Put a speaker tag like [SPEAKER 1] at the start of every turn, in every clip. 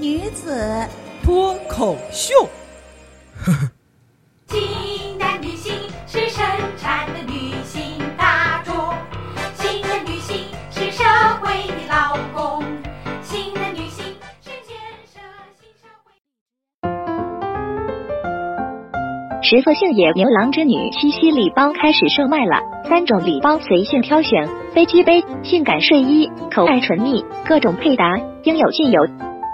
[SPEAKER 1] 女子
[SPEAKER 2] 脱口秀，
[SPEAKER 3] 新的旅行是生产的旅行大众，新的旅行是社会的劳工，新的旅行是建设新社会。
[SPEAKER 4] 食色性也，牛郎织女七夕礼包开始售卖了，三种礼包随性挑选：飞机杯、性感睡衣、口爱唇蜜，各种配搭应有尽有。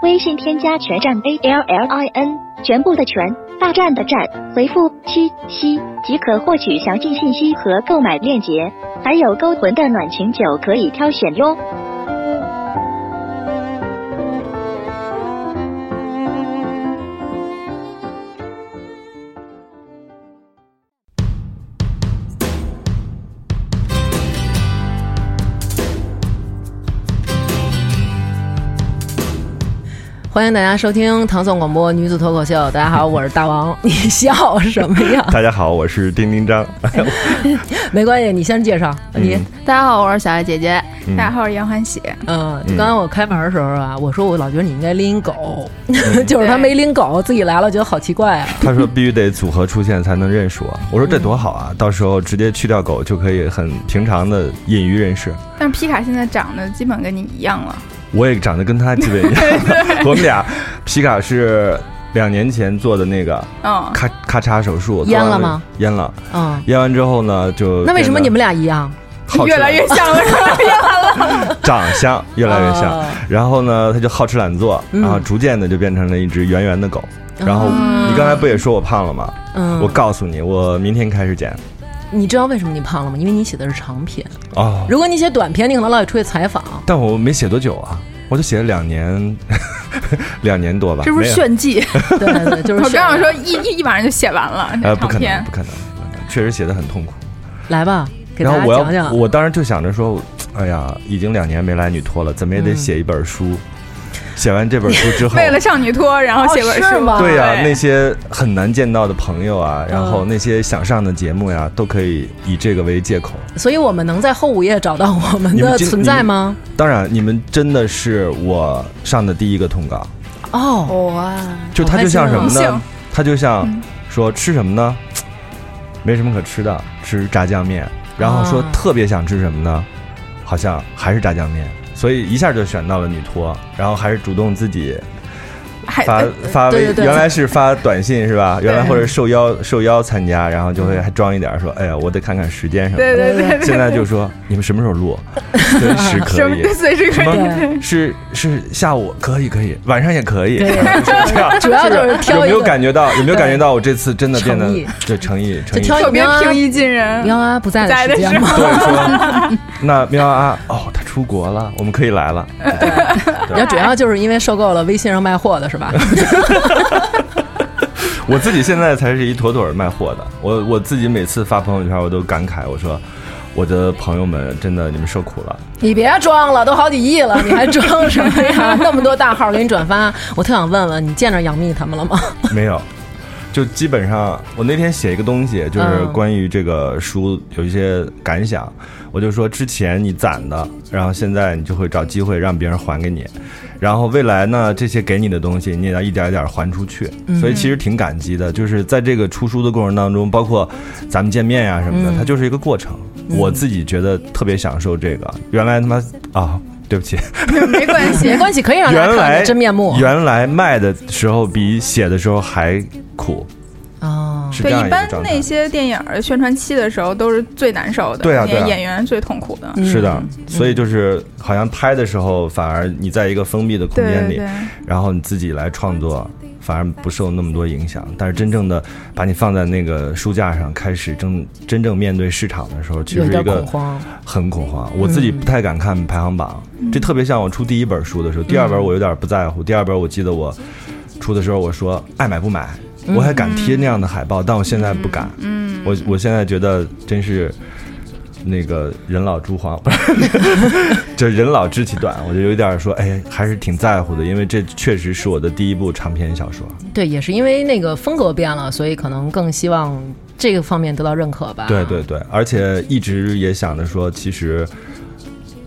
[SPEAKER 4] 微信添加全站 A L L I N，全部的全，大战的战，回复七夕即可获取详细信息和购买链接，还有勾魂的暖情酒可以挑选哟。
[SPEAKER 5] 欢迎大家收听糖蒜广播女子脱口秀。大家好，我是大王。 你笑什么 呀？
[SPEAKER 6] 大家好，我是丁丁张。
[SPEAKER 5] 没关系，你先介绍你。
[SPEAKER 7] 大家好，我是小爱姐姐。
[SPEAKER 6] 嗯
[SPEAKER 7] 大家好，我是杨欢喜。
[SPEAKER 5] 嗯，
[SPEAKER 6] 嗯
[SPEAKER 5] 刚才我开门的时候啊，我说我老觉得你应该拎狗， 就是他没拎狗，自己来了，觉得好奇怪啊。
[SPEAKER 6] 他说必须得组合出现才能认识我。我说这多好
[SPEAKER 7] 嗯
[SPEAKER 6] 啊，到时候直接去掉狗就可以很平常的隐于人世。
[SPEAKER 7] 但是皮卡现在长得基本跟你一样了，
[SPEAKER 6] 我也长得跟他基本 一样。 我们俩皮卡是两年前做的那个
[SPEAKER 7] 嗯，
[SPEAKER 6] 咔咔嚓手术，
[SPEAKER 5] 阉了吗？
[SPEAKER 6] 阉了，
[SPEAKER 5] 嗯，
[SPEAKER 6] 阉完之后呢，就
[SPEAKER 5] 那为什么
[SPEAKER 6] 变得
[SPEAKER 5] 你们俩一样？
[SPEAKER 6] 好吃
[SPEAKER 7] 越来越像 了，是吧？
[SPEAKER 6] 长 相越来越像？
[SPEAKER 5] 哦
[SPEAKER 6] 然后呢，他就好吃懒做，
[SPEAKER 5] 嗯
[SPEAKER 6] 然后逐渐的就变成了一只圆圆的狗。然后
[SPEAKER 7] 哦
[SPEAKER 5] 嗯
[SPEAKER 6] 你刚才不也说我胖了吗？
[SPEAKER 5] 嗯，
[SPEAKER 6] 我告诉你，我明天开始减。
[SPEAKER 5] 你知道为什么你胖了吗？因为你写的是长篇，
[SPEAKER 6] 哦，
[SPEAKER 5] 如果你写短篇，你可能老得出去采访。
[SPEAKER 6] 但我没写多久啊，我就写了两年， 两年多吧。
[SPEAKER 7] 这不
[SPEAKER 6] 没
[SPEAKER 7] 是
[SPEAKER 6] 有
[SPEAKER 7] 炫技？
[SPEAKER 5] 对对对，就是
[SPEAKER 7] 我
[SPEAKER 5] 选
[SPEAKER 7] 刚想说一一一晚上就写完了，
[SPEAKER 6] 呃，
[SPEAKER 7] 这
[SPEAKER 6] 不
[SPEAKER 7] 长
[SPEAKER 6] 可能，
[SPEAKER 7] 篇
[SPEAKER 6] 不可能，不可能确实写的很痛苦。
[SPEAKER 5] 来吧，给
[SPEAKER 6] 然
[SPEAKER 5] 大家
[SPEAKER 6] 后我
[SPEAKER 5] 讲
[SPEAKER 6] 要，
[SPEAKER 5] 讲。
[SPEAKER 6] 我当时就想着说，哎呀，已经两年没来女托了，怎么也得写一本书。写完这本书之后，
[SPEAKER 7] 嗯 为了上女托，然后写本
[SPEAKER 5] 哦是
[SPEAKER 7] 书
[SPEAKER 5] 吗
[SPEAKER 6] 对呀、
[SPEAKER 7] 对
[SPEAKER 6] 那些很难见到的朋友
[SPEAKER 7] 嗯
[SPEAKER 6] 啊，然后那些想上的节目呀、都可以以这个为借口。
[SPEAKER 5] 所以我们能在后五页找到我们
[SPEAKER 6] 你
[SPEAKER 5] 的
[SPEAKER 6] 们今
[SPEAKER 5] 存在吗？
[SPEAKER 6] 当然，你们真的是我上的第一个通告，
[SPEAKER 5] 哦，
[SPEAKER 7] 哇，
[SPEAKER 6] 就它就像什么
[SPEAKER 7] 好开心
[SPEAKER 6] 呢
[SPEAKER 7] 哦？
[SPEAKER 6] 它就像说吃什么呢？没什么可吃的，吃炸酱面。然后说
[SPEAKER 5] 啊
[SPEAKER 6] 特别想吃什么呢？好像还是炸酱面。所以一下就选到了女托，然后还是主动自己
[SPEAKER 7] 还
[SPEAKER 6] 发发微，
[SPEAKER 5] 对对对
[SPEAKER 6] 原来是发短信是吧？原来
[SPEAKER 7] 对嗯
[SPEAKER 6] 或者受邀受邀参加，然后就会还装一点说，哎呀，我得看看时间什么
[SPEAKER 7] 对
[SPEAKER 6] 的。
[SPEAKER 7] 对
[SPEAKER 5] 嗯
[SPEAKER 7] 对对，
[SPEAKER 6] 现在就说你们什么时候 录？随时
[SPEAKER 7] 什
[SPEAKER 6] 可以
[SPEAKER 7] 么，随时可
[SPEAKER 5] 嗯
[SPEAKER 6] 什
[SPEAKER 7] 以。
[SPEAKER 6] 么是是下午可以可以，晚上也可 以，
[SPEAKER 5] 对
[SPEAKER 6] 这样
[SPEAKER 5] 主要就是挑
[SPEAKER 6] 有没有
[SPEAKER 5] 一个
[SPEAKER 6] 感觉到有没
[SPEAKER 5] 对
[SPEAKER 6] 有感觉到我这次真的变得
[SPEAKER 5] 诚意
[SPEAKER 6] 对诚意诚意
[SPEAKER 5] 挑一
[SPEAKER 6] 十
[SPEAKER 5] 个
[SPEAKER 7] 特别平易近人，
[SPEAKER 5] 幺啊不在
[SPEAKER 7] 在
[SPEAKER 5] 的
[SPEAKER 7] 的
[SPEAKER 5] 时间
[SPEAKER 7] 时
[SPEAKER 5] 吗？
[SPEAKER 6] 足对说那喵啊哦他出国了，我们可以来了，
[SPEAKER 5] 然后主要就是因为受够了微信上卖货的是吧？
[SPEAKER 6] 我自己现在才是一坨坨儿卖货的，我我自己每次发朋友圈我都感慨我说。我的朋友们，真的你们受苦了。
[SPEAKER 5] 你别装了，都好几亿了，你还装什么 呀？那么多大号给你转发，我特想问问你见着杨幂他们 了吗？
[SPEAKER 6] 没有，就基本上我那天写一个东西，就是
[SPEAKER 5] 嗯
[SPEAKER 6] 关于这个书有一些感想，我就说之前你攒的，然后现在你就会找机会让别人还给你，然后未来呢，这些给你的东西你也要一点一点还出去，
[SPEAKER 5] 嗯
[SPEAKER 6] 所以其实挺感激的。就是在这个出书的过程当中，包括咱们见面呀、什么的，
[SPEAKER 5] 嗯
[SPEAKER 6] 它就是一个过程。我自己觉得特别享受这个，原来他妈啊，对不起，
[SPEAKER 7] 没关系
[SPEAKER 5] 没。关系，可以让大家
[SPEAKER 6] 原
[SPEAKER 5] 看你
[SPEAKER 6] 来
[SPEAKER 5] 的真面目。
[SPEAKER 6] 原来卖的时候比写的时候还苦，
[SPEAKER 5] 哦，
[SPEAKER 6] 是这
[SPEAKER 7] 对，
[SPEAKER 6] 样一个
[SPEAKER 7] 一般
[SPEAKER 6] 状态
[SPEAKER 7] 那。些电影儿宣传期的时候都是最难受的，
[SPEAKER 6] 对啊
[SPEAKER 7] 那些
[SPEAKER 6] 对啊
[SPEAKER 7] 演员最痛苦的。
[SPEAKER 5] 嗯
[SPEAKER 6] 是的，所以就是好像拍的时候，反而你在一个封闭的空
[SPEAKER 7] 对
[SPEAKER 6] 间
[SPEAKER 7] 对
[SPEAKER 5] 啊
[SPEAKER 6] 里，
[SPEAKER 7] 对，
[SPEAKER 6] 然后你自己来创作，反而不受那么多影响。但是真正的把你放在那个书架上，开始真真正面对市场的时候，其实
[SPEAKER 5] 有
[SPEAKER 6] 是
[SPEAKER 5] 点
[SPEAKER 6] 一
[SPEAKER 5] 恐
[SPEAKER 6] 个
[SPEAKER 5] 慌。
[SPEAKER 6] 很恐慌。我自己不太敢看排行榜，这特别像我出第一本书的时候，第二本我有点不在乎。第二本我记得我出的时候，我说爱买不买，我还敢贴那样的海报，但我现在不敢。嗯，我我现在觉得真是。那个人老珠黄，不是， 就人老肢体短，我就有点儿说，哎，还是挺在乎的，因为这确实是我的第一部长篇小说。
[SPEAKER 5] 对，也是因为那个风格变了，所以可能更希望这个方面得到认可吧。
[SPEAKER 6] 对对对，而且一直也想着说，其实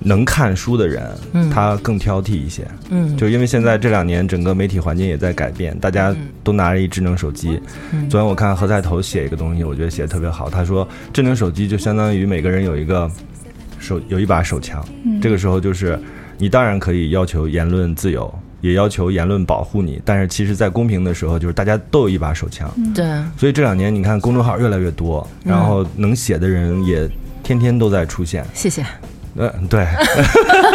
[SPEAKER 6] 能看书的人，
[SPEAKER 5] 嗯
[SPEAKER 6] 他更挑剔一些。
[SPEAKER 5] 嗯，
[SPEAKER 6] 就因为现在这两年整个媒体环境也在改变，大家都拿着一智能手机。
[SPEAKER 5] 嗯
[SPEAKER 6] 昨天我看何菜头写一个东西，我觉得写的特别好。他说，智能手机就相当于每个人有一个手有一把手枪，
[SPEAKER 5] 嗯
[SPEAKER 6] 这个时候就是你当然可以要求言论自由。也要求言论保护你，但是其实，在公平的时候，就是大家都有一把手枪，
[SPEAKER 5] 对，
[SPEAKER 6] 所以这两年你看公众号越来越多，
[SPEAKER 5] 嗯
[SPEAKER 6] 然后能写的人也天天都在出现。
[SPEAKER 5] 谢谢。
[SPEAKER 6] 嗯、 对，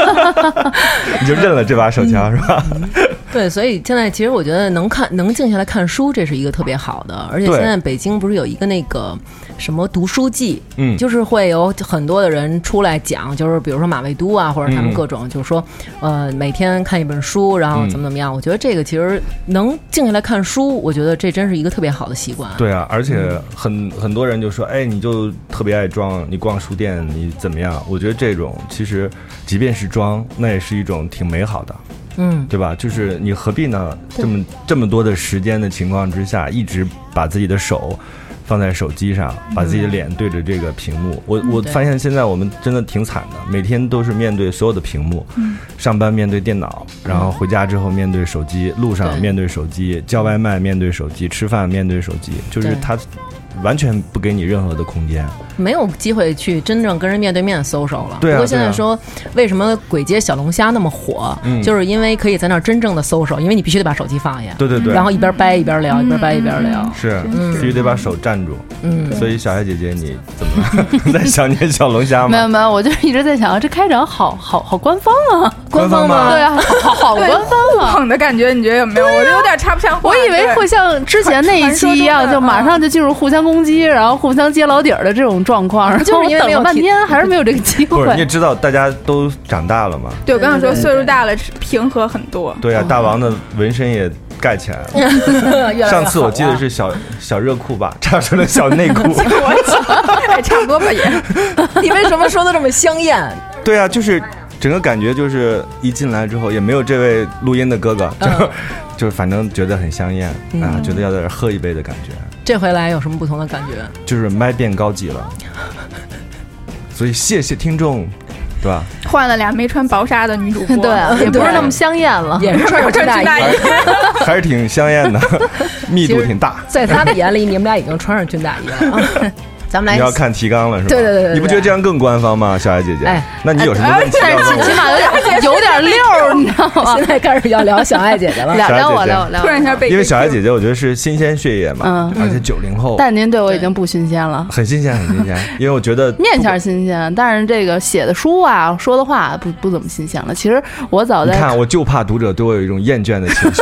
[SPEAKER 6] 你就认了这把手枪、是吧？
[SPEAKER 5] 对，所以现在其实我觉得能看能静下来看书，这是一个特别好的。而且
[SPEAKER 6] 对
[SPEAKER 5] 现在北京不是有一个那个什么读书季，
[SPEAKER 6] 嗯
[SPEAKER 5] 就是会有很多的人出来讲，就是比如说马未都啊，或者他们
[SPEAKER 6] 嗯
[SPEAKER 5] 各种，就是说，呃，每天看一本书，然后怎
[SPEAKER 6] 嗯
[SPEAKER 5] 么怎么样。我觉得这个其实能静下来看书，我觉得这真是一个特别好的习惯。
[SPEAKER 6] 对啊，而且很很多人就说，哎，你就特别爱装，你逛书店你怎么样？我觉得这种其实即便是装，那也是一种挺美好的，
[SPEAKER 5] 嗯，
[SPEAKER 6] 对吧？就是你何必呢？这么这么多的时间的情况之下，一直把自己的手放在手机上，把自己的脸对着这个屏幕。我我
[SPEAKER 5] 嗯对
[SPEAKER 6] 发现现在我们真的挺惨的，每天都是面对所有的屏幕，
[SPEAKER 5] 嗯
[SPEAKER 6] 上班面对电脑，然后回家之后面对手机，路上
[SPEAKER 5] 对
[SPEAKER 6] 面对手机，叫外卖面对手机，吃饭面对手机，就是
[SPEAKER 5] 对嗯
[SPEAKER 6] 它完全不给你任何的空间。
[SPEAKER 5] 没有机会去真正跟人面对面搜手了。
[SPEAKER 6] 对啊
[SPEAKER 5] 不过现
[SPEAKER 6] 对
[SPEAKER 5] 在
[SPEAKER 6] 啊嗯
[SPEAKER 5] 说，为什么鬼街小龙虾那么火，就是因为可以在那儿真正的搜手，因为你必须得把手机放下，
[SPEAKER 6] 对对对，
[SPEAKER 5] 然后一边掰一边聊，一边掰一边 聊。
[SPEAKER 6] 是必须得把手占住。
[SPEAKER 5] 嗯，
[SPEAKER 6] 所以小艾姐姐，你怎么 了在想念小龙虾吗？
[SPEAKER 8] 没有没有，我就一直在想，啊这开场好好好官方啊，
[SPEAKER 6] 官方吗
[SPEAKER 8] 对啊，好好官方 啊。
[SPEAKER 7] 捧的感觉，你觉得有没有？
[SPEAKER 5] 啊
[SPEAKER 7] 我就有点插不上话。
[SPEAKER 8] 我以为
[SPEAKER 7] 对
[SPEAKER 8] 会像之前那一期一
[SPEAKER 7] 传传说中
[SPEAKER 8] 样，
[SPEAKER 7] 的
[SPEAKER 8] 就马上就进入互相攻击，然后互相揭老底儿的这种状况。然后
[SPEAKER 5] 就是因为
[SPEAKER 8] 我
[SPEAKER 5] 没
[SPEAKER 8] 等
[SPEAKER 5] 有
[SPEAKER 8] 了半
[SPEAKER 5] 提
[SPEAKER 8] 天，还是没有这个机
[SPEAKER 6] 不是，你也
[SPEAKER 8] 会。
[SPEAKER 6] 知道大家都长大了嘛？
[SPEAKER 7] 对我刚想说，岁数大了平和很多。
[SPEAKER 6] 对啊，大王的纹身也盖起来啊了。上次我记得是小小热裤吧， 差成了小内 裤。
[SPEAKER 7] 哎，差不多吧也。
[SPEAKER 5] 你为什么说的这么香艳？
[SPEAKER 6] 对啊，就是整个感觉就是一进来之后也没有这位录音的哥哥，就、就是反正觉得很香艳啊，觉得要在这儿喝一杯的感觉，
[SPEAKER 5] 这回来有什么不同的感觉？
[SPEAKER 6] 就是麦变高级 了。所以谢谢听众，对吧？
[SPEAKER 7] 换了俩没穿薄纱的女主播，
[SPEAKER 8] 对，也不是那么香艳了。
[SPEAKER 5] 也是穿着
[SPEAKER 7] 穿
[SPEAKER 5] 大
[SPEAKER 7] 大
[SPEAKER 5] 衣。
[SPEAKER 7] 衣，
[SPEAKER 6] 还是挺香艳的， 密度挺大。
[SPEAKER 5] 在他的眼里，你们俩已经穿上军大衣 了。啊咱们
[SPEAKER 6] 你
[SPEAKER 5] 来
[SPEAKER 6] 要，看提纲了是吧？
[SPEAKER 5] 对对对对对
[SPEAKER 6] 你不觉得这样更官方吗，小艾姐姐？
[SPEAKER 5] 哎
[SPEAKER 6] 那你有什么问题要
[SPEAKER 8] 但
[SPEAKER 6] 问
[SPEAKER 8] 是
[SPEAKER 6] 我？
[SPEAKER 8] 起起码有 点有点溜儿，你知道吗？
[SPEAKER 5] 现在开始要聊小爱姐姐了。
[SPEAKER 8] 聊
[SPEAKER 6] 啊小
[SPEAKER 8] 聊我
[SPEAKER 6] 姐姐
[SPEAKER 8] 聊我聊
[SPEAKER 7] 突
[SPEAKER 8] 我。
[SPEAKER 7] 然一下
[SPEAKER 5] 哎
[SPEAKER 7] 被
[SPEAKER 6] 因为小艾姐姐，我觉得是新鲜血液嘛，
[SPEAKER 8] 嗯
[SPEAKER 6] 而且九零后
[SPEAKER 8] 但您对我已经不新鲜了，
[SPEAKER 6] 很新鲜，很 新鲜。因为我觉得
[SPEAKER 8] 面相新鲜，但是这个写的书啊，说的话不不怎么新鲜了。其实我早
[SPEAKER 6] 你
[SPEAKER 8] 在
[SPEAKER 6] 看，我就怕读者对我有一种厌倦的情绪，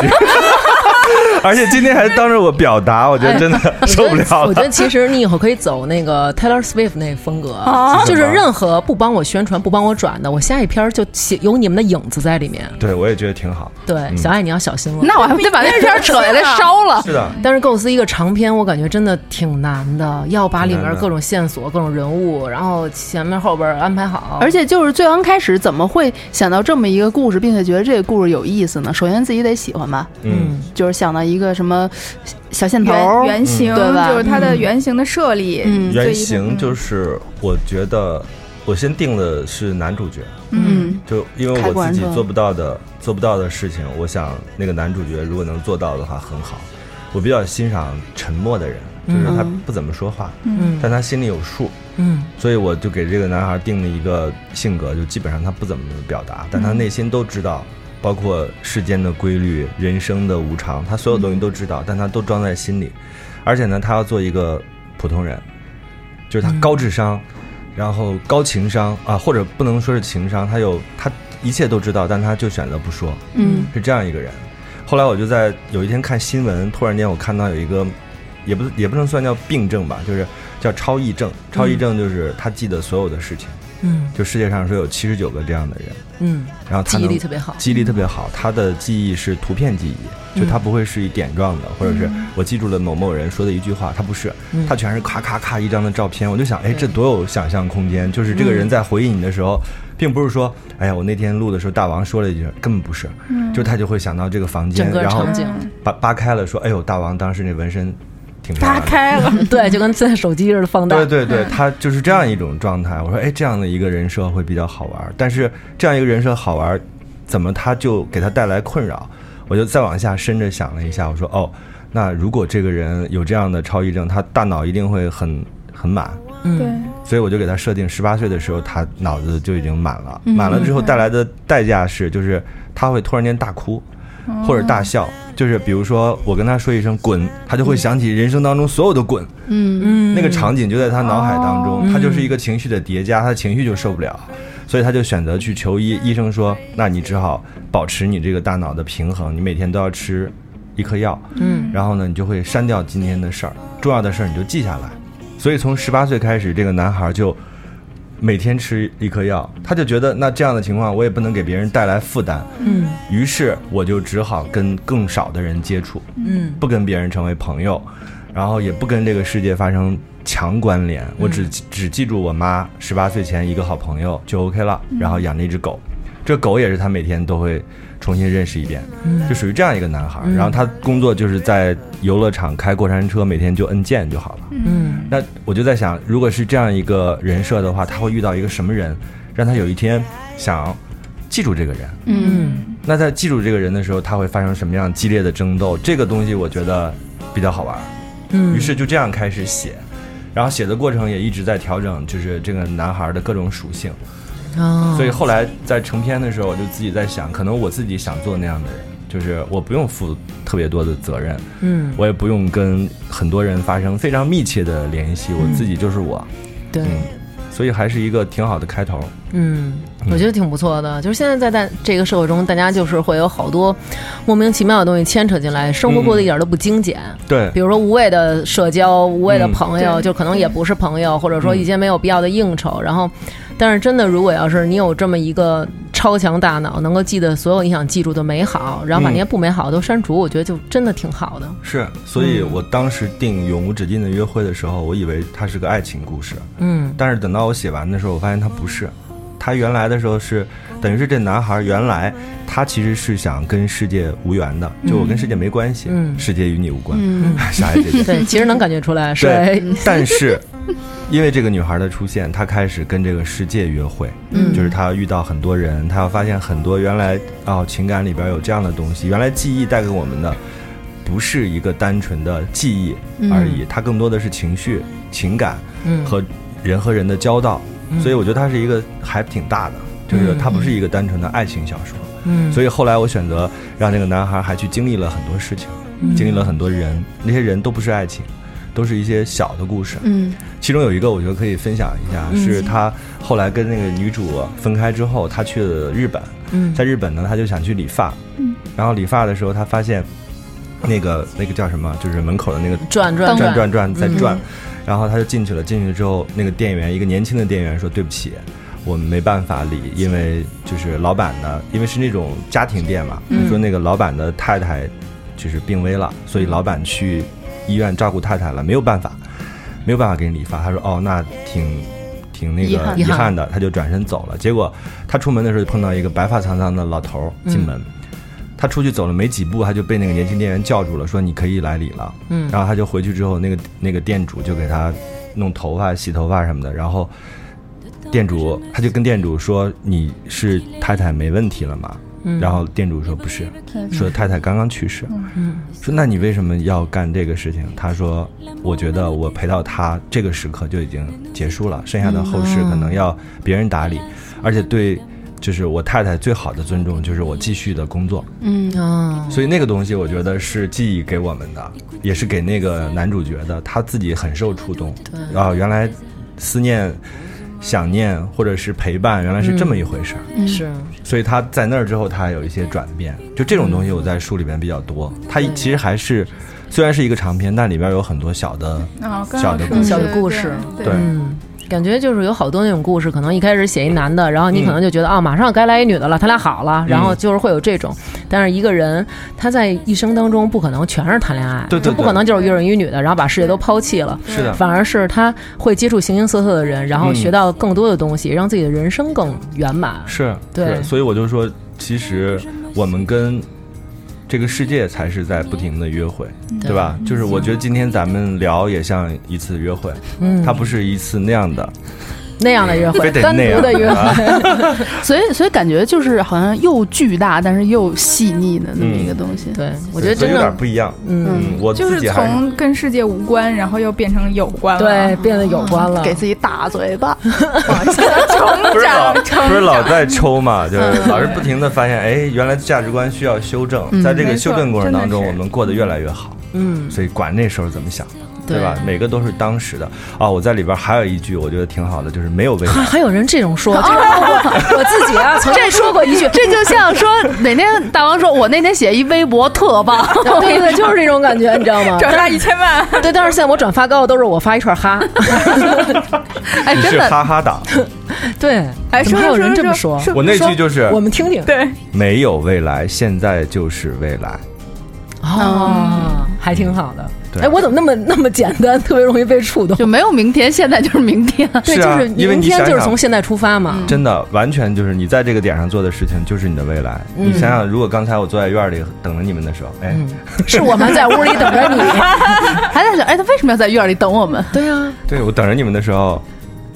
[SPEAKER 6] 而且今天还当着我表达，我觉得真的 受不了
[SPEAKER 5] 哎我觉
[SPEAKER 6] 了。
[SPEAKER 5] 得其实你以后可以走那个 Taylor Swift 那风格，就是任何不帮我宣传、不帮我转的，我下一篇就写有你们的影子在里面。
[SPEAKER 6] 对，我也觉得挺好。
[SPEAKER 5] 对，小爱你要小心了。
[SPEAKER 8] 那我还得把那片儿扯下来烧了。
[SPEAKER 6] 是的，
[SPEAKER 5] 但是构思一个长篇，我感觉真的挺难的，要把里
[SPEAKER 6] 挺难
[SPEAKER 5] 面
[SPEAKER 6] 的
[SPEAKER 5] 各种线索、各种人物，然后前面后边安排好。
[SPEAKER 8] 而且就是最刚开始怎么会想到这么一个故事，并且觉得这个故事有意思呢？首先自己得喜欢吧，
[SPEAKER 6] 嗯，
[SPEAKER 8] 就是想到一个什么小线头
[SPEAKER 7] 原
[SPEAKER 8] 儿，
[SPEAKER 7] 原型，
[SPEAKER 8] 对吧
[SPEAKER 7] 就是它的原型的设立，
[SPEAKER 8] 嗯
[SPEAKER 6] 原
[SPEAKER 7] 最
[SPEAKER 6] 型就
[SPEAKER 7] 嗯
[SPEAKER 6] 是我觉得我先定的是男主角，
[SPEAKER 8] 嗯，
[SPEAKER 6] 就因为
[SPEAKER 8] 开
[SPEAKER 6] 我
[SPEAKER 8] 关
[SPEAKER 6] 自己
[SPEAKER 8] 是吧
[SPEAKER 6] 做不到的做不到的事情，我想那个男主角如果能做到的话，很好。我比较欣赏沉默的人，就是他不怎么说话，
[SPEAKER 5] 嗯
[SPEAKER 6] 但他心里有数，
[SPEAKER 5] 嗯
[SPEAKER 6] 所以我就给这个男孩定了一个性格，就基本上他不怎么表达，但他内心都知道，包括世间的规律、人生的无常，他所有东西都知道，但他都装在心里。而且呢，他要做一个普通人，就是他高智商，然后高情商啊，或者不能说是情商，他有他一切都知道，但他就选择不说，
[SPEAKER 8] 嗯
[SPEAKER 6] 是这样一个人。后来我就在有一天看新闻，突然间我看到有一个，也不也不能算叫病症吧，就是叫超忆症。超忆症就是他记得所有的事情，
[SPEAKER 5] 嗯
[SPEAKER 6] 就世界上说有七十九个这样的人，
[SPEAKER 5] 嗯，
[SPEAKER 6] 然后
[SPEAKER 5] 记
[SPEAKER 6] 他
[SPEAKER 5] 忆
[SPEAKER 6] 能
[SPEAKER 5] 力特别好，嗯
[SPEAKER 6] 记忆力特别好，他的记忆是图片记忆，就他不会是一点状的，或者是我记住了某某人说的一句话，他不是，
[SPEAKER 5] 嗯
[SPEAKER 6] 他全是咔咔咔一张的照片。我就想，
[SPEAKER 5] 对
[SPEAKER 6] 哎，这多有想象空间！就是
[SPEAKER 5] 嗯
[SPEAKER 6] 这个人在回忆你的时候，并不是说，哎呀，我那天录的时候大王说了一句，根本不是，就他就会想到这个房间
[SPEAKER 5] 嗯整，个
[SPEAKER 6] 然后
[SPEAKER 5] 场景，
[SPEAKER 6] 扒扒开了说，哎呦，大王当时那纹身挺漂
[SPEAKER 7] 扒
[SPEAKER 6] 亮的。
[SPEAKER 7] 开了，
[SPEAKER 5] 对，就跟现在手机似的放大，
[SPEAKER 6] 对对对，他就是这样一种状态。我说，哎，这样的一个人设会比较好玩，但是这样一个人设好玩，怎么他就给他带来困扰？我就再往下深着想了一下，我说，哦，那如果这个人有这样的超忆症，他大脑一定会很很满，
[SPEAKER 7] 对
[SPEAKER 5] 嗯，，
[SPEAKER 6] 所以我就给他设定十八岁的时候，他脑子就已经满了，满了之后带来的代价是，就是他会突然间大哭，或者大笑，就是比如说我跟他说一声滚，他就会想起人生当中所有的滚，
[SPEAKER 8] 嗯，
[SPEAKER 5] 嗯
[SPEAKER 6] 那个场景就在他脑海当中，
[SPEAKER 5] 哦
[SPEAKER 6] 他就是一个情绪的叠加，他情绪就受不了，所以他就选择去求医。医生说，那你只好保持你这个大脑的平衡，你每天都要吃一颗药，
[SPEAKER 5] 嗯
[SPEAKER 6] 然后呢，你就会删掉今天的事儿，重要的事儿你就记下来。所以从十八岁开始，这个男孩就每天吃一颗药，他就觉得那这样的情况我也不能给别人带来负担，
[SPEAKER 5] 嗯
[SPEAKER 6] 于是我就只好跟更少的人接触。
[SPEAKER 5] 嗯
[SPEAKER 6] 不跟别人成为朋友，然后也不跟这个世界发生强关联。
[SPEAKER 5] 嗯
[SPEAKER 6] 我只只记住我妈十八岁前一个好朋友就 OK 了，
[SPEAKER 5] 嗯
[SPEAKER 6] 然后养了一只狗，这狗也是他每天都会重新认识一遍，
[SPEAKER 5] 嗯
[SPEAKER 6] 就属于这样一个男孩儿。然后他工作就是在游乐场开过山车，每天就摁键就好了。
[SPEAKER 5] 嗯
[SPEAKER 6] 那我就在想，如果是这样一个人设的话，他会遇到一个什么人，让他有一天想记住这个人？
[SPEAKER 5] 嗯，
[SPEAKER 6] 那在记住这个人的时候，他会发生什么样激烈的争斗？这个东西我觉得比较好玩，
[SPEAKER 5] 嗯
[SPEAKER 6] 于是就这样开始写，然后写的过程也一直在调整，就是这个男孩的各种属性。
[SPEAKER 5] 哦
[SPEAKER 6] 所以后来在成片的时候，我就自己在想，可能我自己想做那样的人，就是我不用负特别多的责任，
[SPEAKER 5] 嗯
[SPEAKER 6] 我也不用跟很多人发生非常密切的联系，我自己就是我，
[SPEAKER 5] 对
[SPEAKER 6] 嗯，所以还是一个挺好的开头。
[SPEAKER 5] 嗯，
[SPEAKER 6] 嗯
[SPEAKER 5] 我觉得挺不错的。就是现在在大这个社会中，大家就是会有好多莫名其妙的东西牵扯进来，生活过
[SPEAKER 6] 嗯
[SPEAKER 5] 得一点都不精简。
[SPEAKER 6] 对
[SPEAKER 5] 比，如说无谓的社交、无谓的
[SPEAKER 6] 嗯
[SPEAKER 5] 朋友，
[SPEAKER 7] 对
[SPEAKER 5] 就可能也不是朋友，或者说
[SPEAKER 6] 嗯
[SPEAKER 5] 一些没有必要的应酬。然后，但是真的，如果要是你有这么一个超强大脑，能够记得所有你想记住的美好，然后把
[SPEAKER 6] 嗯
[SPEAKER 5] 那些不美好都删除，我觉得就真的挺好的。
[SPEAKER 6] 是，所以我当时定《永无止境的约会》的时候，我以为它是个爱情故事，
[SPEAKER 5] 嗯
[SPEAKER 6] 但是等到我写完的时候，我发现它不是。他原来的时候是，等于是这男孩原来他其实是想跟世界无缘的，就我跟世界没关系，
[SPEAKER 5] 嗯
[SPEAKER 6] 世界与你无关，
[SPEAKER 8] 嗯
[SPEAKER 6] 傻姐 姐。
[SPEAKER 5] 对，其实能感觉出来是
[SPEAKER 6] 对，但是因为这个女孩的出现，他开始跟这个世界约会，
[SPEAKER 5] 嗯
[SPEAKER 6] 就是他遇到很多人，他发现很多原来哦情感里边有这样的东西，原来记忆带给我们的不是一个单纯的记忆而已，它更多的是情绪、情感
[SPEAKER 5] 嗯
[SPEAKER 6] 和人和人的交道，所以我觉得它是一个还挺大的，就是它不是一个单纯的爱情小说。
[SPEAKER 5] 嗯
[SPEAKER 6] 所以后来我选择让这个男孩还去经历了很多事情，
[SPEAKER 5] 嗯
[SPEAKER 6] 经历了很多人，那些人都不是爱情，都是一些小的故事。
[SPEAKER 8] 嗯
[SPEAKER 6] 其中有一个我觉得可以分享一下，
[SPEAKER 5] 嗯
[SPEAKER 6] 是他后来跟那个女主分开之后，他去了日本，
[SPEAKER 5] 嗯
[SPEAKER 6] 在日本呢，他就想去理发，然后理发的时候，他发现那个那个叫什么，就是门口的那个
[SPEAKER 5] 转转
[SPEAKER 6] 转
[SPEAKER 5] 转
[SPEAKER 6] 转转在转，然后他就进去了。进去之后，那个店员一个年轻的店员说：“对不起，我们没办法理，因为就是老板呢，因为是那种家庭店嘛，他说那个老板的太太就是病危了，所以老板去医院照顾太太了，没有办法，没有办法给你理发。”他说：“哦，那挺。”挺那
[SPEAKER 8] 遗
[SPEAKER 6] 个
[SPEAKER 8] 憾
[SPEAKER 6] 遗憾的，他就转身走了。结果他出门的时候就碰到一个白发苍苍的老头儿进门，他出去走了没几步，他就被那个年轻店员叫住了，说你可以来理了。
[SPEAKER 5] 嗯
[SPEAKER 6] 然后他就回去之后，那个那个店主就给他弄头发、洗头发什么的，然后店主他就跟店主说你是太太没问题了吗？然后店主说不是，说太太刚刚去世。说那你为什么要干这个事情？他说我觉得我陪到他这个时刻就已经结束了，剩下的后事可能要别人打理，而且对。就是我太太最好的尊重，就是我继续的工作。
[SPEAKER 8] 嗯
[SPEAKER 5] 啊，
[SPEAKER 6] 所以那个东西，我觉得是记忆给我们的，也是给那个男主角的，他自己很受触动。啊，原来思念想念或者是陪伴，原来是这么一回事儿。
[SPEAKER 5] 是
[SPEAKER 6] 所以他在那儿之后，他还有一些转变。就这种东西，我在书里边比较多。它其实还是，虽然是一个长篇，但里边有很多小的，
[SPEAKER 5] 嗯
[SPEAKER 7] 啊，刚
[SPEAKER 6] 小
[SPEAKER 7] 好
[SPEAKER 6] 的
[SPEAKER 7] 是
[SPEAKER 6] 故
[SPEAKER 5] 小的故事
[SPEAKER 7] 对
[SPEAKER 6] 对
[SPEAKER 7] 对，
[SPEAKER 5] 嗯。感觉就是有好多那种故事，可能一开始写一男的，然后你可能就觉得
[SPEAKER 6] 嗯
[SPEAKER 5] 啊、马上该来一女的了，他俩好了，然后就是会有这种。但是一个人他在一生当中不可能全是谈恋爱，
[SPEAKER 6] 对对
[SPEAKER 5] 就不
[SPEAKER 6] 对
[SPEAKER 5] 可能嗯就是约人一女的，然后把世界都抛弃了。
[SPEAKER 6] 是啊的，
[SPEAKER 5] 反而是他会接触形形色色的人，然后
[SPEAKER 6] 嗯
[SPEAKER 5] 学到更多的东西，让自己的人生更圆满。
[SPEAKER 6] 是，
[SPEAKER 5] 对
[SPEAKER 6] 是所以我就说，其实我们跟这个世界才是在不停的约会，对吧？就是我觉得今天咱们聊也像一次约会，
[SPEAKER 5] 嗯，
[SPEAKER 6] 它不是一次那样的，
[SPEAKER 5] 那样的约
[SPEAKER 6] 非
[SPEAKER 5] 会，
[SPEAKER 6] 得
[SPEAKER 5] 单
[SPEAKER 6] 那
[SPEAKER 5] 独
[SPEAKER 6] 样
[SPEAKER 5] 的约会，
[SPEAKER 6] 啊
[SPEAKER 8] 所以所以感觉就是好像又巨大，但是又细腻的那么一个东西。
[SPEAKER 5] 对我觉得
[SPEAKER 6] 所
[SPEAKER 5] 真
[SPEAKER 6] 以有
[SPEAKER 5] 的，
[SPEAKER 6] 点不一样。
[SPEAKER 5] 嗯，
[SPEAKER 6] 嗯，我
[SPEAKER 7] 就
[SPEAKER 6] 自
[SPEAKER 7] 是
[SPEAKER 6] 己还是
[SPEAKER 7] 从跟世界无关，然后又变成有关了。
[SPEAKER 5] 对，，变得有关了，
[SPEAKER 8] 给自己打嘴巴，
[SPEAKER 6] 不
[SPEAKER 7] 成
[SPEAKER 6] 是老
[SPEAKER 7] 长，
[SPEAKER 6] 不是
[SPEAKER 7] 成
[SPEAKER 6] 老
[SPEAKER 7] 长。
[SPEAKER 6] 在抽嘛，就是
[SPEAKER 5] 嗯
[SPEAKER 6] 老是不停的发现，哎，原来价值观需要修正，在这个
[SPEAKER 7] 没
[SPEAKER 6] 修
[SPEAKER 7] 错
[SPEAKER 6] 正过程当中，
[SPEAKER 7] 真的
[SPEAKER 6] 我
[SPEAKER 7] 是
[SPEAKER 6] 们过得越来越好。
[SPEAKER 5] 嗯，
[SPEAKER 6] 所以管那时候怎么想，
[SPEAKER 5] 对
[SPEAKER 6] 吧？每个都是当时的啊。我在里边还有一句，我觉得挺好的，就是没有未
[SPEAKER 5] 还
[SPEAKER 6] 来。
[SPEAKER 5] 还有人这种说，这个我我自己啊，曾经说过一句，
[SPEAKER 8] 这就像说哪天大王说，我那天写一微博特棒，
[SPEAKER 5] 对对 对，就是这种感觉，你知道吗？
[SPEAKER 7] 转发一千万，
[SPEAKER 5] 对，但是现在我转发高的都是我发一串 哈，
[SPEAKER 8] 哎，
[SPEAKER 6] 你
[SPEAKER 8] 真
[SPEAKER 6] 是
[SPEAKER 8] 的
[SPEAKER 6] 哈 哈党，
[SPEAKER 5] 对，
[SPEAKER 7] 哎，
[SPEAKER 5] 怎么
[SPEAKER 7] 说
[SPEAKER 5] 还有人这么
[SPEAKER 7] 说
[SPEAKER 5] 说？
[SPEAKER 7] 说，
[SPEAKER 6] 我那句就是
[SPEAKER 5] 我们听听，
[SPEAKER 7] 对，
[SPEAKER 6] 没有未来，现在就是未来。
[SPEAKER 7] 嗯
[SPEAKER 5] 哦，还挺好的。
[SPEAKER 6] 对
[SPEAKER 5] 哎，我怎么那么那么简单，特别容易被触动？
[SPEAKER 8] 就没有明天，现在就是明天。
[SPEAKER 5] 对，
[SPEAKER 6] 是
[SPEAKER 5] 就
[SPEAKER 6] 啊
[SPEAKER 5] 是
[SPEAKER 6] 因为
[SPEAKER 5] 明
[SPEAKER 6] 你
[SPEAKER 5] 天
[SPEAKER 6] 想
[SPEAKER 5] 就是
[SPEAKER 6] 想
[SPEAKER 5] 从现在出发嘛。
[SPEAKER 6] 真的，完全就是你在这个点上做的事情，就是你的未来。
[SPEAKER 5] 嗯
[SPEAKER 6] 你想想，如果刚才我坐在院里等着你们的时候，哎，
[SPEAKER 5] 是我们在屋里等着 你。
[SPEAKER 8] 还在想，哎，他为什么要在院里等我们？
[SPEAKER 7] 嗯
[SPEAKER 5] 对啊，
[SPEAKER 6] 对我等着你们的时候，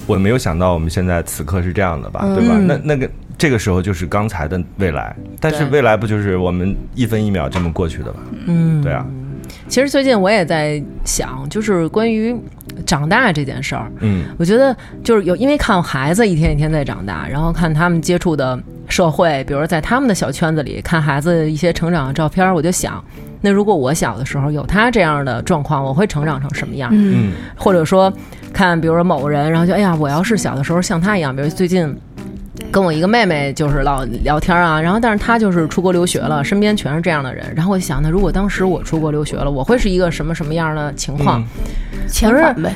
[SPEAKER 6] 我没有想到我们现在此刻是这样的吧，对
[SPEAKER 5] 嗯
[SPEAKER 6] 吧？那那个这个时候就是刚才的未来，但是
[SPEAKER 5] 对
[SPEAKER 6] 未来不就是我们一分一秒这么过去的吗？嗯，对啊，
[SPEAKER 5] 其实最近我也在想，就是关于长大这件事儿。
[SPEAKER 6] 嗯。
[SPEAKER 5] 我觉得就是有，因为看我孩子一天一天在长大，然后看他们接触的社会，比如在他们的小圈子里看孩子一些成长的照片儿，我就想，那如果我小的时候有他这样的状况，我会成长成什么样？
[SPEAKER 6] 嗯，
[SPEAKER 5] 或者说看，比如说某个人，然后就哎呀，我要是小的时候像他一样，比如最近。跟我一个妹妹就是老聊天啊，然后但是她就是出国留学了，身边全是这样的人，然后我就想，那如果当时我出国留学了，我会是一个什么什么样的情况？
[SPEAKER 8] 嗯遣返 呗，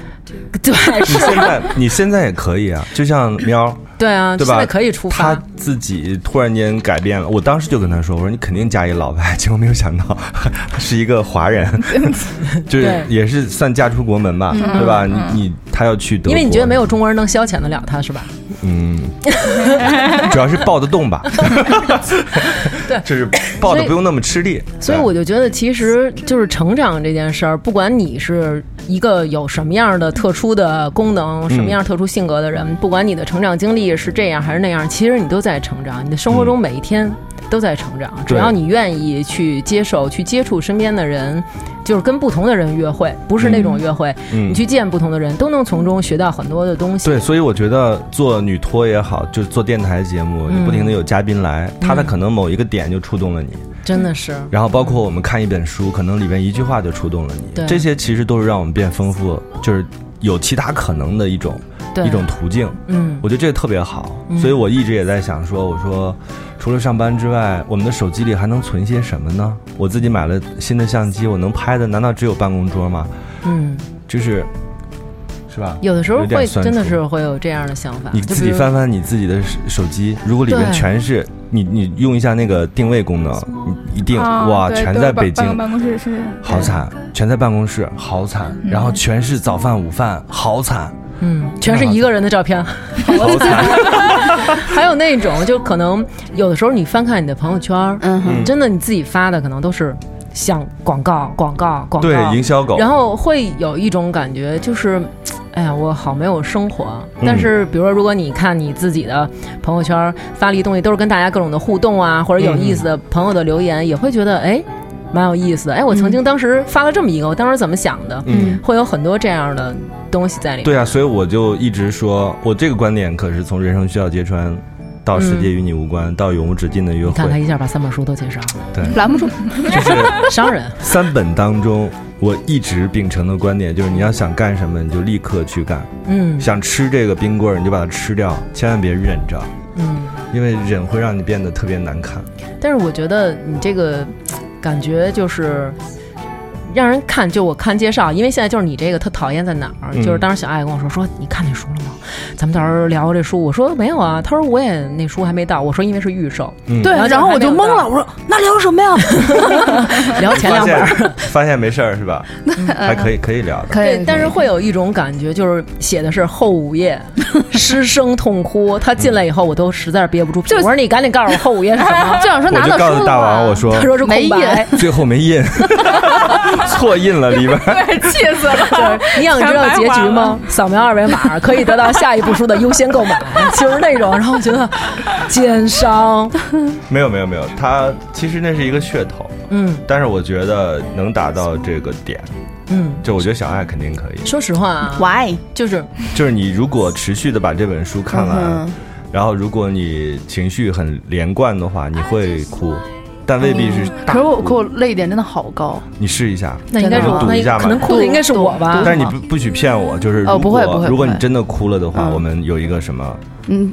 [SPEAKER 5] 对，
[SPEAKER 6] 你现在你现在也可以啊，就像喵，
[SPEAKER 5] 对啊，
[SPEAKER 6] 对
[SPEAKER 5] 现
[SPEAKER 6] 吧？
[SPEAKER 5] 在可以出发，
[SPEAKER 6] 他自己突然间改变了。我当时就跟他说：“我说你肯定嫁一老外。”结果没有想到 是一个华人， 就是
[SPEAKER 5] 对嗯
[SPEAKER 6] 也是算嫁出国门吧，对吧？你你他要去德国，
[SPEAKER 5] 因为你觉得没有中国人能消遣得了他，是吧？
[SPEAKER 6] 嗯，主要是抱得动吧，对，就是抱得不用那么吃力。
[SPEAKER 5] 所以我就觉得，其实就是成长这件事儿，不管你是一个有什么样的特殊的功
[SPEAKER 6] 嗯
[SPEAKER 5] 能、什么样特殊性格的人，不管你的成长经历是这样还是那样，其实你都在成长。你的生活中每一天
[SPEAKER 6] 嗯
[SPEAKER 5] 都在成长，只要你愿意去接受、去接触身边的人，就是跟不同的人约会，不是那种约会，
[SPEAKER 6] 嗯
[SPEAKER 5] 你去见不同的人，都能从中学到很多的东西。
[SPEAKER 6] 对，所以我觉得做女托也好，就是做电台节目，
[SPEAKER 5] 嗯
[SPEAKER 6] 你不停的有嘉宾来，他的可能某一个点就触动了你，
[SPEAKER 5] 真的是，
[SPEAKER 6] 然后包括我们看一本书，可能里面一句话就触动了你，
[SPEAKER 5] 对
[SPEAKER 6] 这些其实都是让我们变丰富，就是有其他可能的一种
[SPEAKER 5] 对
[SPEAKER 6] 一种途径。
[SPEAKER 5] 嗯，
[SPEAKER 6] 我觉得这个特别好，所以我一直也在想说，我说除了上班之外，我们的手机里还能存些什么呢？我自己买了新的相机，我能拍的难道只有办公桌吗？
[SPEAKER 5] 嗯，
[SPEAKER 6] 就是，是吧？
[SPEAKER 5] 有的时候
[SPEAKER 6] 点
[SPEAKER 5] 会
[SPEAKER 6] 酸
[SPEAKER 5] 真的
[SPEAKER 6] 楚
[SPEAKER 5] 是会有这样的想法，
[SPEAKER 6] 你
[SPEAKER 5] 就
[SPEAKER 6] 自
[SPEAKER 5] 比
[SPEAKER 6] 己
[SPEAKER 5] 如
[SPEAKER 6] 翻翻你自己的手手机，如果里面
[SPEAKER 5] 对
[SPEAKER 6] 全是你，你用一下那个定位功能，你一定、
[SPEAKER 7] 啊
[SPEAKER 6] 哇，
[SPEAKER 7] 对
[SPEAKER 6] 全
[SPEAKER 7] 都
[SPEAKER 6] 在
[SPEAKER 7] 是办
[SPEAKER 6] 北京
[SPEAKER 7] 办，办公室是
[SPEAKER 6] 好惨，全在办公室，好惨，然后全是早饭、午饭，好惨，
[SPEAKER 5] 嗯，全是一个人的照片。
[SPEAKER 6] 好惨，
[SPEAKER 5] 还有那种，就可能有的时候你翻看你的朋友圈儿，
[SPEAKER 8] 嗯哼，
[SPEAKER 5] 真的你自己发的可能都是像广告、广告、广告，
[SPEAKER 6] 对，营销狗，
[SPEAKER 5] 然后会有一种感觉，就是，哎呀，我好没有生活啊。
[SPEAKER 6] 嗯
[SPEAKER 5] 但是，比如说，如果你看你自己的朋友圈发了一东西，都是跟大家各种的互动啊，或者有意思
[SPEAKER 6] 嗯
[SPEAKER 5] 的朋友的留言，也会觉得哎，蛮有意思的。哎，我曾经当时发了这么一个，我当时怎么想的？
[SPEAKER 6] 嗯，
[SPEAKER 5] 会有很多这样的东西在里面。
[SPEAKER 6] 对啊，所以我就一直说，我这个观点可是从人生需要揭穿，到世界与你无关，到永无止境的约
[SPEAKER 5] 嗯你看他
[SPEAKER 6] 会，
[SPEAKER 5] 一下把三本书都介绍了，
[SPEAKER 8] 拦不住，
[SPEAKER 6] 就是
[SPEAKER 5] 商人。
[SPEAKER 6] 三本当中我一直秉承的观点就是，你要想干什么，你就立刻去干；
[SPEAKER 5] 嗯
[SPEAKER 6] 想吃这个冰棍儿，你就把它吃掉，千万别忍着，
[SPEAKER 5] 嗯。
[SPEAKER 6] 因为忍会让你变得特别难看。
[SPEAKER 5] 但是我觉得你这个嗯感觉就是让人看，就我看介绍，因为现在就是你这个特讨厌在哪儿，
[SPEAKER 6] 嗯
[SPEAKER 5] 就是当时小爱跟我说说你看那书了吗？咱们到时候聊这书。我说没有啊，他说我也那书还没到，我说因为是预售，
[SPEAKER 6] 嗯
[SPEAKER 8] 对，
[SPEAKER 5] 然
[SPEAKER 8] 然
[SPEAKER 5] 后
[SPEAKER 8] 后
[SPEAKER 5] 我
[SPEAKER 8] 我
[SPEAKER 5] 就
[SPEAKER 8] 就
[SPEAKER 5] 懵
[SPEAKER 8] 懵
[SPEAKER 5] 了
[SPEAKER 8] 了，我说那聊什 么呀？
[SPEAKER 5] 聊前两
[SPEAKER 6] 发
[SPEAKER 5] 本儿。呃
[SPEAKER 6] 现发现没事儿是 吧？还可以可以聊的。
[SPEAKER 8] 可。
[SPEAKER 5] 对，但是会有一种感觉，就是写的是后午 夜，失声痛哭。他进来以后，我都实在是憋不住。我说你赶紧告诉我后午夜是什么
[SPEAKER 8] 就想说
[SPEAKER 6] 我
[SPEAKER 8] 拿
[SPEAKER 6] 就
[SPEAKER 8] 到
[SPEAKER 6] 告
[SPEAKER 8] 书
[SPEAKER 6] 诉
[SPEAKER 8] 了
[SPEAKER 6] 大
[SPEAKER 8] 吧
[SPEAKER 6] 王， 我说
[SPEAKER 5] 他说是空
[SPEAKER 8] 没
[SPEAKER 5] 白。
[SPEAKER 6] 最后 没印，错印了里边儿。
[SPEAKER 7] 对，气死了。
[SPEAKER 5] 你想知道结局 吗？扫描二维码可以得到下一部书的优先购 买，就是那种。然后我觉得奸商，
[SPEAKER 6] 没有没有没有，他其实那是一个噱头，
[SPEAKER 5] 嗯
[SPEAKER 6] 但是我觉得能达到这个点，
[SPEAKER 5] 嗯。
[SPEAKER 6] 就我觉得小爱肯定可以。
[SPEAKER 5] 说实话啊，
[SPEAKER 8] why？
[SPEAKER 5] 就是
[SPEAKER 6] 就是你如果持续的把这本书看完，
[SPEAKER 8] 嗯
[SPEAKER 6] 然后如果你情绪很连贯的话，你会哭，但未必是大
[SPEAKER 8] 可是我
[SPEAKER 6] 哭。
[SPEAKER 8] 可我泪点真的好高，
[SPEAKER 6] 你试一下，
[SPEAKER 5] 那应该是我，
[SPEAKER 6] 真的吗
[SPEAKER 5] 那应该可能哭的应该是我吧
[SPEAKER 8] 赌赌赌
[SPEAKER 6] 但是你不不许骗我，就是如果、
[SPEAKER 8] 哦不会不会
[SPEAKER 6] 如果
[SPEAKER 8] 不会
[SPEAKER 6] 你真的哭了的话，
[SPEAKER 8] 嗯
[SPEAKER 6] 我们有一个什么？
[SPEAKER 8] 嗯。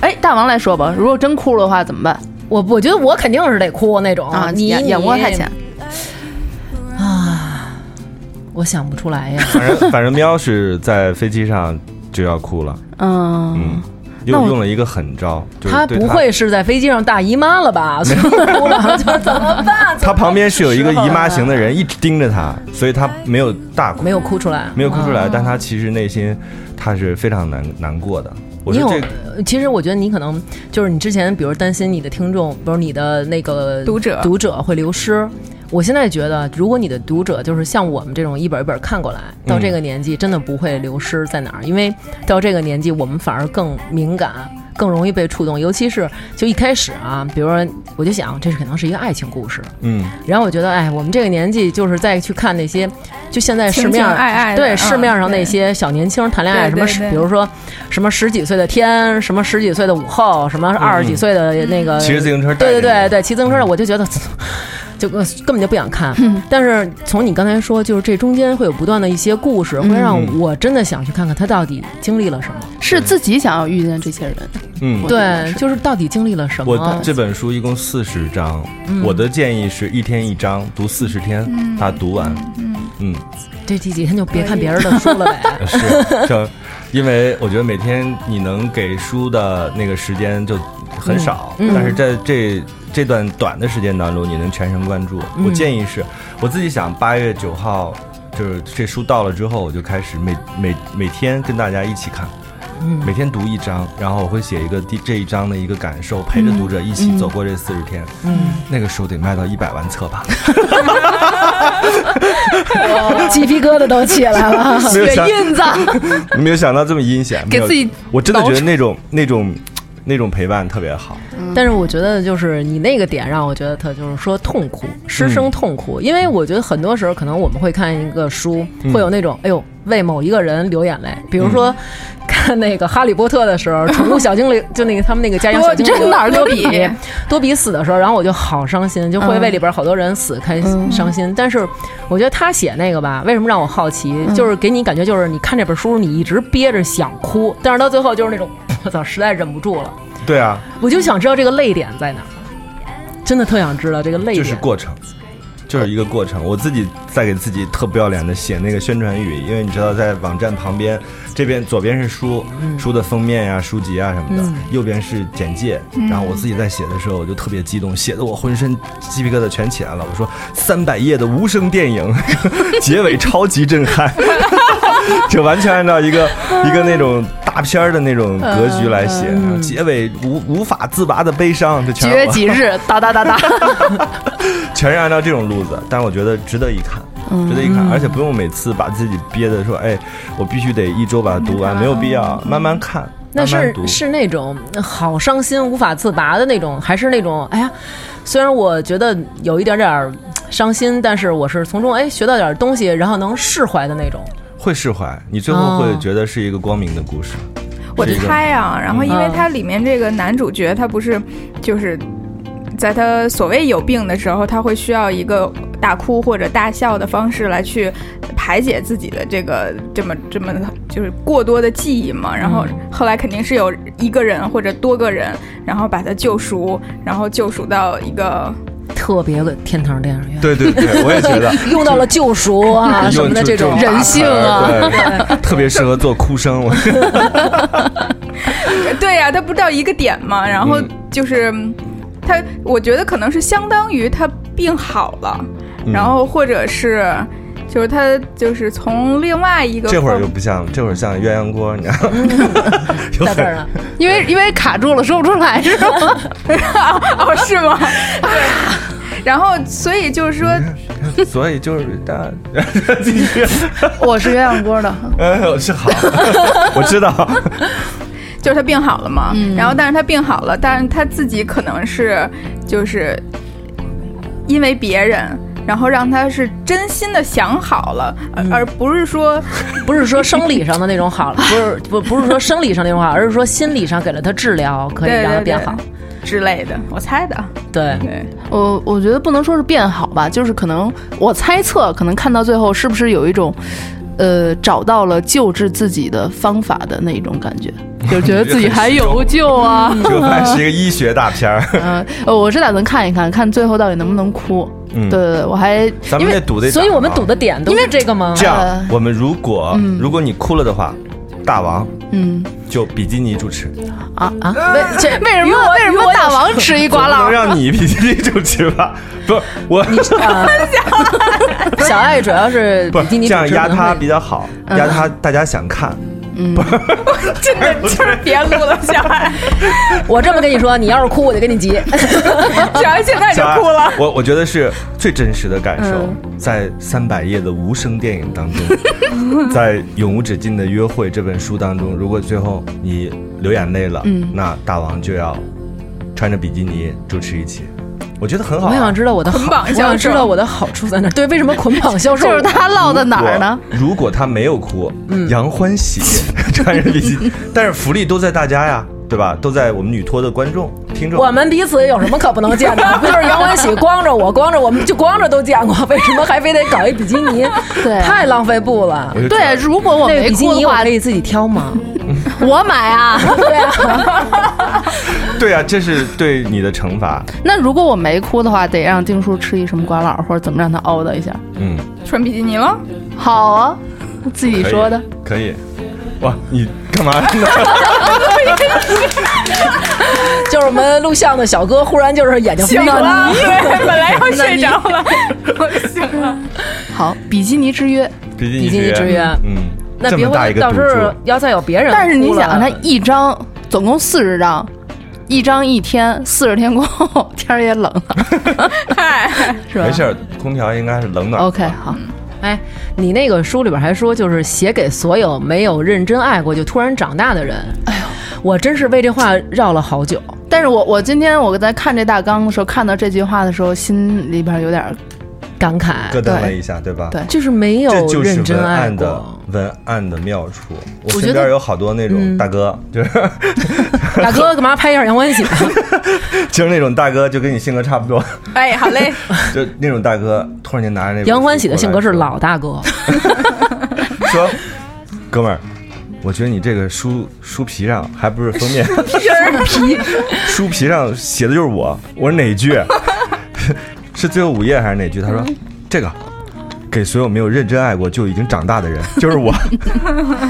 [SPEAKER 8] 哎，大王来说吧，如果真哭了的话怎么办
[SPEAKER 5] 我我觉得我肯定是得哭那种
[SPEAKER 8] 啊？
[SPEAKER 5] 哦你
[SPEAKER 8] 眼眼光太浅，，
[SPEAKER 5] 你我想不出来呀。
[SPEAKER 6] 反正反正喵是在飞机上就要哭了，
[SPEAKER 8] 嗯
[SPEAKER 6] 嗯，，又
[SPEAKER 8] 那我
[SPEAKER 6] 用了一个狠招，就是
[SPEAKER 5] 他
[SPEAKER 6] 对
[SPEAKER 5] 不会是在飞机上大姨妈了吧？所以哭了就怎么办？
[SPEAKER 6] 他旁边是有一个姨妈型的人一直盯着他，所以他没有大 哭，
[SPEAKER 5] 没有哭出来，
[SPEAKER 6] 没有哭出
[SPEAKER 5] 啊。
[SPEAKER 6] 来，但他其实内心他是非常难难过的。我
[SPEAKER 5] 你
[SPEAKER 6] 说
[SPEAKER 5] 有
[SPEAKER 6] 这个，
[SPEAKER 5] 呃其实我觉得你可能就是你之前，比如担心你的听众，比如你的那个
[SPEAKER 7] 读者
[SPEAKER 5] 读者会流失。我现在觉得，如果你的读者就是像我们这种一本一本看过来，到
[SPEAKER 6] 嗯
[SPEAKER 5] 这个年纪真的不会流失在哪儿，因为到这个年纪我们反而更敏感，更容易被触动。尤其是就一开始啊，比如说我就想，这是可能是一个爱情故事，
[SPEAKER 6] 嗯，
[SPEAKER 5] 然后我觉得，哎，我们这个年纪就是再去看那些，就现在市面
[SPEAKER 7] 情情爱爱的
[SPEAKER 5] 对
[SPEAKER 7] 嗯
[SPEAKER 5] 市面上那些小年轻谈恋爱，
[SPEAKER 7] 对
[SPEAKER 5] 什么
[SPEAKER 7] 对
[SPEAKER 5] 十
[SPEAKER 7] 对
[SPEAKER 5] 比如说什么十几岁的天，什么十几岁的午后，什么二十几岁的
[SPEAKER 7] 嗯
[SPEAKER 5] 那个
[SPEAKER 6] 骑着自行车带
[SPEAKER 5] 呃对对
[SPEAKER 6] 着
[SPEAKER 5] 对
[SPEAKER 6] 你
[SPEAKER 5] 对，骑自行车的，我就觉得。 就呃根本就不想看，
[SPEAKER 7] 嗯
[SPEAKER 5] 但是从你刚才说，就是这中间会有不断的一些故事，会让我真的想去看看他到底经历了什么。
[SPEAKER 8] 是自己想要遇见这些人，
[SPEAKER 6] 嗯
[SPEAKER 8] 我觉得
[SPEAKER 5] 对，
[SPEAKER 8] 是
[SPEAKER 5] 就是到底经历了什么。
[SPEAKER 6] 我这本书一共四十章，
[SPEAKER 5] 嗯
[SPEAKER 6] 我的建议是一天一章，读四十天，把它读完。嗯
[SPEAKER 5] 这这几天就别
[SPEAKER 7] 哎
[SPEAKER 5] 看别人的书了呗。
[SPEAKER 6] 是，就因为我觉得每天你能给书的那个时间就很少，
[SPEAKER 5] 嗯嗯
[SPEAKER 6] 但是在这这段短的时间当中，你能全神贯注。
[SPEAKER 5] 嗯
[SPEAKER 6] 我建议是，我自己想八月九号。就是这书到了之后，我就开始每每每天跟大家一起看，
[SPEAKER 5] 嗯
[SPEAKER 6] 每天读一章，然后我会写一个第这一章的一个感受，陪着读者一起走过这四十天。
[SPEAKER 5] 嗯，
[SPEAKER 6] 那个书得卖到一百万册吧？
[SPEAKER 5] 鸡皮疙瘩都起来 了。
[SPEAKER 6] 没有想，
[SPEAKER 8] 印子，
[SPEAKER 6] 你 没有想到这么阴险，
[SPEAKER 8] 给
[SPEAKER 6] 没有
[SPEAKER 8] 自己
[SPEAKER 6] 我真的觉得那种那种那种陪伴特别好。
[SPEAKER 8] 嗯
[SPEAKER 5] 但是我觉得就是你那个点让我觉得他就是说痛苦，失声痛苦，因为我觉得很多时候可能我们会看一个书，
[SPEAKER 8] 嗯
[SPEAKER 5] 会有那种哎呦为某一个人流眼泪，比如说。看那个《哈利波特》的时候，宠物小精灵就那个他们那个家养小精灵
[SPEAKER 8] 多 这哪儿
[SPEAKER 5] 多
[SPEAKER 8] 都比
[SPEAKER 5] 多比死的时候，然后我就好伤心，就会为里边好多人死开
[SPEAKER 8] 嗯
[SPEAKER 5] 心伤心。但是我觉得他写那个吧，为什么让我好奇？
[SPEAKER 8] 嗯
[SPEAKER 5] 就是给你感觉就是你看这本书，你一直憋着想哭，但是到最后就是那种 我操，实在忍不住了。
[SPEAKER 6] 对啊，
[SPEAKER 5] 我就想知道这个泪点在哪儿，真的特想知道这个泪
[SPEAKER 6] 就
[SPEAKER 5] 点。
[SPEAKER 6] 是过程，就是一个过程。我自己在给自己特不要脸的写那个宣传语，因为你知道，在网站旁边这边左边是书，书的封面呀、书籍啊什么的，右边是简介。然后我自己在写的时候，我就特别激动，写的我浑身鸡皮疙瘩全起来了。我说三百页的无声电影， 结尾超级震撼。 就完全按照一个一个那种大片儿的那种格局来写，结尾无无法自拔的悲伤，这全
[SPEAKER 8] 几
[SPEAKER 6] 是
[SPEAKER 8] 月
[SPEAKER 6] 我
[SPEAKER 8] 几日，哒哒哒哒，
[SPEAKER 6] 全是按照这种路子，但我觉得值得一看，值得一看，而且不用每次把自己憋的说，哎，我必须得一周把它读完，没有必要，慢慢看，
[SPEAKER 5] 那
[SPEAKER 6] 慢慢
[SPEAKER 5] 是
[SPEAKER 6] 读。
[SPEAKER 5] 是那种好伤心无法自拔的那种，还是那种哎呀，虽然我觉得有一点点儿伤心，但是我是从中哎学到点儿东西，然后能释怀的那种。
[SPEAKER 6] 会释怀，你最后会觉得是一个光明的故事。
[SPEAKER 7] 我
[SPEAKER 6] 是一个
[SPEAKER 7] 猜啊，然后因为
[SPEAKER 5] 嗯
[SPEAKER 7] 它里面这个男主角他不是就是。在他所谓有病的时候，他会需要一个大哭或者大笑的方式来去排解自己的这个这么这么就是过多的记忆嘛。然后后来肯定是有一个人或者多个人，然后把他救赎，然后救赎到一个
[SPEAKER 5] 特别的天堂电影院，
[SPEAKER 6] 对对对，我也觉得
[SPEAKER 5] 用到了救赎啊什么的
[SPEAKER 6] 用
[SPEAKER 5] 这种
[SPEAKER 6] 大
[SPEAKER 8] 人性
[SPEAKER 6] 词儿
[SPEAKER 8] 啊，
[SPEAKER 6] 对特别适合做哭声。我
[SPEAKER 7] 对呀、他不到一个点嘛，然后
[SPEAKER 6] 嗯
[SPEAKER 7] 就是他，我觉得可能是相当于他病好了，
[SPEAKER 6] 嗯
[SPEAKER 7] 然后或者是就是他就是从另外一个
[SPEAKER 6] 这会儿就
[SPEAKER 7] 方
[SPEAKER 6] 不像了，这会儿像鸳鸯锅，你知道吗？有
[SPEAKER 5] 在这儿啊
[SPEAKER 6] 很
[SPEAKER 5] 呢。
[SPEAKER 8] 因为因为卡住了，说不出来是吗？
[SPEAKER 7] 哦是吗？对。然后，所以就是说，
[SPEAKER 6] 嗯所以就是大，继续，
[SPEAKER 8] 我是鸳鸯锅的，
[SPEAKER 6] 哎，是好， 我知道，
[SPEAKER 7] 就是他病好了嘛，然后但是他病好了，但是他自己可能是就是因为别人，然后让他是真心的想好了，而
[SPEAKER 6] 嗯
[SPEAKER 7] 而不是说
[SPEAKER 5] 不是说生理上的那种好，不是不不是说生理上那种好，而是说心理上给了他治疗，可以
[SPEAKER 7] 对
[SPEAKER 5] 让他
[SPEAKER 7] 对
[SPEAKER 5] 变
[SPEAKER 7] 对
[SPEAKER 5] 好。
[SPEAKER 7] 之类的，我猜的，
[SPEAKER 5] 对，
[SPEAKER 7] 对。
[SPEAKER 8] 我呃我觉得不能说是变好吧，就是可能我猜测，可能看到最后是不是有一种，呃，找到了救治自己的方法的那一种感 觉，就觉得自己还有救啊。
[SPEAKER 6] 这个还是一个医学大 片儿。
[SPEAKER 8] 嗯、 呃，我是打算看一看，看最后到底能不能哭。
[SPEAKER 6] 嗯
[SPEAKER 8] 对对对，我还
[SPEAKER 6] 咱
[SPEAKER 8] 因
[SPEAKER 6] 们得
[SPEAKER 8] 为
[SPEAKER 6] 赌这，
[SPEAKER 5] 所以我们赌嗯的点都是这个吗
[SPEAKER 6] 这？样
[SPEAKER 8] 呃，
[SPEAKER 6] 我们如果如果你哭了的话，大王
[SPEAKER 8] 嗯
[SPEAKER 6] 就比基尼主持，
[SPEAKER 8] 啊啊，为这为什么为什么大王吃一瓜
[SPEAKER 6] 不能
[SPEAKER 8] 烙？
[SPEAKER 6] 让你比基尼主持吧？不是我，
[SPEAKER 5] 啊 小爱主要是
[SPEAKER 6] 不
[SPEAKER 5] 比
[SPEAKER 6] 是
[SPEAKER 5] 基尼
[SPEAKER 6] 这样
[SPEAKER 5] 主持
[SPEAKER 6] 压
[SPEAKER 5] 可能
[SPEAKER 6] 他
[SPEAKER 5] 会嗯
[SPEAKER 6] 比较好，压他大家想看，
[SPEAKER 7] 真的就是别录了，小孩，
[SPEAKER 5] 我这么跟你说，你要是哭，我就跟你急。
[SPEAKER 7] 小孩现在就
[SPEAKER 6] 小爱
[SPEAKER 7] 哭了。
[SPEAKER 6] 我我觉得是最真实的感受，在三百页的无声电影当中，在《永无止境的约会》这本书当中，如果最后你流眼泪了，那大王就要穿着比基尼主持一期，我觉得很好
[SPEAKER 5] 我
[SPEAKER 6] 啊、
[SPEAKER 5] 想知道我的好，
[SPEAKER 7] 捆绑
[SPEAKER 5] 我
[SPEAKER 7] 销售
[SPEAKER 5] 想知道我的好处在哪儿。对，为什么捆绑销售？
[SPEAKER 8] 就是他落在哪
[SPEAKER 6] 如果
[SPEAKER 8] 儿呢？？
[SPEAKER 6] 如果他没有哭，杨欢喜穿着比基尼，但是福利都在大家呀，对吧？都在我们女托的观众、听 众。
[SPEAKER 5] 我们彼此有什么可不能见的？不就是杨欢喜光着我，光着我们就光着都见过，为什么还非得搞一比基 尼？
[SPEAKER 8] 对
[SPEAKER 5] 太浪费布了
[SPEAKER 6] 我。就知道
[SPEAKER 8] 对，如果我
[SPEAKER 5] 那个
[SPEAKER 8] 没
[SPEAKER 5] 比基
[SPEAKER 8] 哭
[SPEAKER 5] 尼
[SPEAKER 8] 的
[SPEAKER 5] 我
[SPEAKER 8] 话
[SPEAKER 5] 可，以自己挑吗？
[SPEAKER 8] 我买啊。
[SPEAKER 5] 对啊，
[SPEAKER 6] 对啊，这是对你的惩罚。
[SPEAKER 8] 那如果我没哭的话，得让丁叔吃一什么瓜烙，或者怎么让他凹的一下？
[SPEAKER 6] 嗯，
[SPEAKER 7] 穿比基尼了，
[SPEAKER 8] 好啊，自己说的。
[SPEAKER 6] 可以。哇，你干嘛呢？
[SPEAKER 5] 就是我们录像的小哥，忽然就是眼睛
[SPEAKER 7] 醒
[SPEAKER 5] 到
[SPEAKER 7] 了，
[SPEAKER 5] 你。
[SPEAKER 7] 对，啊 本来要睡着了，我醒了。
[SPEAKER 8] 好，比基尼之约。
[SPEAKER 6] 比基
[SPEAKER 5] 比基尼之约
[SPEAKER 6] 嗯，
[SPEAKER 5] 那
[SPEAKER 6] 这
[SPEAKER 5] 别
[SPEAKER 6] 么大
[SPEAKER 5] 回
[SPEAKER 6] 一个
[SPEAKER 5] 到时
[SPEAKER 6] 赌注
[SPEAKER 5] 候要再有别人哭了，
[SPEAKER 8] 但是你想，他一张总共四十张，一张一天，四十天过后天儿也冷了，
[SPEAKER 7] 嗨，
[SPEAKER 8] 是吧？
[SPEAKER 6] 没事儿，空调应该是冷
[SPEAKER 5] 哦
[SPEAKER 6] 暖。
[SPEAKER 8] OK，好，
[SPEAKER 5] 哎，你那个书里边还说，就是写给所有没有认真爱过就突然长大的人。哎呦，我真是为这话绕了好久。
[SPEAKER 8] 但是我我今天我在看这大纲的时候，看到这句话的时候，心里边有点儿
[SPEAKER 5] 感慨，
[SPEAKER 6] 咯噔了一下，对吧？
[SPEAKER 8] 对
[SPEAKER 5] 就是没有
[SPEAKER 6] 这就是
[SPEAKER 5] 认真
[SPEAKER 6] 文
[SPEAKER 5] 爱
[SPEAKER 6] 案的
[SPEAKER 5] 过。
[SPEAKER 6] 文案的妙处。我
[SPEAKER 5] 觉
[SPEAKER 6] 身
[SPEAKER 5] 得嗯
[SPEAKER 6] 边有好多那种大哥，就是
[SPEAKER 5] 大哥干嘛拍一下杨欢 喜？
[SPEAKER 6] 就是那种大哥，就跟你性格差不多，
[SPEAKER 7] 哎，好嘞，
[SPEAKER 6] 就那种大哥突然间拿着那 本
[SPEAKER 5] 杨欢喜的
[SPEAKER 6] 书
[SPEAKER 5] 性
[SPEAKER 6] 过
[SPEAKER 5] 格
[SPEAKER 6] 来
[SPEAKER 5] 是老大 哥，
[SPEAKER 6] 说，哥们儿，我觉得你这个书书皮上还不是封面， 书皮书皮上写的就是我，我是哪句？ 是最后午夜还是哪句？他说这个。给所有没有认真爱过就已经长大的人，就是我，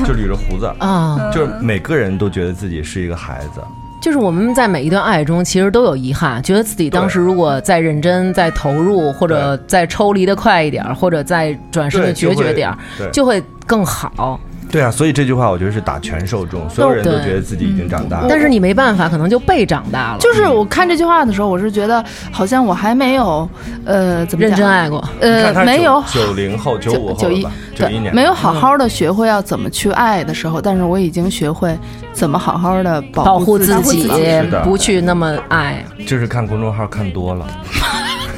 [SPEAKER 6] 就捋着胡子，
[SPEAKER 5] 啊，
[SPEAKER 6] 就是每个人都觉得自己是一个孩子，
[SPEAKER 5] 就是我们在每一段爱中，其实都有遗憾，觉得自己当时如果再认真、再投入，或者再抽离的快一点儿，或者再转身的
[SPEAKER 6] 对就
[SPEAKER 5] 决
[SPEAKER 6] 会
[SPEAKER 5] 绝点儿，
[SPEAKER 6] 对
[SPEAKER 5] 就会更好。
[SPEAKER 6] 对啊，所以这句话我觉得是打全受众，所有人都
[SPEAKER 5] 对
[SPEAKER 6] 觉得自己已经长大了。
[SPEAKER 5] 但是你没办法，可能就被长大了，
[SPEAKER 8] 就是我看这句话的时候，我是觉得好像我还没有呃怎么
[SPEAKER 5] 认
[SPEAKER 8] 讲
[SPEAKER 5] 真爱过。
[SPEAKER 6] 你看他
[SPEAKER 8] 呃
[SPEAKER 6] 是
[SPEAKER 8] 没有
[SPEAKER 6] 九九零后、九五后
[SPEAKER 8] 九
[SPEAKER 6] 了
[SPEAKER 8] 一
[SPEAKER 6] 吧，九
[SPEAKER 8] 对
[SPEAKER 6] 一年
[SPEAKER 8] 没有好好的学会要怎么去爱的时候，但是我已经学会怎么好好的
[SPEAKER 5] 保
[SPEAKER 8] 保
[SPEAKER 5] 护
[SPEAKER 8] 自
[SPEAKER 5] 自己
[SPEAKER 8] 了
[SPEAKER 6] 是的，
[SPEAKER 5] 不去那么爱。
[SPEAKER 6] 就是看公众号看多了，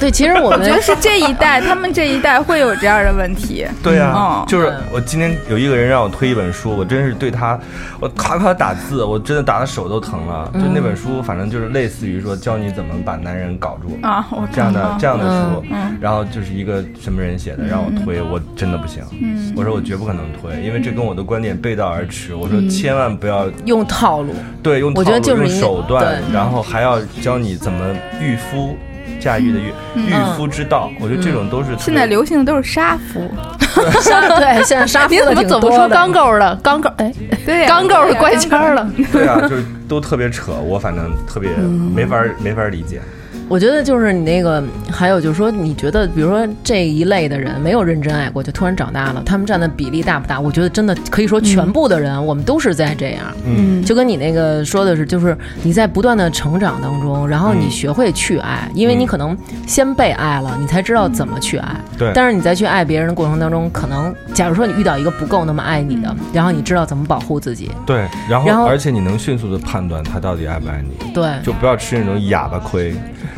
[SPEAKER 5] 对，其实我
[SPEAKER 7] 我觉
[SPEAKER 5] 们
[SPEAKER 7] 得是这一代，他们这一代会有这样的问题。
[SPEAKER 6] 对啊呀、
[SPEAKER 7] 嗯
[SPEAKER 6] 就是我今天有一个人让我推一本书，我真是对他，我咔咔打字，我真的打的手都疼了。
[SPEAKER 7] 嗯
[SPEAKER 6] 就那本书，反正就是类似于说教你怎么把男人搞住
[SPEAKER 7] 啊我
[SPEAKER 6] 这样的
[SPEAKER 7] 嗯
[SPEAKER 6] 这样的书，
[SPEAKER 7] 嗯
[SPEAKER 6] 然后就是一个什么人写的，让我推，我真的不行。
[SPEAKER 7] 嗯
[SPEAKER 6] 我说我绝不可能推，因为这跟我的观点背道而驰。我
[SPEAKER 7] 嗯
[SPEAKER 6] 说千万不要
[SPEAKER 5] 用套路，
[SPEAKER 6] 对，用
[SPEAKER 5] 我觉得
[SPEAKER 6] 套
[SPEAKER 5] 就
[SPEAKER 6] 路
[SPEAKER 5] 是
[SPEAKER 6] 用
[SPEAKER 5] 应
[SPEAKER 6] 手段，
[SPEAKER 7] 嗯
[SPEAKER 5] 对
[SPEAKER 6] 然后还要教你怎么御夫，驾驭的御御夫之道。我觉得这种都是特
[SPEAKER 7] 嗯现
[SPEAKER 6] 别
[SPEAKER 7] 在流行的都是杀夫，
[SPEAKER 5] 对，现在杀夫
[SPEAKER 8] 你
[SPEAKER 5] 的
[SPEAKER 8] 怎么
[SPEAKER 5] 挺
[SPEAKER 8] 总不
[SPEAKER 5] 多
[SPEAKER 8] 说
[SPEAKER 5] 的
[SPEAKER 8] 钢构了？钢构 哎，
[SPEAKER 7] 对呀
[SPEAKER 8] 钢构是
[SPEAKER 7] 对呀
[SPEAKER 8] 怪圈儿 了。
[SPEAKER 6] 对 啊，就是都特别扯，我反正特别没法儿没法儿理解。
[SPEAKER 5] 我觉得就是你那个，还有就是说，你觉得比如说这一类的人没有认真爱过，就突然长大了，他们占的比例大不大？我觉得真的可以说全部的人，我们都是在这样。
[SPEAKER 6] 嗯，
[SPEAKER 5] 就跟你那个说的是，就是你在不断的成长当中，然后你
[SPEAKER 6] 嗯
[SPEAKER 5] 学会去爱，因为你
[SPEAKER 6] 嗯
[SPEAKER 5] 可能先被爱了，你才知道怎么去爱。
[SPEAKER 6] 对
[SPEAKER 5] 但是你在去爱别人的过程当中，可能假如说你遇到一个不够那么爱你
[SPEAKER 6] 嗯
[SPEAKER 5] 的，然后你知道怎么保护自己。
[SPEAKER 6] 对，然后
[SPEAKER 5] 然后
[SPEAKER 6] 而且你能迅速的判断他到底爱不爱
[SPEAKER 8] 嗯
[SPEAKER 6] 你，
[SPEAKER 5] 对，
[SPEAKER 6] 就不要吃那种哑巴亏，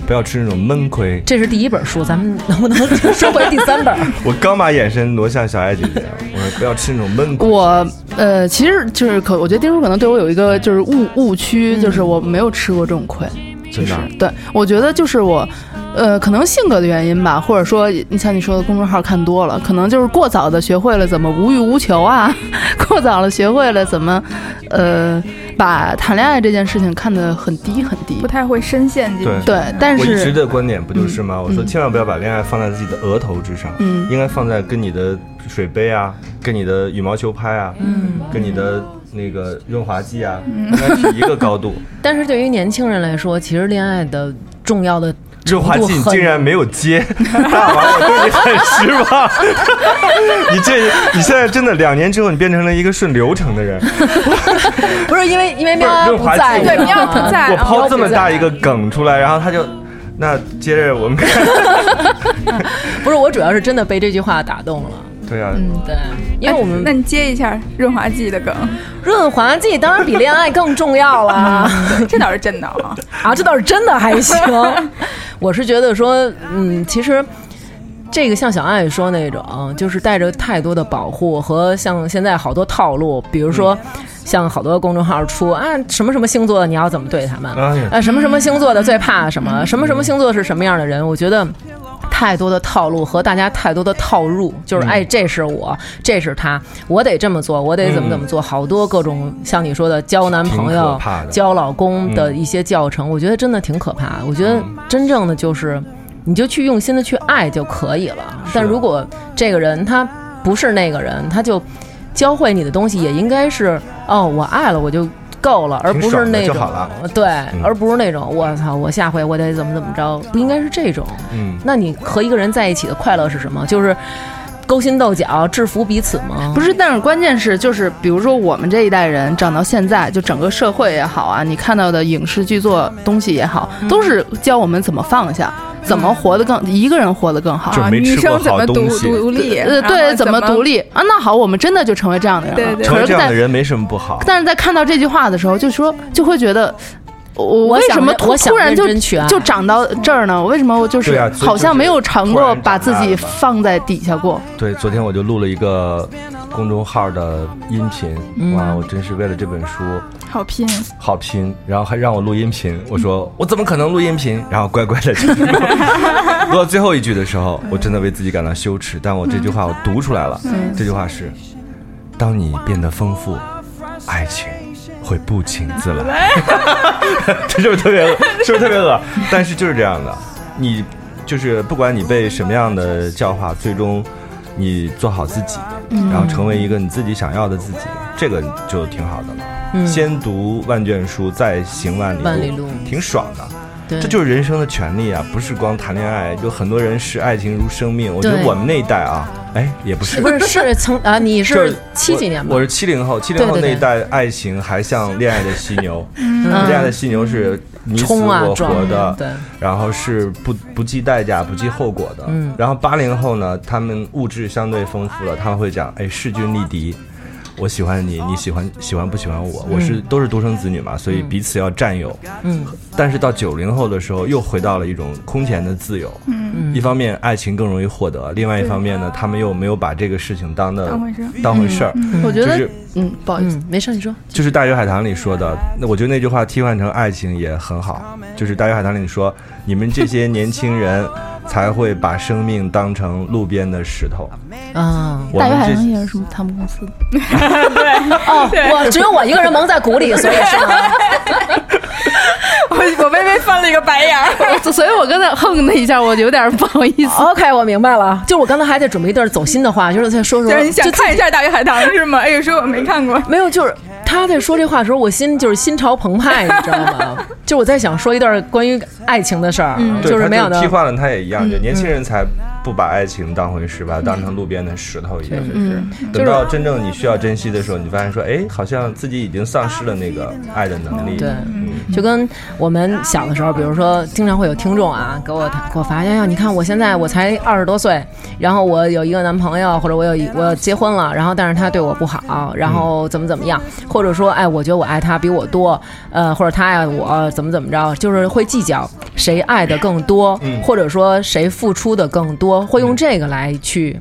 [SPEAKER 6] 不要吃那种闷亏。
[SPEAKER 5] 这是第一本书，咱们 能不能说回第三本？
[SPEAKER 6] 我刚把眼神挪向小爱姐姐，我说不要吃那种闷亏。
[SPEAKER 8] 我呃，其实就是可，我觉得丁叔可能对我有一个就是误误区，就是我没有吃过这种亏。
[SPEAKER 6] 真的啊，
[SPEAKER 8] 对，我觉得就是我，呃，可能性格的原因吧，或者说你像你说的公众号看多了，可能就是过早的学会了怎么无欲无求啊， 过早的学会了怎么，呃，把谈恋爱这件事情看得很低很低
[SPEAKER 7] 不。太会深陷进去。嗯哎
[SPEAKER 6] 对
[SPEAKER 8] 对，但
[SPEAKER 6] 我一直
[SPEAKER 8] 是
[SPEAKER 6] 的观点不就是吗？我说千万不要把恋爱放在自己的额头之上，
[SPEAKER 8] 嗯
[SPEAKER 6] 应该放在跟你的水杯啊，跟你的羽毛球拍啊，嗯，跟你的那个润滑剂啊，
[SPEAKER 8] 嗯
[SPEAKER 6] 应该是一个高度。
[SPEAKER 5] 但是对于年轻人来说，其实恋爱的重要的
[SPEAKER 6] 润滑
[SPEAKER 5] 程度
[SPEAKER 6] 剂
[SPEAKER 5] 很
[SPEAKER 6] 竟然没有接，大王，我对你很失望。 你这，你现在真的两年之后，你变成了一个顺流程的人。
[SPEAKER 5] 不是因为因为
[SPEAKER 6] 不是
[SPEAKER 5] 喵
[SPEAKER 6] 润
[SPEAKER 5] 不
[SPEAKER 6] 滑
[SPEAKER 5] 在
[SPEAKER 6] 剂
[SPEAKER 5] 呢，
[SPEAKER 7] 对，喵不在
[SPEAKER 6] 我
[SPEAKER 7] 啊，
[SPEAKER 6] 抛这么大一个梗出来，然后他就，那接着我们看。
[SPEAKER 5] 不是我主要是真的被这句话打动了。
[SPEAKER 6] 对啊，
[SPEAKER 5] 对，因为我们
[SPEAKER 7] 哎那你接一下润滑剂的梗，
[SPEAKER 5] 润滑剂当然比恋爱更重要啦。
[SPEAKER 7] 这倒是真的啊。
[SPEAKER 5] 啊，这倒是真的还行。 我是觉得说，嗯，其实。这个像小爱说那种，就是带着太多的保护和像现在好多套路，比如说像好多公众号出啊什么什么星座的你要怎么对他们，
[SPEAKER 6] 哎呀
[SPEAKER 5] 啊什么什么星座的最怕
[SPEAKER 6] 嗯
[SPEAKER 5] 什么，什么什么星座是什么样的人，我觉得。太多的套路和大家太多的套入，就是
[SPEAKER 6] 嗯
[SPEAKER 5] 哎，这是我，这是他，我得这么做，我得怎么怎么做，好多各种像你说的交男朋
[SPEAKER 6] 嗯挺可
[SPEAKER 5] 友
[SPEAKER 6] 怕、的嗯
[SPEAKER 5] 交老公的一些教程，我觉得真的挺可怕的。我觉得真正的就是，你就去用心的去爱就可以了。
[SPEAKER 6] 啊
[SPEAKER 5] 但如果这个人他不是那个人，他就教会你的东西也应该是哦，我爱了我就够了，而
[SPEAKER 6] 挺
[SPEAKER 5] 不是
[SPEAKER 6] 爽的
[SPEAKER 5] 那
[SPEAKER 6] 就
[SPEAKER 5] 种
[SPEAKER 6] 好了
[SPEAKER 5] 对，
[SPEAKER 6] 嗯
[SPEAKER 5] 而不是那种我操，我下回我得怎么怎么着，不应该是这种。
[SPEAKER 6] 嗯，
[SPEAKER 5] 那你和一个人在一起的快乐是什么？就是勾心斗角、制服彼此吗？
[SPEAKER 8] 不是，但是关键是就是，比如说我们这一代人长到现在，就整个社会也好啊，你看到的影视剧作东西也好，
[SPEAKER 7] 嗯
[SPEAKER 8] 都是教我们怎么放下，怎么活得更一个人活得更好。
[SPEAKER 6] 就
[SPEAKER 7] 啊，
[SPEAKER 6] 没
[SPEAKER 7] 女
[SPEAKER 6] 吃过
[SPEAKER 7] 生怎
[SPEAKER 6] 好
[SPEAKER 7] 么独
[SPEAKER 6] 东西。
[SPEAKER 7] 独立？
[SPEAKER 8] 呃，
[SPEAKER 7] 然后
[SPEAKER 8] 对，
[SPEAKER 7] 怎
[SPEAKER 8] 怎么独？立啊？那好，我们真的就成为这样的人了。
[SPEAKER 7] 对对
[SPEAKER 6] 成
[SPEAKER 8] 可
[SPEAKER 6] 为
[SPEAKER 8] 是
[SPEAKER 6] 这样的
[SPEAKER 8] 在
[SPEAKER 6] 人没什么不好。
[SPEAKER 8] 但是在看到这句话的时候，就说就会觉得。我
[SPEAKER 5] 我
[SPEAKER 8] 为
[SPEAKER 5] 想
[SPEAKER 8] 什么
[SPEAKER 5] 认
[SPEAKER 8] 突
[SPEAKER 5] 我想
[SPEAKER 8] 突然就
[SPEAKER 5] 认真去爱啊
[SPEAKER 8] 就长到这儿呢？我为什么我就
[SPEAKER 6] 对
[SPEAKER 8] 是
[SPEAKER 6] 啊所以
[SPEAKER 8] 好像没有尝
[SPEAKER 6] 就是突
[SPEAKER 8] 过
[SPEAKER 6] 然
[SPEAKER 8] 把自己
[SPEAKER 6] 长大了吧
[SPEAKER 8] 放在底下过？
[SPEAKER 6] 对，昨天我就录了一个公众号的音频，哇，我真是为了这本书
[SPEAKER 7] 好拼，
[SPEAKER 6] 好拼，然后还让我录音频，我说我怎么可能录音频？然后乖乖的录到最后一句的时候，我真的为自己感到羞耻，但我这句话我读出来了，这句话是：当你变得丰富，爱情。会不请自来， 这是不是特别，是不是特别恶？但是就是这样的，你就是不管你被什么样的教化，最终你做好自己，然后成为一个你自己想要的自己，这个就挺好的了。
[SPEAKER 5] 嗯
[SPEAKER 6] 先读万卷书，再行万里路，
[SPEAKER 5] 万里路
[SPEAKER 6] 挺爽的。
[SPEAKER 5] 对
[SPEAKER 6] 这就是人生的权利啊，不是光谈恋爱。有很多人视爱情如生命，我觉得
[SPEAKER 5] 对
[SPEAKER 6] 我们那一代啊，哎，也不是，
[SPEAKER 5] 不是是从啊，你
[SPEAKER 6] 就是
[SPEAKER 5] 七几年吧
[SPEAKER 6] 我？我？是七零后，七零后
[SPEAKER 5] 对对
[SPEAKER 6] 那
[SPEAKER 5] 对
[SPEAKER 6] 一代爱情还像恋爱的犀 牛，恋爱的犀牛是你死
[SPEAKER 5] 冲啊
[SPEAKER 6] 我
[SPEAKER 5] 撞
[SPEAKER 6] 活的，
[SPEAKER 5] 对
[SPEAKER 6] 然后是不不计代价、不计后果的。
[SPEAKER 5] 嗯
[SPEAKER 6] 然后八零后呢，他们物质相对丰富了，他们会讲，哎，势均力敌。我喜欢你，你喜欢喜欢不喜欢我，我是都是独生子女嘛，所以彼此要占有。
[SPEAKER 5] 嗯，
[SPEAKER 6] 但是到九零后的时候，又回到了一种空前的自由。
[SPEAKER 7] 嗯
[SPEAKER 6] 一方面爱情更容易获得，另外一方面呢，他们又没有把这个事情当的
[SPEAKER 7] 当回事
[SPEAKER 6] 当回事儿。
[SPEAKER 8] 我觉
[SPEAKER 6] 就
[SPEAKER 8] 得
[SPEAKER 6] 是，
[SPEAKER 8] 嗯，不好意思，
[SPEAKER 5] 嗯
[SPEAKER 8] 没事，你说。
[SPEAKER 6] 就是《大鱼海棠》里说的，那我觉得那句话替换成爱情也很好。就是《大鱼海棠》里说，你们这些年轻人才会把生命当成路边的石头。
[SPEAKER 5] 啊，
[SPEAKER 6] 我
[SPEAKER 8] 大
[SPEAKER 6] 们
[SPEAKER 8] 鱼海
[SPEAKER 6] 这
[SPEAKER 8] 棠也是什么他们公司的？
[SPEAKER 5] 哦，我只有我一个人蒙在鼓里，所以 是吗
[SPEAKER 7] 我我微微翻了一个白眼 儿。
[SPEAKER 8] 所以我刚才哼的一下，我有点不好意思。
[SPEAKER 5] ？OK，我明白了，就是我刚才还在准备一段走心的话，就是在说说，
[SPEAKER 7] 就是你想
[SPEAKER 5] 就
[SPEAKER 7] 看一下《大鱼海棠》是吗？哎，说我没看过。
[SPEAKER 5] 没有，就是他在说这话的时候，我心就是心潮澎湃，你知道吗？ 就我在想说一段关于爱情的事儿，啊
[SPEAKER 7] 嗯
[SPEAKER 6] 对
[SPEAKER 5] 就是
[SPEAKER 6] 他
[SPEAKER 5] 没想到
[SPEAKER 6] 替换了他也一样，就
[SPEAKER 8] 嗯
[SPEAKER 6] 年轻人才不把爱情当回事，把它当成路边的石头一样。就是
[SPEAKER 8] 嗯
[SPEAKER 6] 等到真正你需要珍惜的时候，你发现说，哎，好像自己已经丧失了那个爱的能力。嗯
[SPEAKER 5] 对，就跟我们小的时候，比如说，经常会有听众啊，给我给我发，哎呀，你看我现在我才二十多岁，然后我有一个男朋友，或者我有一我结婚了，然后但是他对我不好，然后怎么怎么样，或者说，哎，我觉得我爱他比我多，呃，或者他爱我怎么怎么着，就是会计较谁爱的更多，或者说谁付出的更多，会用这个来去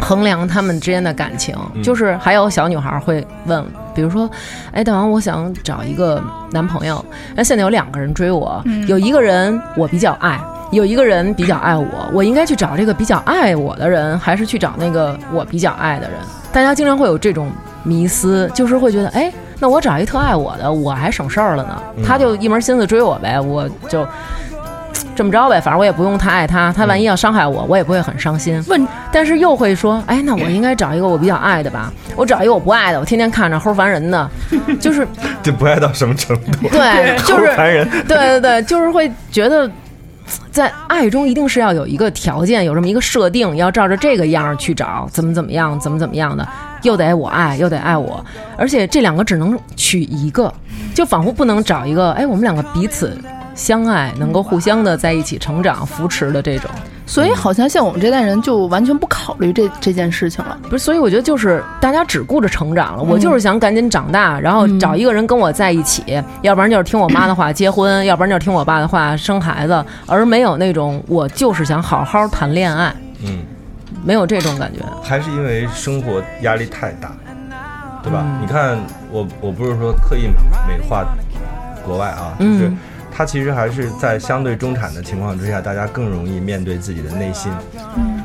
[SPEAKER 5] 衡量他们之间的感情，就是还有小女孩会问，比如说，哎，大王，我想找一个男朋友，那现在有两个人追我，有一个人我比较爱，有一个人比较爱我，我应该去找这个比较爱我的人，还是去找那个我比较爱的人？大家经常会有这种迷思，就是会觉得，哎，那我找一特爱我的，我还省事儿了呢，他就一门心思追我呗，我就。嘖这么着呗，反正我也不用太爱他，他万一要伤害我，我也不会很伤心。
[SPEAKER 8] 问
[SPEAKER 5] 但是又会说，哎，那我应该找一个我比较爱的吧，我找一个我不爱的，我天天看着齁烦人的，就是
[SPEAKER 6] 这不爱到什么程度？
[SPEAKER 5] 对，就是
[SPEAKER 6] 好烦人。
[SPEAKER 5] 对对对，就是会觉得。在爱中一定是要有一个条件，有这么一个设定，要照着这个样儿去找，怎么怎么样，怎么怎么样的，又得哎我爱，又得爱我，而且这两个只能取一个，就仿佛不能找一个，哎，我们两个彼此相爱，能够互相的在一起成长、扶持的这种。
[SPEAKER 8] 所以好像像我们这代人就完全不考虑这这件事情了。
[SPEAKER 5] 不是，所以我觉得就是大家只顾着成长了，我就是想赶紧长大，然后找一个人跟我在一起，要不然就是听我妈的 话结婚，要不然就是听我爸的话生孩子，而没有那种我就是想好好谈恋爱，
[SPEAKER 6] 嗯，
[SPEAKER 5] 没有这种感觉。
[SPEAKER 6] 还是因为生活压力太大，对吧？你看，我我不是说刻意美化国外啊，就是
[SPEAKER 5] 嗯
[SPEAKER 6] 它其实还是在相对中产的情况之下，大家更容易面对自己的内心。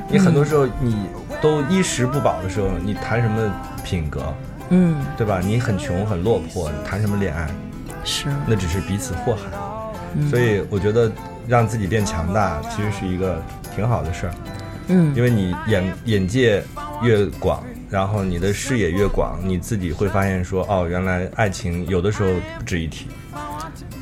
[SPEAKER 6] 你很多时候你都衣食不保的时候，你谈什么品格，
[SPEAKER 5] 嗯，
[SPEAKER 6] 对吧？你很穷很落魄，你谈什么恋爱？
[SPEAKER 5] 是，
[SPEAKER 6] 那只是彼此祸害。啊
[SPEAKER 5] 嗯
[SPEAKER 6] 所以我觉得让自己变强大，其实是一个挺好的事儿。
[SPEAKER 5] 嗯
[SPEAKER 6] 因为你眼眼界越广，然后你的视野越广，你自己会发现说，哦，原来爱情有的时候不值一提。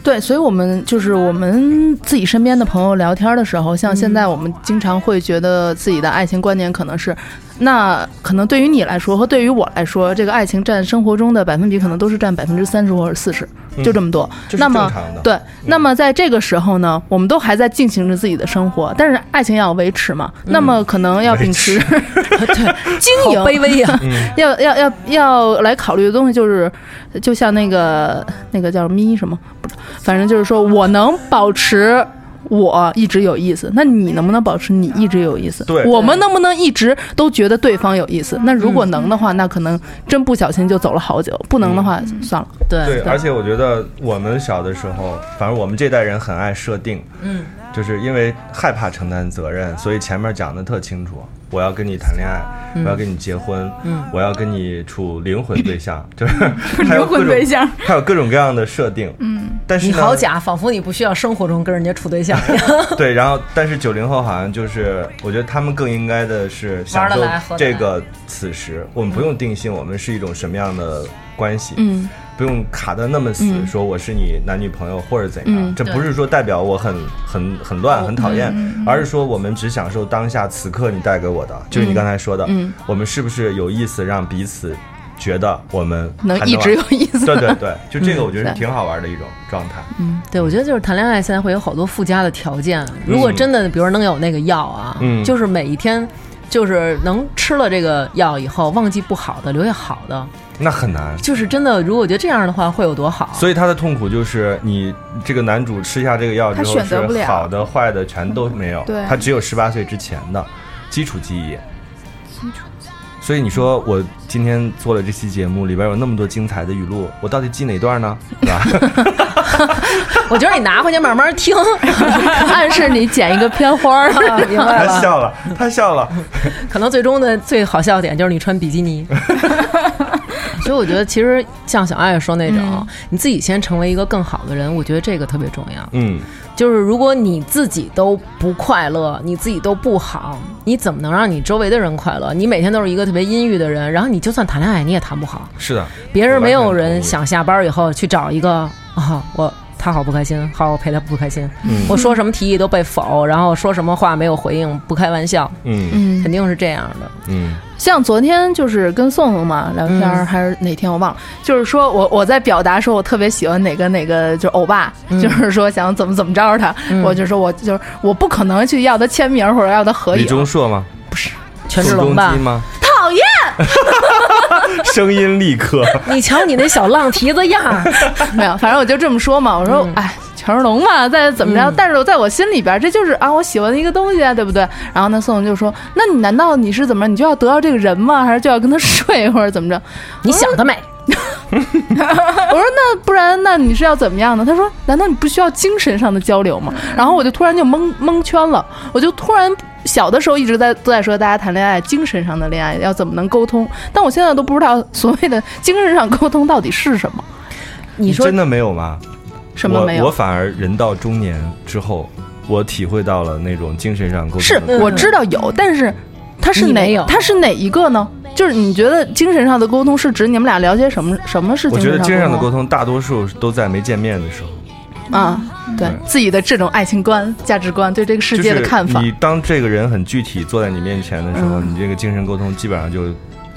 [SPEAKER 8] 对，所以我们就是我们自己身边的朋友聊天的时候，像现在我们经常会觉得自己的爱情观点可能是，那可能对于你来说和对于我来说，这个爱情占生活中的百分比可能都是占百分之三十或者四十，就这么多。
[SPEAKER 6] 嗯这是
[SPEAKER 8] 那么
[SPEAKER 6] 正常的嗯
[SPEAKER 8] 对，那么在这个时候呢，我们都还在进行着自己的生活，但是爱情要维持嘛，
[SPEAKER 6] 嗯
[SPEAKER 8] 那么可能要秉持经
[SPEAKER 5] 好
[SPEAKER 8] 营
[SPEAKER 5] 卑 微呀、
[SPEAKER 8] 要要要要来考虑的东西就是，就像那个那个叫咪什么，不知道，反正就是说我能保持我一直有意思，那你能不能保持你一直有意思？
[SPEAKER 6] 对
[SPEAKER 8] 我们能不能一直都觉得对方有意思？那如果能的话，
[SPEAKER 6] 嗯
[SPEAKER 8] 那可能真不小心就走了好久；不能的话，算了。
[SPEAKER 6] 对，
[SPEAKER 5] 对
[SPEAKER 6] 而且我觉得我们小的时候，反正我们这代人很爱设定，嗯，就是因为害怕承担责任，所以前面讲的特清楚，我要跟你谈恋爱，我要跟你结婚，嗯，我要跟你处灵魂对象，就是还有
[SPEAKER 7] 灵
[SPEAKER 6] 各
[SPEAKER 7] 魂
[SPEAKER 6] 种
[SPEAKER 7] 对象
[SPEAKER 6] 还有各种各样的设定，嗯，但是
[SPEAKER 5] 你
[SPEAKER 6] 呢
[SPEAKER 5] 好假，仿佛你不需要生活中跟人家处对象一样。
[SPEAKER 6] 对，然后但是九零后好像就是，我觉得他们更应该的是享
[SPEAKER 5] 玩
[SPEAKER 6] 受
[SPEAKER 5] 得来合得来
[SPEAKER 6] 这个此时，我们不用定性，我们是一种什么样的关系，嗯，不用卡的那么死，
[SPEAKER 8] 嗯
[SPEAKER 6] 说我是你男女朋友或者怎样，这不是说代表我很很很乱
[SPEAKER 8] 哦
[SPEAKER 6] 很讨
[SPEAKER 8] 嗯
[SPEAKER 6] 厌，而是说我们只享受当下此刻你带给我的，就是你刚才说的，
[SPEAKER 8] 嗯
[SPEAKER 6] 我们是不是有意思让彼此觉得我们
[SPEAKER 8] 能
[SPEAKER 6] 还
[SPEAKER 8] 一直有意思嗯
[SPEAKER 6] 对对对，就这个我觉得是
[SPEAKER 8] 对嗯
[SPEAKER 6] 挺好玩的一种状态，
[SPEAKER 5] 对，我觉得就是谈恋爱现在嗯会有好多附加的条件。如果真的，比如能有那个药啊，
[SPEAKER 6] 嗯
[SPEAKER 5] 就是每一天。就是能吃了这个药以后忘记不好的，留下好的，
[SPEAKER 6] 那很难。
[SPEAKER 5] 就是真的。如果我觉得这样的话，会有多好？
[SPEAKER 6] 啊所以他的痛苦就是，你这个男主吃下这个药之
[SPEAKER 7] 他
[SPEAKER 6] 后
[SPEAKER 7] 选择不
[SPEAKER 6] 是
[SPEAKER 7] 了
[SPEAKER 6] 好的坏的全都没有，
[SPEAKER 7] 对
[SPEAKER 6] 他只有十八岁之前的基础记忆。所以你说我今天做了这期节目，里边有那么多精彩的语录，我到底记哪段 呢？对吧？
[SPEAKER 5] 我觉得你拿回去慢慢听，
[SPEAKER 8] 暗示你捡一个片花儿。
[SPEAKER 5] 明白
[SPEAKER 6] 他
[SPEAKER 5] 了。
[SPEAKER 6] 笑了，他笑了。
[SPEAKER 5] 可能最终的最好笑点就是你穿比基尼。 所以我觉得，其实像小爱说那种，你自己先成为一个更好的人，我觉得这个特别重要。
[SPEAKER 6] 嗯，
[SPEAKER 5] 就是如果你自己都不快乐，你自己都不好，你怎么能让你周围的人快乐？你每天都是一个特别阴郁的人，然后你就算谈恋爱，你也谈不好。
[SPEAKER 6] 是的，
[SPEAKER 5] 别人没有
[SPEAKER 6] 我完全同
[SPEAKER 5] 人
[SPEAKER 6] 意
[SPEAKER 5] 想下班以后去找一个啊、我他好不开心，好我陪他不开心，
[SPEAKER 6] 嗯
[SPEAKER 5] 我说什么提议都被否，然后说什么话没有回应，不开玩笑，
[SPEAKER 6] 嗯
[SPEAKER 8] 嗯
[SPEAKER 5] 肯，定是这样的。
[SPEAKER 6] 嗯
[SPEAKER 8] 像昨天就是跟宋宋嘛聊天儿，还是哪天我忘了，就是说我我在表达说我特别喜欢哪个哪个就是欧巴，就是说想怎么怎么着他，我就说我就是我不可能去要他签名或者要他合
[SPEAKER 6] 李
[SPEAKER 8] 影，
[SPEAKER 6] 钟硕吗？
[SPEAKER 5] 权志啊龙
[SPEAKER 6] 宋
[SPEAKER 5] 吧
[SPEAKER 6] 仲 基，吗？
[SPEAKER 8] 讨厌。
[SPEAKER 6] 声音立刻，
[SPEAKER 5] 你瞧你那小浪蹄子样 儿，
[SPEAKER 8] 没有，反正我就这么说嘛。我说，哎、权志龙嘛，再怎么着，但是在我心里边，这就是啊，我喜欢的一个东西啊，对不对？然后呢，宋总就说，那你难道你是怎么着，你就要得到这个人吗？还是就要跟他睡，或者怎么着？
[SPEAKER 5] 你想得美。
[SPEAKER 8] 我说那不然那你是要怎么样呢？他说难道你不需要精神上的交流吗？然后我就突然就蒙蒙圈了，我就突然小的时候一直在都在说大家谈恋爱精神上的恋爱要怎么能沟通，但我现在都不知道所谓的精神上沟通到底是什么，
[SPEAKER 5] 你说
[SPEAKER 6] 真的没有吗？
[SPEAKER 8] 什么没有
[SPEAKER 6] 我？我反而人到中年之后，我体会到了那种精神上沟通
[SPEAKER 8] 是
[SPEAKER 6] 的
[SPEAKER 8] 我知道有，但是它是
[SPEAKER 5] 你
[SPEAKER 8] 哪
[SPEAKER 5] 没有
[SPEAKER 8] 它是哪一个呢？就是你觉得精神上的沟通是指你们俩聊些什么？什嗯么是
[SPEAKER 6] 我
[SPEAKER 8] 精
[SPEAKER 6] 觉得精神上的
[SPEAKER 8] 沟
[SPEAKER 6] 沟通大多数都在没见面的时候，
[SPEAKER 8] 通啊？对
[SPEAKER 6] 对
[SPEAKER 8] 自己的这种爱情观、价值观，对这个世界的看
[SPEAKER 6] 嗯就
[SPEAKER 8] 法
[SPEAKER 6] 是、你当这个人很具体坐在你面前的时候，你这个精神沟通基本上就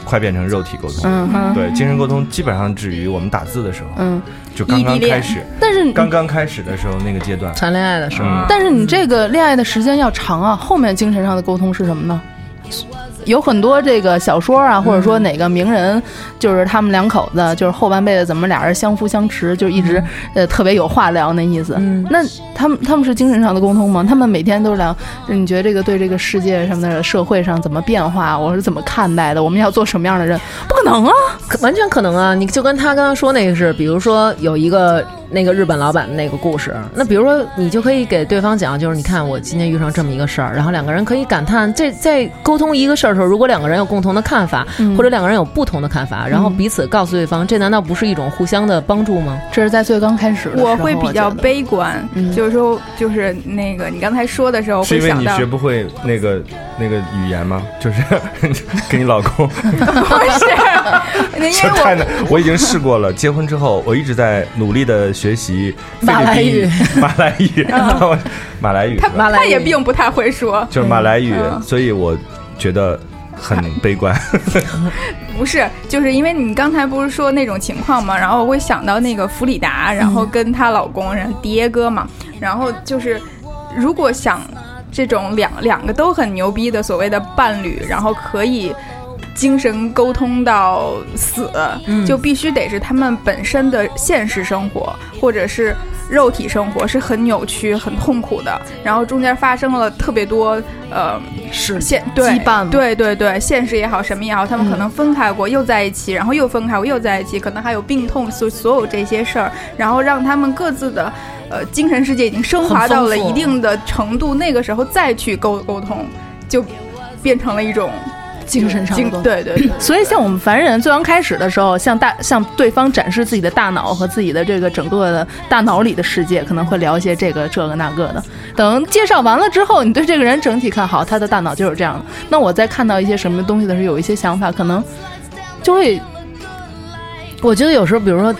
[SPEAKER 6] 快变成肉体沟通。
[SPEAKER 8] 嗯哼
[SPEAKER 6] 对，精神沟通基本上止于我们打字的时候，
[SPEAKER 8] 嗯，
[SPEAKER 6] 就刚刚
[SPEAKER 7] 异地恋
[SPEAKER 6] 开始，
[SPEAKER 8] 但是你
[SPEAKER 6] 刚刚开始的时候那个阶段。
[SPEAKER 5] 谈恋爱的时候，
[SPEAKER 6] 嗯，
[SPEAKER 8] 嗯但是你这个恋爱的时间要长啊，后面精神上的沟通是什么呢？有很多这个小说啊，或者说哪个名人，就是他们两口子，就是后半辈子怎么俩人相夫相持，就一
[SPEAKER 6] 嗯
[SPEAKER 8] 直、呃特别有话聊那意思。
[SPEAKER 5] 嗯
[SPEAKER 8] 那他们他们是精神上的沟通吗？他们每天都是聊，你觉得这个对这个世界上的社会上怎么变化，我是怎么看待的？我们要做什么样的人？不可能啊！
[SPEAKER 5] 可完全可能啊！你就跟他刚刚说那个是，比如说有一个那个日本老板的那个故事，那比如说你就可以给对方讲，就是你看我今天遇上这么一个事儿，然后两个人可以感叹，这在沟通一个事儿的时候，如果两个人有共同的看法，或者两个人有不同的看法，然后彼此告诉对方，这难道不是一种互相的帮助吗？
[SPEAKER 8] 这是在最刚开始的时候，
[SPEAKER 7] 我
[SPEAKER 8] 嗯我
[SPEAKER 7] 会比较
[SPEAKER 8] 觉得
[SPEAKER 7] 悲观，
[SPEAKER 8] 嗯
[SPEAKER 7] 就是说，就是那个你刚才说的时候，
[SPEAKER 6] 是
[SPEAKER 7] 会
[SPEAKER 6] 因为
[SPEAKER 7] 想
[SPEAKER 6] 你
[SPEAKER 7] 到
[SPEAKER 6] 学不会那个那个语言吗？就是 跟你老公，
[SPEAKER 7] 不是，那因
[SPEAKER 6] 这
[SPEAKER 7] 为
[SPEAKER 6] 太
[SPEAKER 7] 我
[SPEAKER 6] 难。我已经试过了，结婚之后我一直在努力的学习菲
[SPEAKER 5] 马来
[SPEAKER 6] 律
[SPEAKER 5] 语
[SPEAKER 6] 宾 马来语，然后 马来语是吧，
[SPEAKER 5] 马来
[SPEAKER 7] 他也
[SPEAKER 5] 语
[SPEAKER 7] 并不太会说，
[SPEAKER 6] 就是马来语，
[SPEAKER 7] 嗯
[SPEAKER 6] 所以我觉得很悲观。
[SPEAKER 7] 不是，就是因为你刚才不是说那种情况嘛，然后我会想到那个弗里达，然
[SPEAKER 8] 嗯
[SPEAKER 7] 后跟她老公，然后迪耶哥嘛，然后就是如果想这种两两个都很牛逼的所谓的伴侣，然后可以。精神沟通到死，
[SPEAKER 8] 嗯
[SPEAKER 7] 就必须得是他们本身的现实生活，或者是肉体生活是很扭曲、很痛苦的，然后中间发生了特别多呃
[SPEAKER 8] 是
[SPEAKER 7] 现对
[SPEAKER 8] 羁绊嘛
[SPEAKER 7] 对对对，现实也好，什么也好，他们可能分开过，又在一起，然后又分开过，又在一起，可能还有病痛，所所有这些事儿，然后让他们各自的呃精神世界已经升华
[SPEAKER 5] 很丰
[SPEAKER 7] 到了
[SPEAKER 5] 富
[SPEAKER 7] 一定的程度，那个时候再去沟沟通，就变成了一种
[SPEAKER 8] 精神上的
[SPEAKER 7] 精
[SPEAKER 8] 沟通。
[SPEAKER 7] 对对对，
[SPEAKER 8] 所以，像我们凡人最刚开始的时候，向大向对方展示自己的大脑和自己的这个整个的大脑里的世界，可能会聊一些这个这个那个的。等介绍完了之后，你对这个人整体看好，他的大脑就是这样的。那我在看到一些什么东西的时候，有一些想法，可能就会
[SPEAKER 5] 我觉得有时候，比如说，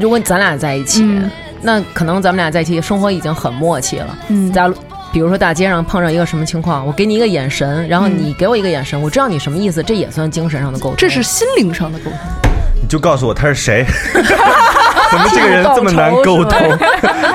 [SPEAKER 5] 如果咱俩在一起，
[SPEAKER 8] 嗯
[SPEAKER 5] 那可能咱们俩在一起生活已经很默契了。
[SPEAKER 8] 嗯
[SPEAKER 5] 假如比如说大街上碰上一个什么情况，我给你一个眼神，然后你给我一个眼神，我知道你什么意思，这也算精神上的沟通。
[SPEAKER 8] 这是心灵上的沟通。
[SPEAKER 6] 你就告诉我他是谁，怎么这个人这么难沟
[SPEAKER 5] 记
[SPEAKER 6] 通？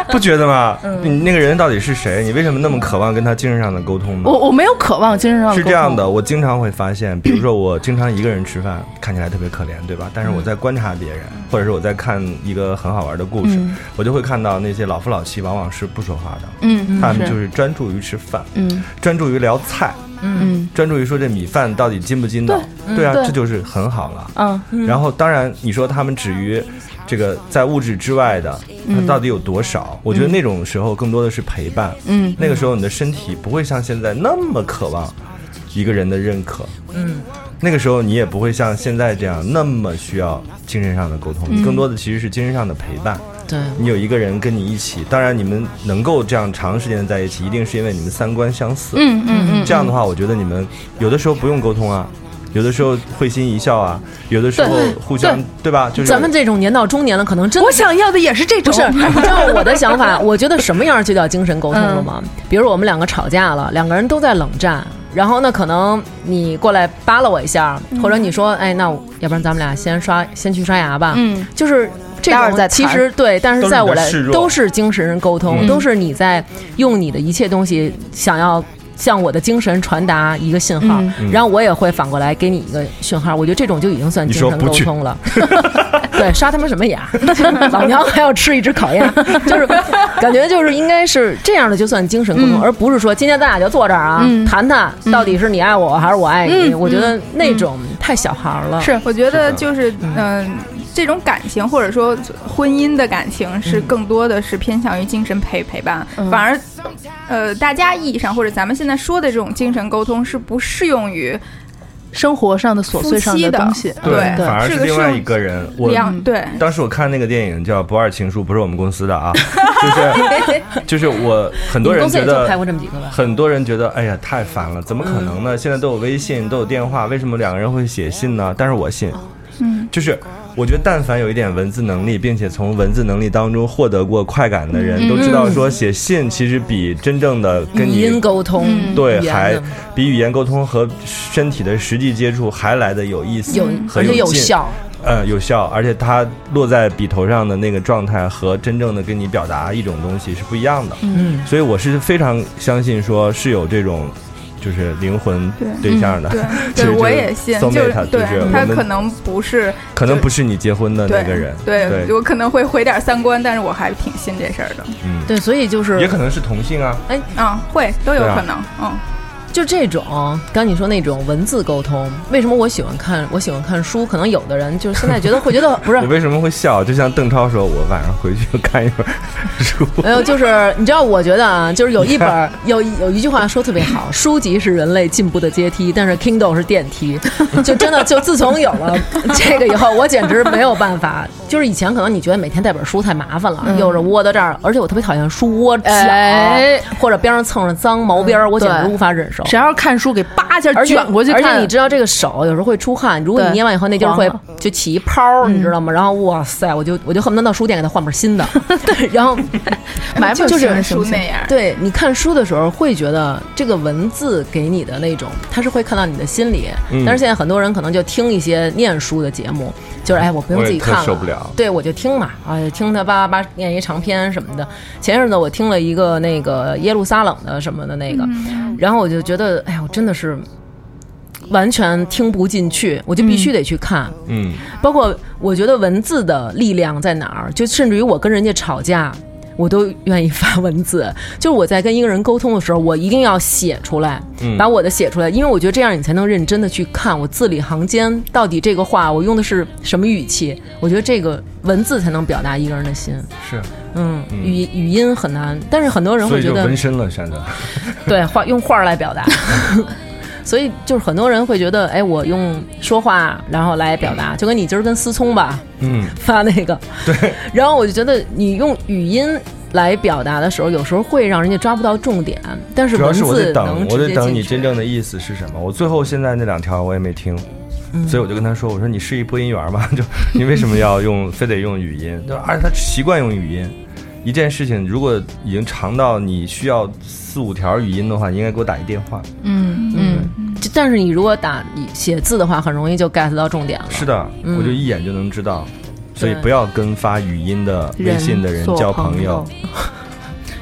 [SPEAKER 6] 不觉得吗？你那个人到底是谁？你为什么那么渴望跟他精神上的沟
[SPEAKER 5] 嗯
[SPEAKER 6] 通呢？
[SPEAKER 8] 我我没有渴望精神上的
[SPEAKER 6] 是
[SPEAKER 8] 沟
[SPEAKER 6] 这
[SPEAKER 8] 通
[SPEAKER 6] 样的，，我经常会发现，比如说我经常一个人吃饭，看起来特别可怜，对吧？但是我
[SPEAKER 8] 嗯
[SPEAKER 6] 在观察别人，或者是我在看一个很好玩的故事，
[SPEAKER 8] 嗯
[SPEAKER 6] 我就会看到那些老夫老妻往往是不说话的，
[SPEAKER 8] 嗯，嗯
[SPEAKER 6] 他们就是专注于吃饭，
[SPEAKER 8] 嗯
[SPEAKER 6] 专注于聊菜，
[SPEAKER 8] 嗯
[SPEAKER 6] 专注于说这米饭到底筋不筋道。对啊，
[SPEAKER 8] 对
[SPEAKER 6] 这就是很好了。
[SPEAKER 8] 嗯
[SPEAKER 6] 然后，当然，你说他们止于这个在物质之外的，
[SPEAKER 8] 嗯
[SPEAKER 6] 它到底有多少？我觉得那种时候更多的是陪伴。
[SPEAKER 8] 嗯，
[SPEAKER 6] 那个时候你的身体不会像现在那么渴望一个人的认可。嗯，那个时候你也不会像现在这样那么需要精神上的沟通，
[SPEAKER 8] 嗯
[SPEAKER 6] 你更多的其实是精神上的陪伴。
[SPEAKER 5] 对，
[SPEAKER 6] 你有一个人跟你一起，当然你们能够这样长时间的在一起，一定是因为你们三观相似。
[SPEAKER 8] 嗯嗯嗯，
[SPEAKER 6] 这样的话，我觉得你们有的时候不用沟通啊，有的时候会心一笑啊，有的时候
[SPEAKER 8] 对
[SPEAKER 6] 互相对吧？就是
[SPEAKER 5] 咱们这种年到中年了，可能真的
[SPEAKER 8] 我想要的也是这
[SPEAKER 5] 不
[SPEAKER 8] 种，
[SPEAKER 5] 是，你知道我的想法，我觉得什么样就叫精神沟通了
[SPEAKER 8] 嗯
[SPEAKER 5] 吗？比如我们两个吵架了，两个人都在冷战，然后呢，可能你过来扒拉我一下，
[SPEAKER 8] 嗯
[SPEAKER 5] 或者你说，哎，那我要不然咱们俩先刷，先去刷牙吧，
[SPEAKER 8] 嗯，
[SPEAKER 5] 就是。这
[SPEAKER 8] 待会儿
[SPEAKER 5] 种
[SPEAKER 8] 再谈
[SPEAKER 5] 其实对，但是在我来
[SPEAKER 6] 都是你的示弱
[SPEAKER 5] 都是精神沟通，
[SPEAKER 6] 嗯
[SPEAKER 5] 都是你在用你的一切东西想要向我的精神传达一个信号
[SPEAKER 8] 嗯，
[SPEAKER 5] 然后我也会反过来给你一个讯号。我觉得这种就已经算
[SPEAKER 6] 你
[SPEAKER 5] 精
[SPEAKER 6] 说
[SPEAKER 5] 神
[SPEAKER 6] 不
[SPEAKER 5] 沟
[SPEAKER 6] 去
[SPEAKER 5] 通了。 对，刷他们什么牙？ 老娘还要吃一只烤鸭，就是感觉就是应该是这样的，就算精神沟通，而不是说今天咱俩就坐这儿啊，
[SPEAKER 8] 嗯
[SPEAKER 5] 谈谈到底是你爱我还是我爱你。
[SPEAKER 8] 嗯
[SPEAKER 5] 我觉得那种太小孩儿了。
[SPEAKER 7] 是，我觉
[SPEAKER 6] 的
[SPEAKER 7] 得就是嗯、这种感情或者说婚姻的感情是更多的是偏向于精神陪陪伴，
[SPEAKER 8] 嗯
[SPEAKER 7] 反而呃大家意义上或者咱们现在说的这种精神沟通是不适用于
[SPEAKER 8] 生活上的琐碎上
[SPEAKER 7] 夫妻的
[SPEAKER 8] 东西，
[SPEAKER 7] 对
[SPEAKER 8] 对
[SPEAKER 5] 嗯
[SPEAKER 6] 反而
[SPEAKER 7] 是
[SPEAKER 6] 是
[SPEAKER 7] 个
[SPEAKER 6] 另外
[SPEAKER 7] 生
[SPEAKER 6] 一个人。我
[SPEAKER 7] 两对。
[SPEAKER 6] 当时我看那个电影叫《不二情书》，不是我们公司的啊， 就是就是我很
[SPEAKER 5] 你
[SPEAKER 6] 多
[SPEAKER 5] 们
[SPEAKER 6] 人
[SPEAKER 5] 公司
[SPEAKER 6] 觉
[SPEAKER 5] 也就
[SPEAKER 6] 得
[SPEAKER 5] 拍过这么几个嗯吧？
[SPEAKER 6] 很多人觉得，哎呀，太烦了，怎么可能呢？现在都有微信，都有电话，为什么两个人会写信
[SPEAKER 5] 哦
[SPEAKER 6] 呢？但是我信，
[SPEAKER 7] 嗯，
[SPEAKER 6] 就是我觉得，但凡有一点文字能力，并且从文字能力当中获得过快感的人，都知道说写信其实比真正的跟
[SPEAKER 5] 嗯语音
[SPEAKER 6] 你。
[SPEAKER 5] 沟通，
[SPEAKER 8] 嗯
[SPEAKER 6] 对，
[SPEAKER 5] 语言
[SPEAKER 6] 还
[SPEAKER 5] 的
[SPEAKER 6] 比语言沟通和身体的实际接触还来的有意思，
[SPEAKER 5] 有，
[SPEAKER 6] 和
[SPEAKER 5] 而且有
[SPEAKER 6] 劲，
[SPEAKER 5] 效。
[SPEAKER 6] 呃，有效，而且它落在笔头上的那个状态和真正的跟你表达一种东西是不一样的。
[SPEAKER 5] 嗯，
[SPEAKER 6] 所以我是非常相信说是有这种就是灵魂
[SPEAKER 5] 嗯
[SPEAKER 6] 对象的，
[SPEAKER 7] 对
[SPEAKER 6] 其实
[SPEAKER 7] 对，
[SPEAKER 6] 就是
[SPEAKER 7] 我也信，就
[SPEAKER 6] soulmate，啊
[SPEAKER 7] 对
[SPEAKER 6] 就是我
[SPEAKER 7] 他
[SPEAKER 6] 们
[SPEAKER 7] 可能不是
[SPEAKER 6] 可能不是你结婚的
[SPEAKER 7] 对
[SPEAKER 6] 那个人，
[SPEAKER 7] 对，
[SPEAKER 6] 对，
[SPEAKER 7] 我可能会毁点三观，但是我还挺信这事儿的。
[SPEAKER 6] 嗯，
[SPEAKER 5] 对，所以就是
[SPEAKER 6] 也可能是同性啊，
[SPEAKER 7] 嗯，会都有
[SPEAKER 6] 对啊
[SPEAKER 7] 可能，嗯。
[SPEAKER 5] 就这种，刚你说那种文字沟通，为什么我喜欢看？我喜欢看书，可能有的人就是现在觉得会觉得不是
[SPEAKER 6] 我，为什么会笑？就像邓超说，我晚上回去看一本书。
[SPEAKER 5] 没有，就是你知道，我觉得啊，就是有一本 儿有一有一句话说特别好，书籍是人类进步的阶梯，但是 Kindle 是电梯。就真的就自从有了 这个以后，我简直没有办法。就是以前可能你觉得每天带本书太麻烦了，
[SPEAKER 8] 嗯
[SPEAKER 5] 又是窝到这儿，而且我特别讨厌书窝角，
[SPEAKER 8] 哎
[SPEAKER 5] 或者边上蹭上脏毛边儿，我简直
[SPEAKER 8] 对
[SPEAKER 5] 无法忍受。
[SPEAKER 8] 谁要是看书给叭一下
[SPEAKER 5] 而且
[SPEAKER 8] 卷过去
[SPEAKER 5] 而且
[SPEAKER 8] 看，
[SPEAKER 5] 你知道这个手有时候会出汗，如果你
[SPEAKER 8] 对
[SPEAKER 5] 捏完以后那地儿会
[SPEAKER 8] 黄了嗯
[SPEAKER 5] 就起一泡儿，你知道吗？然后哇塞，我就我就恨不得到书店给他换本新 的，然后
[SPEAKER 8] 买本
[SPEAKER 5] 就
[SPEAKER 8] 新的
[SPEAKER 5] 是
[SPEAKER 7] 书
[SPEAKER 8] 行不行
[SPEAKER 7] 那样儿，
[SPEAKER 5] 对你看书的时候会觉得这个文字给你的那种，它是会看到你的心里。
[SPEAKER 6] 嗯
[SPEAKER 5] 但是现在很多人可能就听一些念书的节目，就是哎，我不用
[SPEAKER 6] 我也
[SPEAKER 5] 自己
[SPEAKER 6] 特
[SPEAKER 5] 看了，
[SPEAKER 6] 受不了
[SPEAKER 5] 对我就听嘛，啊，听他叭叭叭念一长篇什么的。前日子我听了一个那个耶路撒冷的什么的那个，
[SPEAKER 6] 嗯
[SPEAKER 5] 然后我就觉得，哎呀，我真的是完全听不进去，我就必须得去看。
[SPEAKER 6] 嗯，
[SPEAKER 5] 包括我觉得文字的力量在哪儿，就甚至于我跟人家吵架。我都愿意发文字，就是我在跟一个人沟通的时候，我一定要写出来，
[SPEAKER 6] 嗯
[SPEAKER 5] 把我的写出来，因为我觉得这样你才能认真的去看我字里行间到底这个话我用的是什么语气，我觉得这个文字才能表达一个人的心。
[SPEAKER 6] 是，
[SPEAKER 5] 嗯，语语音很难，但是很多人
[SPEAKER 6] 所
[SPEAKER 5] 会
[SPEAKER 6] 以
[SPEAKER 5] 觉
[SPEAKER 6] 就
[SPEAKER 5] 得
[SPEAKER 6] 纹身了，现在。
[SPEAKER 5] 对画用画儿来 表达，所以就是很多人会觉得，哎，我用说话然后来表达，就跟你今儿跟思聪吧，
[SPEAKER 6] 嗯，
[SPEAKER 5] 发那个，对，然后我就觉得你用语音来表达的时候，有时候会让人家抓不到重点，但是
[SPEAKER 6] 主
[SPEAKER 5] 文
[SPEAKER 6] 要是我
[SPEAKER 5] 字
[SPEAKER 6] 得
[SPEAKER 5] 能
[SPEAKER 6] 等，我
[SPEAKER 5] 直接
[SPEAKER 6] 得等你
[SPEAKER 5] 进去。
[SPEAKER 6] 真正的意思是什么。我最后现在那两条我也没听，所以我就跟他说：“我说你是一播音员吗？ 就你为什么要用，非得用语音？就啊而且他习惯用语音。一件事情如果已经长到你需要四五条语音的话，你应该给我打一电话。
[SPEAKER 8] 嗯嗯，
[SPEAKER 5] 就但是你如果打你写字的话，很容易就 get 到重点了。
[SPEAKER 6] 是的，我就一眼就能知道。所以
[SPEAKER 5] 对
[SPEAKER 6] 不要跟发语音的微
[SPEAKER 8] 人
[SPEAKER 6] 信的人
[SPEAKER 8] 做
[SPEAKER 6] 交
[SPEAKER 8] 朋
[SPEAKER 6] 朋友
[SPEAKER 8] 友，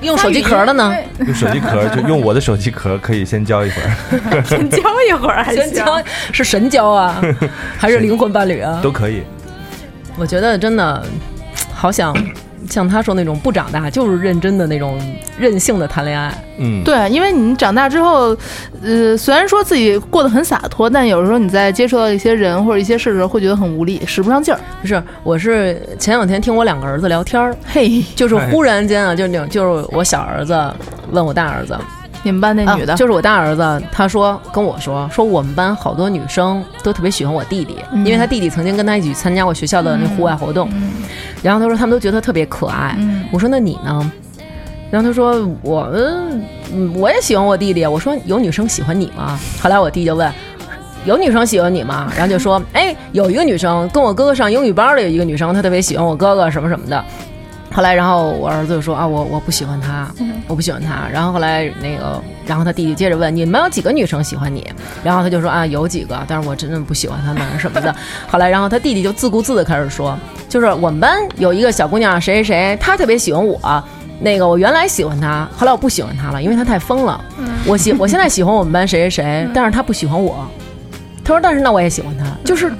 [SPEAKER 5] 用手机壳的呢？
[SPEAKER 6] 用手机壳就用我的手机壳可以先交一会儿，
[SPEAKER 7] 先教一会儿还
[SPEAKER 5] 神
[SPEAKER 7] 行。
[SPEAKER 5] 交是神交 啊，还是灵魂伴侣啊？
[SPEAKER 6] 都可以。
[SPEAKER 5] 我觉得真的好想像他说那种不长大就是认真的那种任性的谈恋爱。
[SPEAKER 6] 嗯，
[SPEAKER 8] 对，因为你长大之后，呃，虽然说自己过得很洒脱，但有时候你在接触到一些人或者一些事的时候，会觉得很无力，使不上劲儿。
[SPEAKER 5] 不是，我是前两天听我两个儿子聊天儿，
[SPEAKER 8] 嘿，
[SPEAKER 5] 就是忽然间啊，就那种就是我小儿子问我大儿子，
[SPEAKER 8] 你们班那女的，
[SPEAKER 5] 啊就是我大儿子，他说跟我说，说我们班好多女生都特别喜欢我弟弟，
[SPEAKER 8] 嗯
[SPEAKER 5] 因为他弟弟曾经跟他一起参加过学校的那户外活动，然后他说他们都觉得他特别可爱。
[SPEAKER 7] 嗯
[SPEAKER 5] 我说那你呢？然后他说我嗯我也喜欢我弟弟。我说有女生喜欢你吗？后来我弟就问。有女生喜欢你吗？然后就说，哎，有一个女生跟我哥哥上英语班的有一个女生，她特别喜欢我哥哥什么什么的。后来，然后我儿子就说啊，我我不喜欢他，我不喜欢他。然后后来那个，然后他弟弟接着问你们班有几个女生喜欢你？然后他就说啊，有几个，但是我真的不喜欢他们什么的。后来，然后他弟弟就自顾自的开始说，就是我们班有一个小姑娘谁谁谁，她特别喜欢我。那个我原来喜欢她，后来我不喜欢她了，因为她太疯了。我喜我现在喜欢我们班谁谁谁，但是她不喜欢我。他说：“但是那我也喜欢他，就是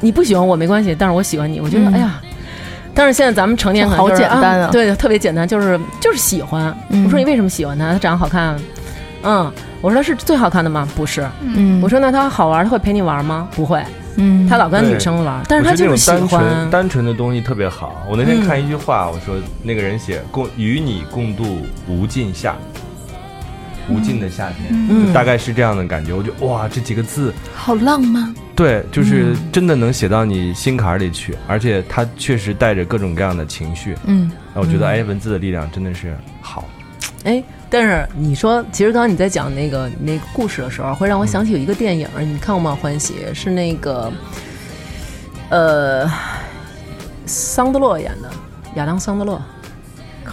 [SPEAKER 5] 你不喜欢我没关系，但是我喜欢你。”我觉得、
[SPEAKER 8] 嗯
[SPEAKER 5] 哎呀，但是现在咱们成年
[SPEAKER 8] 这
[SPEAKER 5] 可能就是嗯
[SPEAKER 8] 好简单啊
[SPEAKER 5] 对，特别简单，就是就是喜欢。
[SPEAKER 8] 嗯
[SPEAKER 5] 我说你为什么喜欢他？他长得好看，嗯，我说他是最好看的吗？不是。
[SPEAKER 8] 嗯，
[SPEAKER 5] 我说那他好玩，他会陪你玩吗？不会，
[SPEAKER 8] 嗯，
[SPEAKER 5] 他老跟
[SPEAKER 6] 对
[SPEAKER 5] 女生玩，但是
[SPEAKER 6] 我
[SPEAKER 5] 他
[SPEAKER 6] 觉
[SPEAKER 5] 就
[SPEAKER 6] 得
[SPEAKER 5] 是喜
[SPEAKER 6] 这种单
[SPEAKER 5] 欢
[SPEAKER 6] 纯。单纯的东西特别好。我那天
[SPEAKER 5] 嗯
[SPEAKER 6] 看一句话，我说那个人写共与你共度无尽夏，无尽的夏天，
[SPEAKER 5] 嗯
[SPEAKER 6] 就大概是这样的感觉。我觉得哇，这几个字，
[SPEAKER 8] 好浪漫，
[SPEAKER 6] 对，就是
[SPEAKER 5] 嗯
[SPEAKER 6] 真的能写到你心坎儿里去，而且它确实带着各种各样的情绪。
[SPEAKER 8] 嗯，
[SPEAKER 6] 那我觉得，哎，文字的力量真的是好。
[SPEAKER 5] 哎，但是你说，其实刚刚你在讲那个那个故事的时候，会让我想起有一个电影，你看过吗？欢喜是那个，呃，桑德勒演的，亚当·桑德勒。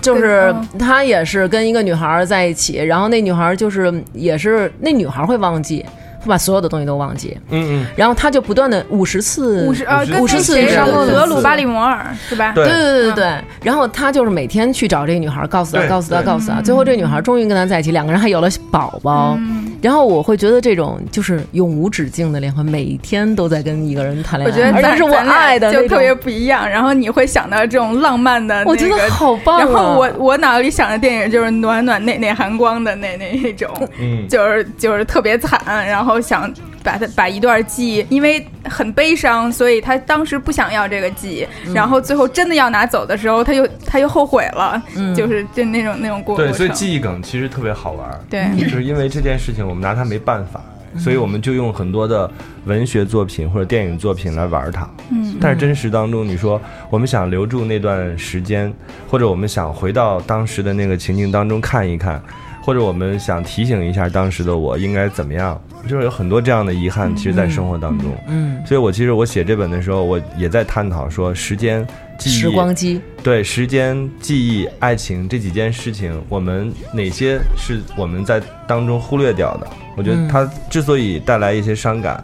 [SPEAKER 5] 就是
[SPEAKER 7] 嗯
[SPEAKER 5] 他也是跟一个女孩在一起，然后那女孩就是也是那女孩会忘记，会把所有的东西都忘记，
[SPEAKER 6] 嗯嗯，
[SPEAKER 5] 然后他就不断的五十次
[SPEAKER 7] 五十
[SPEAKER 6] 50
[SPEAKER 7] 啊，跟那
[SPEAKER 5] 54
[SPEAKER 7] 谁
[SPEAKER 5] 是
[SPEAKER 7] 然后
[SPEAKER 5] 对
[SPEAKER 7] 俄鲁巴里摩尔是吧？
[SPEAKER 6] 对
[SPEAKER 5] 对对对对对。然后他就是每天去找这个女孩，告诉她，
[SPEAKER 6] 对
[SPEAKER 5] 告诉她，
[SPEAKER 6] 对
[SPEAKER 5] 告诉她。最后
[SPEAKER 8] 嗯
[SPEAKER 5] 这女孩终于跟他在一起，两个人还有了宝宝。然后我会觉得这种就是永无止境的恋爱，每天都在跟一个人谈
[SPEAKER 7] 我
[SPEAKER 5] 恋
[SPEAKER 7] 觉
[SPEAKER 5] 爱，
[SPEAKER 7] 得
[SPEAKER 5] 而且
[SPEAKER 7] 咱
[SPEAKER 5] 是我
[SPEAKER 7] 咱俩
[SPEAKER 5] 爱的
[SPEAKER 7] 就
[SPEAKER 5] 那
[SPEAKER 7] 特
[SPEAKER 5] 种。
[SPEAKER 7] 别不一样。然后你会想到这种浪漫的那个，
[SPEAKER 5] 我觉得好棒啊
[SPEAKER 7] 然后我我脑子里想的电影就是暖暖内内含光的那那那种，
[SPEAKER 6] 嗯
[SPEAKER 7] 就是就是特别惨，然后想把它把一段记忆，因为很悲伤，所以他当时不想要这个记
[SPEAKER 5] 嗯
[SPEAKER 7] 忆，然后最后真的要拿走的时候，他又他又后悔了，
[SPEAKER 5] 嗯
[SPEAKER 7] 就是就那种那种过过
[SPEAKER 6] 对，
[SPEAKER 7] 程。
[SPEAKER 6] 所以记忆梗其实特别好玩儿。
[SPEAKER 7] 对
[SPEAKER 5] 嗯
[SPEAKER 6] 就是因为这件事情，我们拿它没办法，所以我们就用很多的文学作品或者电影作品来玩它。嗯，但是真实当中，你说我们想留住那段时间，或者我们想回到当时的那个情境当中看一看，或者我们想提醒一下当时的我应该怎么样，就是有很多这样的遗憾，其实，在生活当中。
[SPEAKER 5] 嗯，
[SPEAKER 6] 所以我其实我写这本的时候，我也在探讨说时间、记忆、
[SPEAKER 5] 时光机，
[SPEAKER 6] 对时间、记忆、爱情这几件事情，我们哪些是我们在当中忽略掉的？我觉
[SPEAKER 7] 嗯
[SPEAKER 6] 得它之所以带来一些伤感，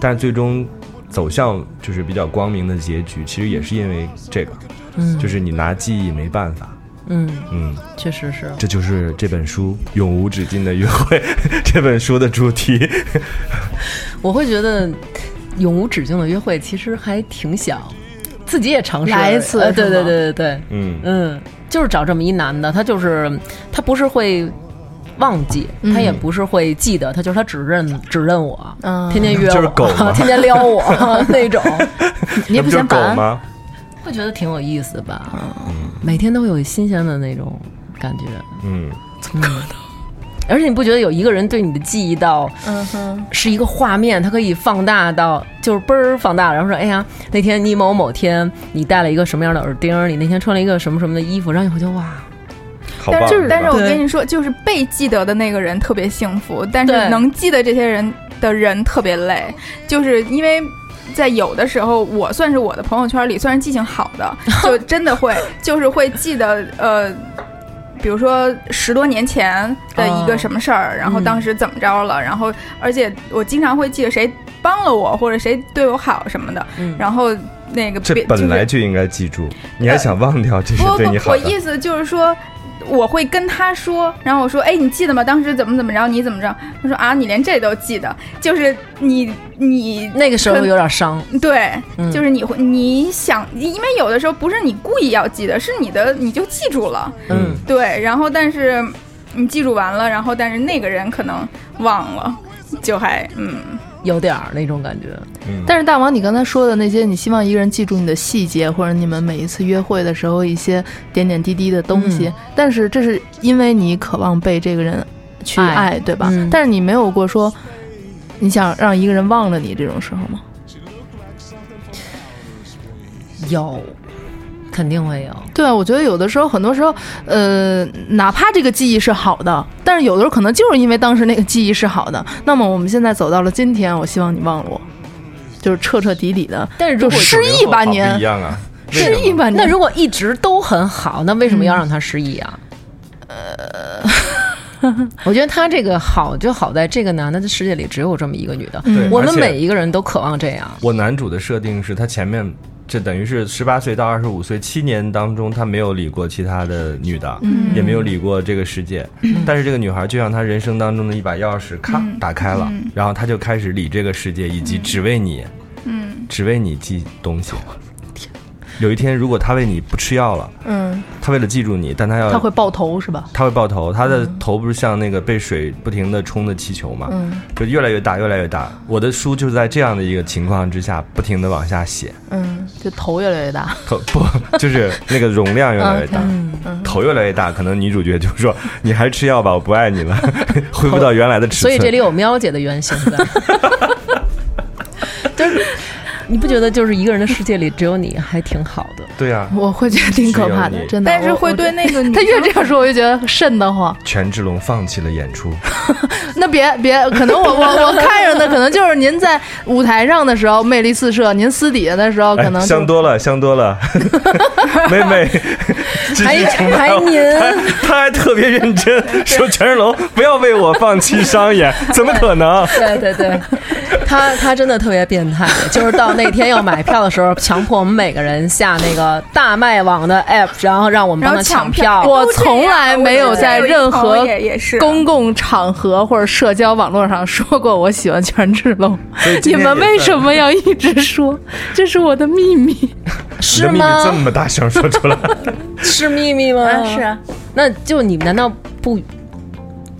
[SPEAKER 6] 但是最终走向就是比较光明的结局，其实也是因为这个，
[SPEAKER 5] 嗯
[SPEAKER 6] 就是你拿记忆没办法。
[SPEAKER 5] 嗯，
[SPEAKER 6] 嗯，
[SPEAKER 5] 确实是。
[SPEAKER 6] 这就是这本书《永无止境的约会》 这本书的主题。
[SPEAKER 5] 我会觉得永无止境的约会其实还挺想自己也尝试
[SPEAKER 8] 来一次
[SPEAKER 5] 呃对
[SPEAKER 8] 是
[SPEAKER 5] 对
[SPEAKER 8] 吗
[SPEAKER 5] 对对对，
[SPEAKER 6] 嗯
[SPEAKER 7] 呃
[SPEAKER 5] 嗯，就是找这么一男的，他就是他不是会忘记，他也不是会记得，他就是他只认只认我，
[SPEAKER 8] 嗯
[SPEAKER 5] 天天约我，
[SPEAKER 6] 就是狗 嘛
[SPEAKER 5] 天天撩我那种，
[SPEAKER 8] 你也
[SPEAKER 6] 那不就是
[SPEAKER 8] 嫌
[SPEAKER 6] 狗
[SPEAKER 7] 啊
[SPEAKER 8] 烦？
[SPEAKER 6] 吗？
[SPEAKER 5] 会觉得挺有意思吧？嗯每天都有新鲜的那种感觉，
[SPEAKER 6] 嗯，
[SPEAKER 5] 而且你不觉得有一个人对你的记忆到，
[SPEAKER 8] 嗯哼，
[SPEAKER 5] 是一个画面，它可以放大到就是倍儿放大，然后说，哎呀，那天你某某天你戴了一个什么样的耳钉儿，你那天穿了一个什么什么的衣服，然后你会觉得哇，
[SPEAKER 6] 好
[SPEAKER 7] 但
[SPEAKER 6] 棒。
[SPEAKER 7] 是就是，但是我
[SPEAKER 5] 对
[SPEAKER 7] 跟你说，就是被记得的那个人特别幸福，但是
[SPEAKER 5] 对
[SPEAKER 7] 能记得这些人的人特别累，就是因为。在有的时候，我算是我的朋友圈里算是记性好的，就真的会，就是会记得呃，比如说十多年前的一个
[SPEAKER 5] 哦
[SPEAKER 7] 什么事儿，然后
[SPEAKER 5] 嗯
[SPEAKER 7] 当时怎么着了，然后而且我经常会记得谁帮了我或者谁对我好什么的，
[SPEAKER 5] 嗯
[SPEAKER 7] 然后那个
[SPEAKER 6] 这
[SPEAKER 7] 别
[SPEAKER 6] 本来
[SPEAKER 7] 就是呃
[SPEAKER 6] 就应该记住，你还想忘掉这是
[SPEAKER 7] 不
[SPEAKER 6] 对
[SPEAKER 7] 不
[SPEAKER 6] 你
[SPEAKER 7] 不，
[SPEAKER 6] 好
[SPEAKER 7] 我
[SPEAKER 6] 的？
[SPEAKER 7] 意思就是说。我会跟他说，然后我说：“哎，你记得吗？当时怎么怎么着，你怎么着？”他说：“啊，你连这都记得，就是你你
[SPEAKER 5] 那个时候有点伤，
[SPEAKER 7] 对，
[SPEAKER 5] 嗯
[SPEAKER 7] 就是你会你想，因为有的时候不是你故意要记的，是你的你就记住了，
[SPEAKER 5] 嗯，
[SPEAKER 7] 对，然后但是你记住完了，然后但是那个人可能忘了，就还嗯，
[SPEAKER 5] 有点儿那种感觉。
[SPEAKER 6] 嗯
[SPEAKER 8] 但是大王，你刚才说的那些，你希望一个人记住你的细节，或者你们每一次约会的时候一些点点滴滴的东西，
[SPEAKER 5] 嗯
[SPEAKER 8] 但是这是因为你渴望被这个人去
[SPEAKER 5] 爱
[SPEAKER 8] 爱，对吧？
[SPEAKER 5] 嗯
[SPEAKER 8] 但是你没有过说你想让一个人忘了你这种时候吗？
[SPEAKER 5] 有，肯定会有。
[SPEAKER 8] 对啊，我觉得有的时候，很多时候，呃，哪怕这个记忆是好的，但是有的时候可能就是因为当时那个记忆是好的，那么我们现在走到了今天，我希望你忘了我，就是彻彻底底的，
[SPEAKER 5] 但是
[SPEAKER 8] 就
[SPEAKER 5] 如果
[SPEAKER 8] 失忆吧您，
[SPEAKER 6] 不一 样啊，为
[SPEAKER 8] 失
[SPEAKER 6] 什
[SPEAKER 8] 忆
[SPEAKER 6] 么
[SPEAKER 8] 吧您。
[SPEAKER 5] 那如果一直都很好，那为什么要让他失忆啊？呃， 我觉得他这个好就好在这个男的的世界里只有这么一个女的，
[SPEAKER 6] 对
[SPEAKER 5] 嗯我
[SPEAKER 6] 而
[SPEAKER 5] 们
[SPEAKER 6] 且
[SPEAKER 5] 每一个人都渴望这样。
[SPEAKER 6] 我男主的设定是他前面这等于是十八岁到二十五岁七年当中，他没有理过其他的女的，
[SPEAKER 5] 嗯
[SPEAKER 6] 也没有理过这个世界。但是这个女孩就像他人生当中的一把钥匙，咔
[SPEAKER 5] 嗯
[SPEAKER 6] 打开了，然后他就开始理这个世界，以及只为你，
[SPEAKER 7] 嗯，
[SPEAKER 6] 只为你记东西。有一天，如果他为你不吃药了，
[SPEAKER 8] 嗯，
[SPEAKER 6] 他为了记住你，但他要
[SPEAKER 8] 他会爆头是吧？
[SPEAKER 6] 他会爆头，他
[SPEAKER 5] 嗯
[SPEAKER 6] 的头不是像那个被水不停的冲的气球嘛，
[SPEAKER 8] 嗯
[SPEAKER 6] 就越来越大，越来越大。我的书就是在这样的一个情况之下，不停的往下写，
[SPEAKER 8] 嗯，就头越来越大。
[SPEAKER 6] 头不就是那个容量越来越大，
[SPEAKER 5] 嗯
[SPEAKER 6] 头越来越大，可能女主角就说：“你还是吃药吧，我不爱你了，恢复到原来的尺
[SPEAKER 5] 所
[SPEAKER 6] 寸。”
[SPEAKER 5] 以这里有喵姐的原型在。就是你不觉得就是一个人的世界里只有你还挺好的？
[SPEAKER 6] 对啊，
[SPEAKER 8] 我会觉得挺可怕
[SPEAKER 6] 是有
[SPEAKER 8] 的，
[SPEAKER 6] 你
[SPEAKER 8] 真的。
[SPEAKER 7] 但是
[SPEAKER 8] 嗯我
[SPEAKER 7] 会对。那个
[SPEAKER 8] 我
[SPEAKER 7] 女
[SPEAKER 8] 他越
[SPEAKER 7] 生
[SPEAKER 8] 这样说，我就觉得瘆得慌。
[SPEAKER 6] 权志龙放弃了演出，
[SPEAKER 8] 那别别，可能我我我看着的，可能就是您在舞台上的时候魅力四射，您私底下的时候哦可
[SPEAKER 6] 哎，
[SPEAKER 8] 能就
[SPEAKER 6] 香多了，香多 了，妹妹，继续崇拜我
[SPEAKER 5] 还您
[SPEAKER 6] 他他还特别认真 说：“权志龙，不要为我放弃商演，怎么可能？”
[SPEAKER 5] 对对对，他他真的特别变态，就是到那天要买票的时候，强迫我们每个人下那个大麦网的 app，然后让我们
[SPEAKER 7] 然
[SPEAKER 5] 帮他
[SPEAKER 7] 后抢
[SPEAKER 5] 抢票。
[SPEAKER 8] 我
[SPEAKER 7] 都这
[SPEAKER 8] 从
[SPEAKER 7] 样
[SPEAKER 8] 来
[SPEAKER 7] 啊我
[SPEAKER 8] 没
[SPEAKER 7] 觉
[SPEAKER 8] 有
[SPEAKER 7] 得
[SPEAKER 8] 在
[SPEAKER 7] 有一
[SPEAKER 8] 任
[SPEAKER 7] 朋
[SPEAKER 8] 何
[SPEAKER 7] 友也也是
[SPEAKER 8] 公共场合或者社交网络上说过我喜欢权志龙
[SPEAKER 6] 所以，今
[SPEAKER 8] 你
[SPEAKER 6] 天
[SPEAKER 8] 们
[SPEAKER 6] 也
[SPEAKER 8] 为
[SPEAKER 6] 算
[SPEAKER 8] 什么要一直说？ 这是我的秘密。
[SPEAKER 6] 你的秘密这么大声说出来，
[SPEAKER 5] 是秘密吗？
[SPEAKER 7] 是啊，
[SPEAKER 5] 那就你们难道不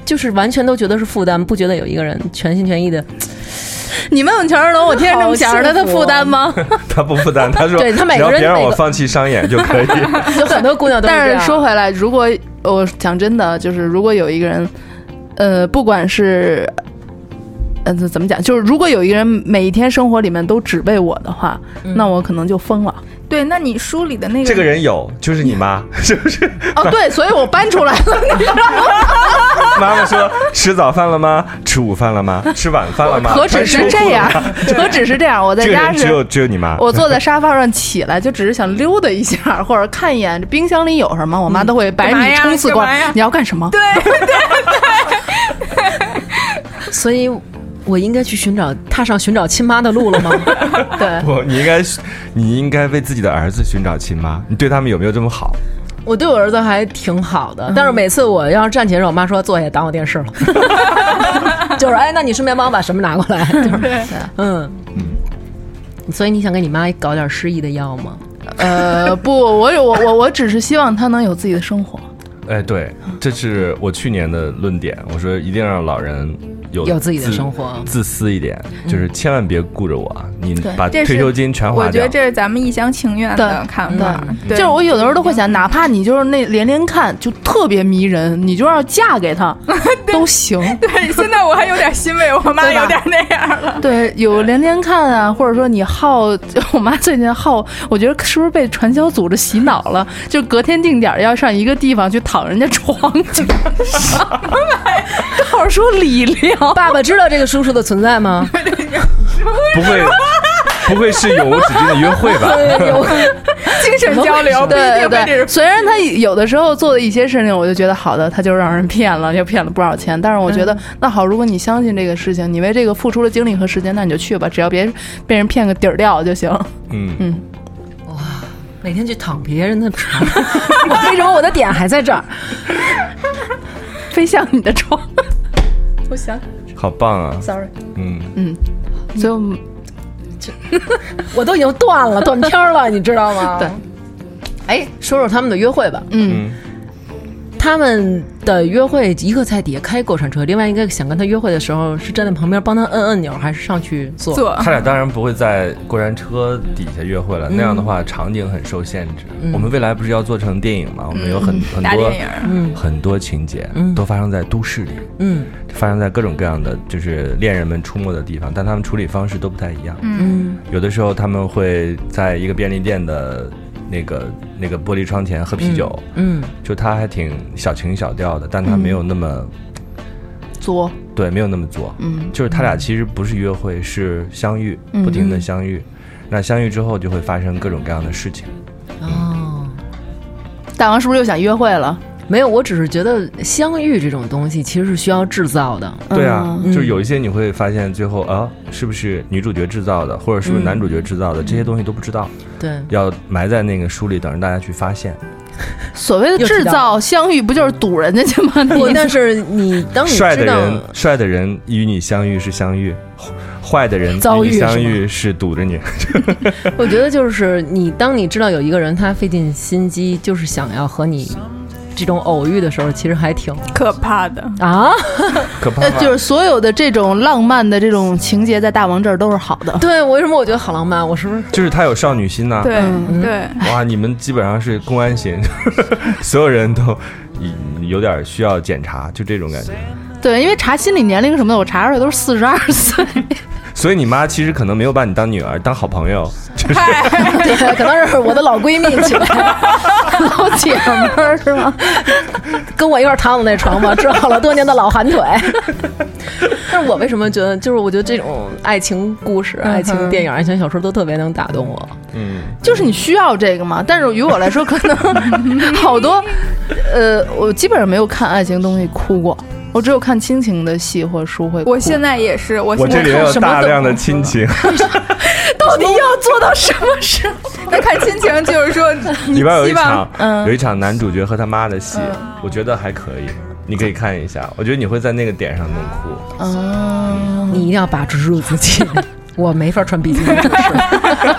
[SPEAKER 5] 就是完全都觉得是负担，不觉得有一个人全心全意 的？
[SPEAKER 8] 你问问权志龙，我天天这么想着他，
[SPEAKER 5] 好幸
[SPEAKER 8] 他
[SPEAKER 5] 福
[SPEAKER 8] 负担吗？
[SPEAKER 6] 他不负担，他 说
[SPEAKER 5] 对他每
[SPEAKER 6] 只
[SPEAKER 5] 个
[SPEAKER 6] 要
[SPEAKER 5] 人
[SPEAKER 6] 别让
[SPEAKER 5] 每
[SPEAKER 6] 我
[SPEAKER 5] 个
[SPEAKER 6] 放弃商演就可以。
[SPEAKER 5] 有很多姑娘都这样。
[SPEAKER 8] 但是说回来，如果我讲真的，就是如果有一个人，呃，不管是，嗯、呃，怎么讲，就是如果有一个人每一天生活里面都只为我的话，那我可能就疯 了。
[SPEAKER 7] 对，那你书里的那个
[SPEAKER 6] 这个人有，就是你妈， 是不是？
[SPEAKER 8] 哦，对，所以我搬出来 了。
[SPEAKER 6] 妈妈说吃早饭了吗？吃午饭了吗？吃晚饭了吗？
[SPEAKER 8] 何止是这样
[SPEAKER 6] 穿 秋裤了吗，
[SPEAKER 8] 何止是这样，我在
[SPEAKER 6] 这个
[SPEAKER 8] 家
[SPEAKER 6] 人只有
[SPEAKER 8] 是。
[SPEAKER 6] 只有你妈。
[SPEAKER 8] 我坐在沙发上起来，就只是想溜达一下，或者看一眼这冰箱里有什么。我妈都会百
[SPEAKER 7] 嗯干嘛
[SPEAKER 8] 米
[SPEAKER 7] 呀
[SPEAKER 8] 冲刺过
[SPEAKER 7] 干嘛呀
[SPEAKER 8] 来。你要干什么？
[SPEAKER 7] 对
[SPEAKER 5] 所以我应该去寻找踏上寻找亲妈的路了 吗？
[SPEAKER 8] 对，
[SPEAKER 6] 不，你应该，你应该为自己的儿子寻找亲妈。你对他们有没有这么好？
[SPEAKER 5] 我对我儿子还挺好的，但是每次我要是站起来的时候，我妈说坐下挡我电视了， 就是哎，那你顺便帮我把什么拿过 来，就是嗯嗯，所以你想给你妈搞点失忆的药吗？
[SPEAKER 8] 呃，不，我有我我我只是希望他能有自己的生活。
[SPEAKER 6] 哎，对，这是我去年的论点，我说一定让老人有
[SPEAKER 5] 有自己的生活
[SPEAKER 6] 自私一点，就是千万别顾着我啊，你
[SPEAKER 8] 对
[SPEAKER 6] 把
[SPEAKER 7] 这
[SPEAKER 6] 退
[SPEAKER 7] 是
[SPEAKER 6] 休金全花
[SPEAKER 7] 我觉
[SPEAKER 6] 掉
[SPEAKER 7] 得。这是咱们一厢情愿的
[SPEAKER 8] 对
[SPEAKER 7] 看法，对
[SPEAKER 8] 就是我有的时候都会想，哪怕你就是那连连看，就特别迷人，你就要嫁给 他都行。
[SPEAKER 7] 对，现在我还有点欣慰，我妈
[SPEAKER 8] 对吧
[SPEAKER 7] 有点那样了。
[SPEAKER 8] 对，有连连看啊，或者说你好，我妈最近好，我觉得是不是被传销组织洗脑了？就隔天定点要上一个地方去躺人家床去，告诉说理疗，
[SPEAKER 5] 爸爸知道这个叔叔的存在吗？
[SPEAKER 6] 不会，不会是永无止境的约会吧？
[SPEAKER 7] 精神交 流，不一
[SPEAKER 8] 对对
[SPEAKER 7] 定非得
[SPEAKER 8] 对，
[SPEAKER 7] 是
[SPEAKER 8] 虽然他有的时候做的一些事情，我就觉得好的，他就让人骗了，又骗了不少钱。但是我
[SPEAKER 7] 嗯
[SPEAKER 8] 觉得、那好，如果你相信这个事情，你为这个付出了精力和时间，那你就去吧，只要别被人骗个底儿掉就行。
[SPEAKER 6] 嗯
[SPEAKER 8] 嗯，
[SPEAKER 5] 每天去躺别人的床， 我为什么我的点还在这儿？
[SPEAKER 8] 飞向你的床。我想
[SPEAKER 6] 好棒啊！
[SPEAKER 5] ，sorry，
[SPEAKER 6] 嗯，
[SPEAKER 8] 所以我们
[SPEAKER 5] 我都已经断了，断片儿了， 你知道吗？
[SPEAKER 8] 对。
[SPEAKER 5] 哎，说说他们的约会吧。
[SPEAKER 8] 嗯
[SPEAKER 5] 他们的约会，一个在底下开过山车，另外一个想跟他约会的时候是站在旁边帮他摁按钮，还是上去坐？
[SPEAKER 7] 做
[SPEAKER 6] 他俩当然不会在过山车底下约会了，那样的话场景很受限制。我们未来不是要做成电影吗？我们有很很
[SPEAKER 7] 大
[SPEAKER 6] 多
[SPEAKER 7] 电影儿，
[SPEAKER 8] 嗯
[SPEAKER 6] 很多情节都发生在都市里，
[SPEAKER 5] 嗯
[SPEAKER 6] 发生在各种各样的就是恋人们出没的地方，但他们处理方式都不太一样。
[SPEAKER 5] 嗯
[SPEAKER 6] 有的时候他们会在一个便利店的那个那个玻璃窗前喝啤酒，
[SPEAKER 5] 嗯
[SPEAKER 6] 就他还挺小情小调的，
[SPEAKER 8] 嗯
[SPEAKER 6] 但他没有那么、
[SPEAKER 8] 作，
[SPEAKER 6] 对，没有那么作。
[SPEAKER 8] 嗯
[SPEAKER 6] 就是他俩其实不是约会，是相遇，不停的相遇。那相遇之后就会发生各种各样的事情。
[SPEAKER 5] 哦，
[SPEAKER 8] 大王是不是又想约会了？
[SPEAKER 5] 没有，我只是觉得相遇这种东西其实是需要制造的。
[SPEAKER 6] 对啊，
[SPEAKER 5] 嗯
[SPEAKER 6] 就是有一些你会发现最后啊，是不是女主角制造的，或者是不是男主角制造的，这些东西都不知道，
[SPEAKER 5] 对，
[SPEAKER 6] 要埋在那个书里等着大家去发现。
[SPEAKER 8] 所谓的
[SPEAKER 5] 又
[SPEAKER 8] 制
[SPEAKER 5] 知道
[SPEAKER 8] 造相遇，不就是堵人 家去吗？
[SPEAKER 5] 不，
[SPEAKER 8] 你
[SPEAKER 5] 但是你当你
[SPEAKER 6] 帅的
[SPEAKER 5] 知道
[SPEAKER 6] 人，帅的人与你相遇是相遇，坏坏的人
[SPEAKER 8] 遭
[SPEAKER 6] 与你
[SPEAKER 8] 遇
[SPEAKER 6] 相
[SPEAKER 8] 是吗
[SPEAKER 6] 遇是堵着你。
[SPEAKER 5] 我觉得就是你，当你知道有一个人他费尽心机，就是想要和你这种偶遇的时候，其实还挺
[SPEAKER 7] 可怕的。
[SPEAKER 5] 啊，
[SPEAKER 6] 可怕
[SPEAKER 8] 呃
[SPEAKER 6] 吗，
[SPEAKER 8] 就是所有的这种浪漫的这种情节，在大王这儿都是好 的。
[SPEAKER 5] 对我为什么我觉得好浪漫？我是不是？
[SPEAKER 6] 就是他有少女心呐、
[SPEAKER 7] 对
[SPEAKER 8] 嗯
[SPEAKER 7] 对，
[SPEAKER 6] 哇，你们基本上是公安型， 所有人都嗯有点需要检查，就这种感觉。
[SPEAKER 8] 对，因为查心理年龄什么的，我查出来都是四十二岁。
[SPEAKER 6] 所以你妈其实可能没有把你当女儿，当好朋友，就是
[SPEAKER 5] 对，可能是我的老闺蜜起来，老姐们儿是 吗？跟我一块儿躺我那床 吧，治好了多年的老寒腿。 但是我为什么觉得，就是我觉得这种爱情故事、爱情电影、爱情小说都特别能打动我。
[SPEAKER 6] 嗯，
[SPEAKER 8] 就是你需要这个嘛？但是于我来说，可 能好多，呃，我基本上没有看爱情东西哭过，我只有看亲情的戏或书会哭。
[SPEAKER 7] 我 现在也是，我
[SPEAKER 6] 我
[SPEAKER 7] 现
[SPEAKER 6] 这
[SPEAKER 7] 在
[SPEAKER 6] 里
[SPEAKER 7] 看
[SPEAKER 6] 有
[SPEAKER 7] 什
[SPEAKER 6] 大
[SPEAKER 7] 么
[SPEAKER 6] 量的亲情，
[SPEAKER 7] 到底要做到什么时候？ 那看亲情就是说，你
[SPEAKER 6] 里边有一
[SPEAKER 7] 希望嗯
[SPEAKER 6] 场
[SPEAKER 8] 嗯
[SPEAKER 6] 有一场男主角和他妈的戏，我觉得还可以，你可以看一下，我觉得你会在那个点上弄哭。哦
[SPEAKER 5] 你一定要把持住自己。嗯 我没法穿比 基尼，真是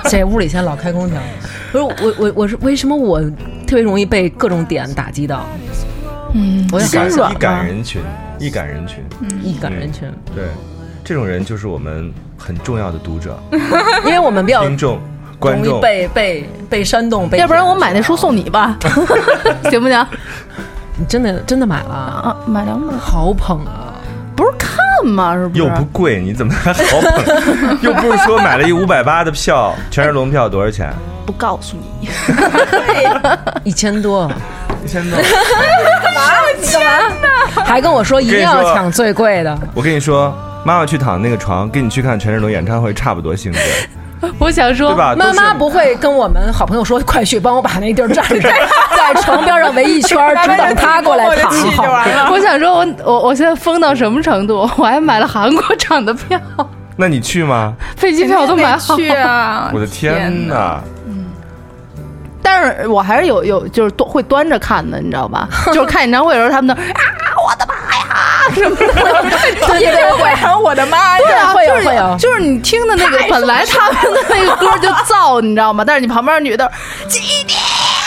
[SPEAKER 5] 这屋里现在老开空调。不是我，我我是为什么我特别容易被各种点打击到？嗯，我也
[SPEAKER 6] 一
[SPEAKER 5] 好
[SPEAKER 6] 赶
[SPEAKER 5] 想
[SPEAKER 6] 一赶人群，一赶人群，
[SPEAKER 5] 一感人群，
[SPEAKER 6] 对，这种人就是我们很重要的读者、
[SPEAKER 5] 因为我们比较
[SPEAKER 6] 听众、观
[SPEAKER 5] 容
[SPEAKER 6] 众
[SPEAKER 5] 易。被被被煽动，被
[SPEAKER 8] 要不然我买那书送 你吧，行不行？
[SPEAKER 5] 你真的真的买了，
[SPEAKER 8] 啊，买两本，
[SPEAKER 5] 好捧啊！
[SPEAKER 8] 不是看吗？是不是？
[SPEAKER 6] 又不贵，你怎么还好捧？又不是说买了一五百八的票，全是龙票，多少钱？
[SPEAKER 8] 不告诉你，
[SPEAKER 5] 一千多，
[SPEAKER 6] 一千多。
[SPEAKER 5] 还跟我说一定要抢最贵的，
[SPEAKER 6] 我跟你说，妈妈去躺那个床，跟你去看权志龙演唱会差不多性质，
[SPEAKER 8] 我想说
[SPEAKER 6] 对吧？
[SPEAKER 5] 妈妈
[SPEAKER 6] 都是
[SPEAKER 5] 不会跟我们好朋友说，快去帮我把那地儿占 着，在床边上围一圈儿，只等他过来躺
[SPEAKER 7] 我就气就
[SPEAKER 5] 好。
[SPEAKER 7] 完了。
[SPEAKER 8] 我想说我，我我现在疯到什么程度？我还买了韩国场的票，
[SPEAKER 6] 那你去吗？
[SPEAKER 8] 飞机票都买好。
[SPEAKER 7] 去啊！
[SPEAKER 6] 我的天
[SPEAKER 7] 哪！
[SPEAKER 6] 哪！
[SPEAKER 8] 但是我还是有有就是端会端着看的，你知道 吧？就是看演唱会的时候，他们都啊，我的妈呀，什么的，
[SPEAKER 5] 对对对，
[SPEAKER 7] 会喊我的妈
[SPEAKER 8] 对
[SPEAKER 7] 呀！
[SPEAKER 8] 啊，
[SPEAKER 5] 会有
[SPEAKER 8] 就是
[SPEAKER 5] 会有
[SPEAKER 8] 就是你听的那个，本来他们的那个歌就燥，你知道吗？但是你旁边女的，基地，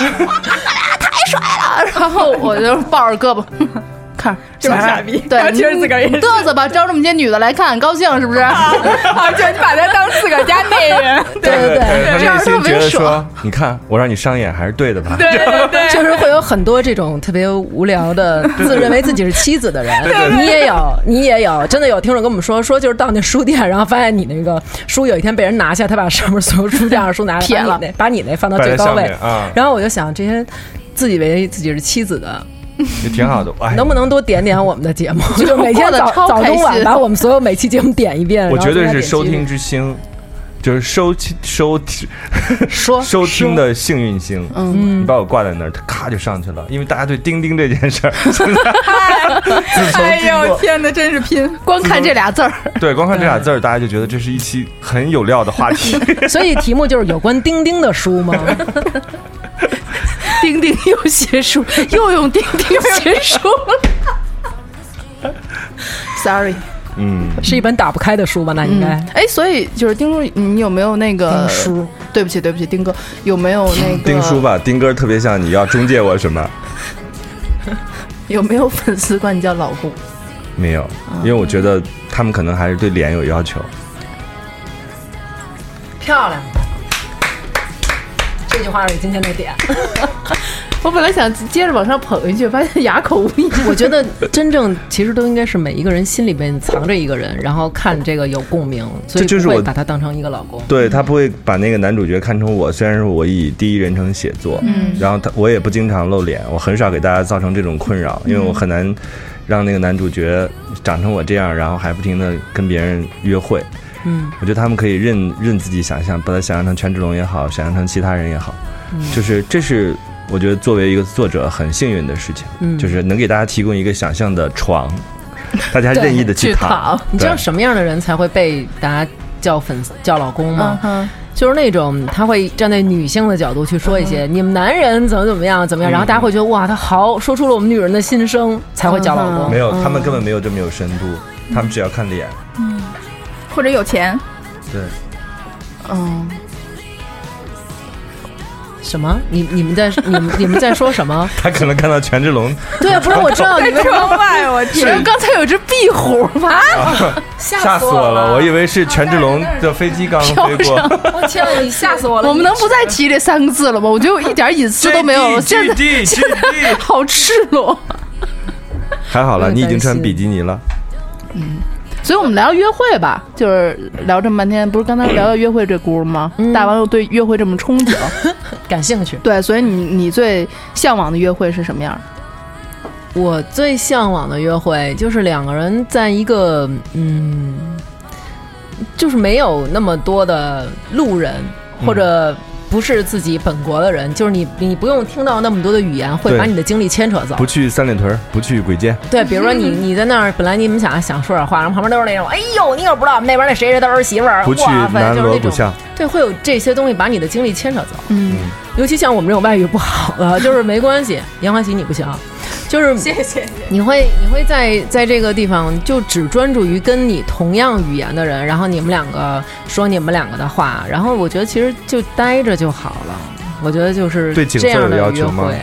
[SPEAKER 8] 我 们俩太帅了。然后我就抱着胳膊， 看
[SPEAKER 7] 这么傻逼
[SPEAKER 8] 对，
[SPEAKER 7] 然后其实自个儿也
[SPEAKER 8] 你嘚瑟吧，招这么些女的来看，高兴 是不是？
[SPEAKER 7] 啊，就你把他当自个儿家 内人，对
[SPEAKER 5] 对对对
[SPEAKER 6] 他
[SPEAKER 8] 这样
[SPEAKER 6] 内心
[SPEAKER 8] 特别
[SPEAKER 6] 觉得说
[SPEAKER 8] 爽，
[SPEAKER 6] 你看我让你商演还是对的吧？
[SPEAKER 7] 对对
[SPEAKER 5] 就
[SPEAKER 7] 对，
[SPEAKER 5] 是会有很多这种特别无聊的，自认为自己是妻子的人，你也有，你也有，真的有听众跟我们说，说就是到那书店，然后发现你那个书有一天被人拿下，他把上面所有书架上的书 拿
[SPEAKER 8] 撇
[SPEAKER 5] 下，把
[SPEAKER 8] 了
[SPEAKER 5] 你那把你那放到
[SPEAKER 6] 摆
[SPEAKER 5] 最
[SPEAKER 6] 在
[SPEAKER 5] 高
[SPEAKER 6] 上
[SPEAKER 5] 位
[SPEAKER 6] 面，啊，
[SPEAKER 5] 然后我就想这些。自以为自己是妻子的，
[SPEAKER 6] 也挺好的。哎，
[SPEAKER 5] 能不能多点点我们的节目？就是每
[SPEAKER 8] 过
[SPEAKER 5] 天
[SPEAKER 8] 得
[SPEAKER 5] 早
[SPEAKER 8] 超
[SPEAKER 5] 早
[SPEAKER 8] 开
[SPEAKER 5] 中晚
[SPEAKER 8] 心
[SPEAKER 5] 把我们所有每期节目点一遍。
[SPEAKER 6] 我
[SPEAKER 5] 然
[SPEAKER 6] 绝
[SPEAKER 5] 后
[SPEAKER 6] 对
[SPEAKER 5] 大家
[SPEAKER 6] 是
[SPEAKER 5] 点击
[SPEAKER 6] 收
[SPEAKER 5] 率
[SPEAKER 6] 听之星，就是收听收听
[SPEAKER 5] 说
[SPEAKER 6] 收听的幸运星。嗯，你把我挂在那儿，它咔就上去了，因为大家对钉钉这件事儿，自从
[SPEAKER 7] 哎
[SPEAKER 6] 经
[SPEAKER 7] 呦，
[SPEAKER 6] 说，
[SPEAKER 7] 天哪，真是拼！
[SPEAKER 8] 光看这俩字儿，
[SPEAKER 6] 对，光看这俩字儿，大家就觉得这是一期很有料的话题。
[SPEAKER 5] 所以题目就是有关钉钉的书 吗？
[SPEAKER 8] 钉钉又写书，又用钉 钉写书。Sorry，
[SPEAKER 6] 嗯，
[SPEAKER 5] 是一本打不开的书吧？那应该。
[SPEAKER 8] 嗯，哎，所以就是丁叔，你有没有那个
[SPEAKER 5] 钉书？
[SPEAKER 8] 对不起，对不起，丁哥，有没有那 个
[SPEAKER 6] 丁叔？吧，丁哥特别像你要中介我什么？
[SPEAKER 8] 有没有粉丝管你叫老公？
[SPEAKER 6] 没有，因为我觉得他们可能还是对脸有要求。
[SPEAKER 5] 漂亮。这句话是今天的点，
[SPEAKER 8] 我本来想接着往上捧一句，发现哑口无言。
[SPEAKER 5] 我觉得真正其实都应该是每一个人心里边藏着一个人，然后看这个有共鸣，所以
[SPEAKER 6] 这就是
[SPEAKER 5] 不会
[SPEAKER 6] 我
[SPEAKER 5] 把他当成一个老公。
[SPEAKER 6] 对他不会把那个男主角看成我，虽然是我以第一人称写作，嗯，然后他我也不经常露脸，我很少给大家造成这种困扰，因为我很难让那个男主角长成我这样，然后还不停的跟别人约会。
[SPEAKER 5] 嗯，
[SPEAKER 6] 我觉得他们可以任任自己想象，把他想象成权志龙也好，想象成其他人也好，
[SPEAKER 5] 嗯
[SPEAKER 6] 就是这是我觉得作为一个作者很幸运的事情，
[SPEAKER 5] 嗯
[SPEAKER 6] 就是能给大家提供一个想象的床，大家任意的去
[SPEAKER 8] 去
[SPEAKER 6] 躺
[SPEAKER 8] 躺，
[SPEAKER 5] 你知道
[SPEAKER 6] 对
[SPEAKER 5] 什么样的人才会被大家叫粉丝叫老公吗？
[SPEAKER 8] 嗯哼，
[SPEAKER 5] 就是那种他会站在女性的角度去说一些、
[SPEAKER 6] 嗯
[SPEAKER 5] 你们男人怎么怎么样怎么样，然后大家会觉得哇，他好说出了我们女人的心声，才会叫老公。
[SPEAKER 6] 嗯没有，他们根本没有这么有深度，他们只要看脸。
[SPEAKER 7] 或者有钱，
[SPEAKER 6] 对，
[SPEAKER 8] 嗯，
[SPEAKER 5] 什么？你你们在 你们你们在说什么？
[SPEAKER 6] 他可能看到权志龙，
[SPEAKER 5] 对啊，不是我知道你们
[SPEAKER 7] 在窗外，我
[SPEAKER 8] 你们
[SPEAKER 7] 天！
[SPEAKER 8] 刚才有只壁虎 吗？
[SPEAKER 6] 啊吓死我了！我以为是权志龙的飞机刚飞
[SPEAKER 8] 飘上
[SPEAKER 6] 过。
[SPEAKER 5] 我
[SPEAKER 8] 啊
[SPEAKER 5] 天哪，你吓死我了！
[SPEAKER 8] 我们能不再提这三个字了吗？我觉得我一点隐私 都没有了，现在
[SPEAKER 6] GD GD，
[SPEAKER 8] 好赤裸。
[SPEAKER 6] 还好了，
[SPEAKER 5] 我也
[SPEAKER 6] 你已经
[SPEAKER 5] 担
[SPEAKER 6] 穿
[SPEAKER 5] 心
[SPEAKER 6] 比基尼了。
[SPEAKER 8] 所以我们聊约会吧，就是聊这么半天，不是刚才聊到约会这轱辘吗？大王又对约会这么憧 憬，
[SPEAKER 5] 感兴趣？
[SPEAKER 8] 对，所以你你最向往的约会是什么样儿？
[SPEAKER 5] 我最向往的约会就是两个人在一个嗯，就是没有那么多的路人或
[SPEAKER 6] 嗯
[SPEAKER 5] 者。不是自己本国的人，就是你，你不用听到那么多的语言，会
[SPEAKER 6] 对
[SPEAKER 5] 把你的精力牵扯走
[SPEAKER 6] 不。去三里屯，不去鬼街，
[SPEAKER 5] 对，比如说 你，你在那儿，本来你们想想说点话，然后旁边都是那种，哎呦，你可不知道我们那边那谁谁的儿媳妇儿，
[SPEAKER 6] 不去
[SPEAKER 5] 哇，啊反
[SPEAKER 6] 南
[SPEAKER 5] 正就是
[SPEAKER 6] 锣
[SPEAKER 5] 那
[SPEAKER 6] 鼓
[SPEAKER 5] 种，
[SPEAKER 6] 巷。
[SPEAKER 5] 对，会有这些东西把你的精力牵扯走。
[SPEAKER 8] 嗯，
[SPEAKER 5] 尤其像我们这种外语不好的，就是没关系。杨欢喜，你不行，就是
[SPEAKER 7] 谢谢。
[SPEAKER 5] 你会你会在在这个地方就只专注于跟你同样语言的人，然后你们两个说你们两个的话，然后我觉得其实就待着就好了。我觉得就是
[SPEAKER 6] 对景色
[SPEAKER 5] 这样的
[SPEAKER 6] 有要
[SPEAKER 5] 约
[SPEAKER 6] 求吗
[SPEAKER 5] 会。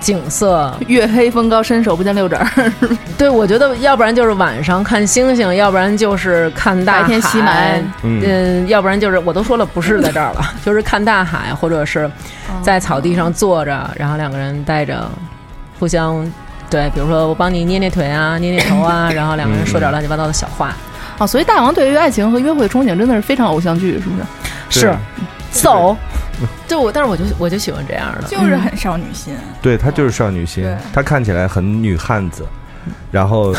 [SPEAKER 5] 景色，
[SPEAKER 8] 月黑风高，伸手不见六指 儿，
[SPEAKER 5] 对我觉得，要不然就是晚上看星星，要不然就是看大海，
[SPEAKER 8] 白天吸霾
[SPEAKER 6] 嗯，
[SPEAKER 5] 嗯，要不然就是我都说了不是在这儿了，就是看大海，或者是在草地上坐着，然后两个人带着互相对，比如说我帮你捏捏腿啊，捏捏头啊，然后两个人说点乱七八糟的小话，
[SPEAKER 8] 啊！所以大王对于爱情和约会的憧憬真的是非常偶像剧，是不是？
[SPEAKER 5] 是走。对我，但是我就我就喜欢这样的，
[SPEAKER 7] 就是
[SPEAKER 8] 嗯
[SPEAKER 7] 很少女心，
[SPEAKER 6] 对，她就是少女心
[SPEAKER 7] 对，
[SPEAKER 6] 她看起来很女汉子，然后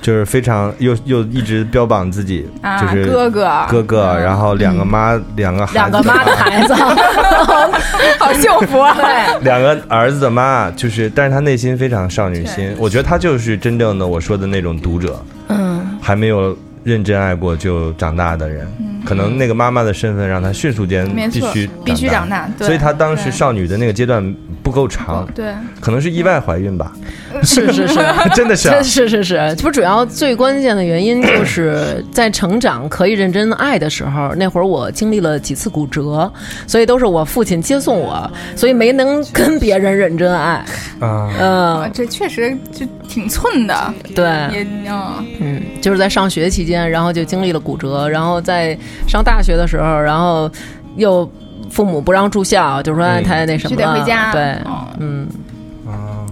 [SPEAKER 6] 就是非常又又一直标榜自己，
[SPEAKER 7] 啊
[SPEAKER 6] 就是
[SPEAKER 7] 哥哥
[SPEAKER 6] 哥哥，然后两个妈，两个孩子
[SPEAKER 5] 两个妈的孩 子，
[SPEAKER 7] 好幸福啊！
[SPEAKER 6] 两个儿子的妈，就是，但是她内心非常少女心
[SPEAKER 7] 对。
[SPEAKER 6] 我觉得她就是真正的我说的那种读者，
[SPEAKER 8] 嗯，
[SPEAKER 6] 还没有认真爱过就长大的人。可能那个妈妈的身份让她迅速间
[SPEAKER 7] 嗯没
[SPEAKER 6] 必
[SPEAKER 7] 错
[SPEAKER 6] 须
[SPEAKER 7] 必须长
[SPEAKER 6] 长
[SPEAKER 7] 大对
[SPEAKER 6] 所以她当时
[SPEAKER 7] 对
[SPEAKER 6] 少女的那个阶段不够长，
[SPEAKER 7] 对，啊
[SPEAKER 6] 可能是意外怀孕吧，
[SPEAKER 5] 是是是。
[SPEAKER 6] 真的是啊
[SPEAKER 5] 真 是是是，不主要最关键的原因 就是在成长可以认真爱的时候，那会儿我经历了几次骨折，所以都是我父亲接送我，所以没能
[SPEAKER 7] 嗯
[SPEAKER 5] 跟别人认真爱。
[SPEAKER 6] 啊。
[SPEAKER 5] 嗯，
[SPEAKER 7] 这确实就挺寸的，
[SPEAKER 5] 对，
[SPEAKER 7] 也嗯，
[SPEAKER 5] 嗯，就是在上学期间，然后就经历了骨折，然后在上大学的时候，然后又父母不让住校，就说哎
[SPEAKER 6] 嗯
[SPEAKER 5] 太那什
[SPEAKER 7] 必须
[SPEAKER 5] 么
[SPEAKER 7] 得
[SPEAKER 5] 了，
[SPEAKER 7] 回家。
[SPEAKER 5] 对，
[SPEAKER 7] 嗯
[SPEAKER 5] 嗯，
[SPEAKER 6] 啊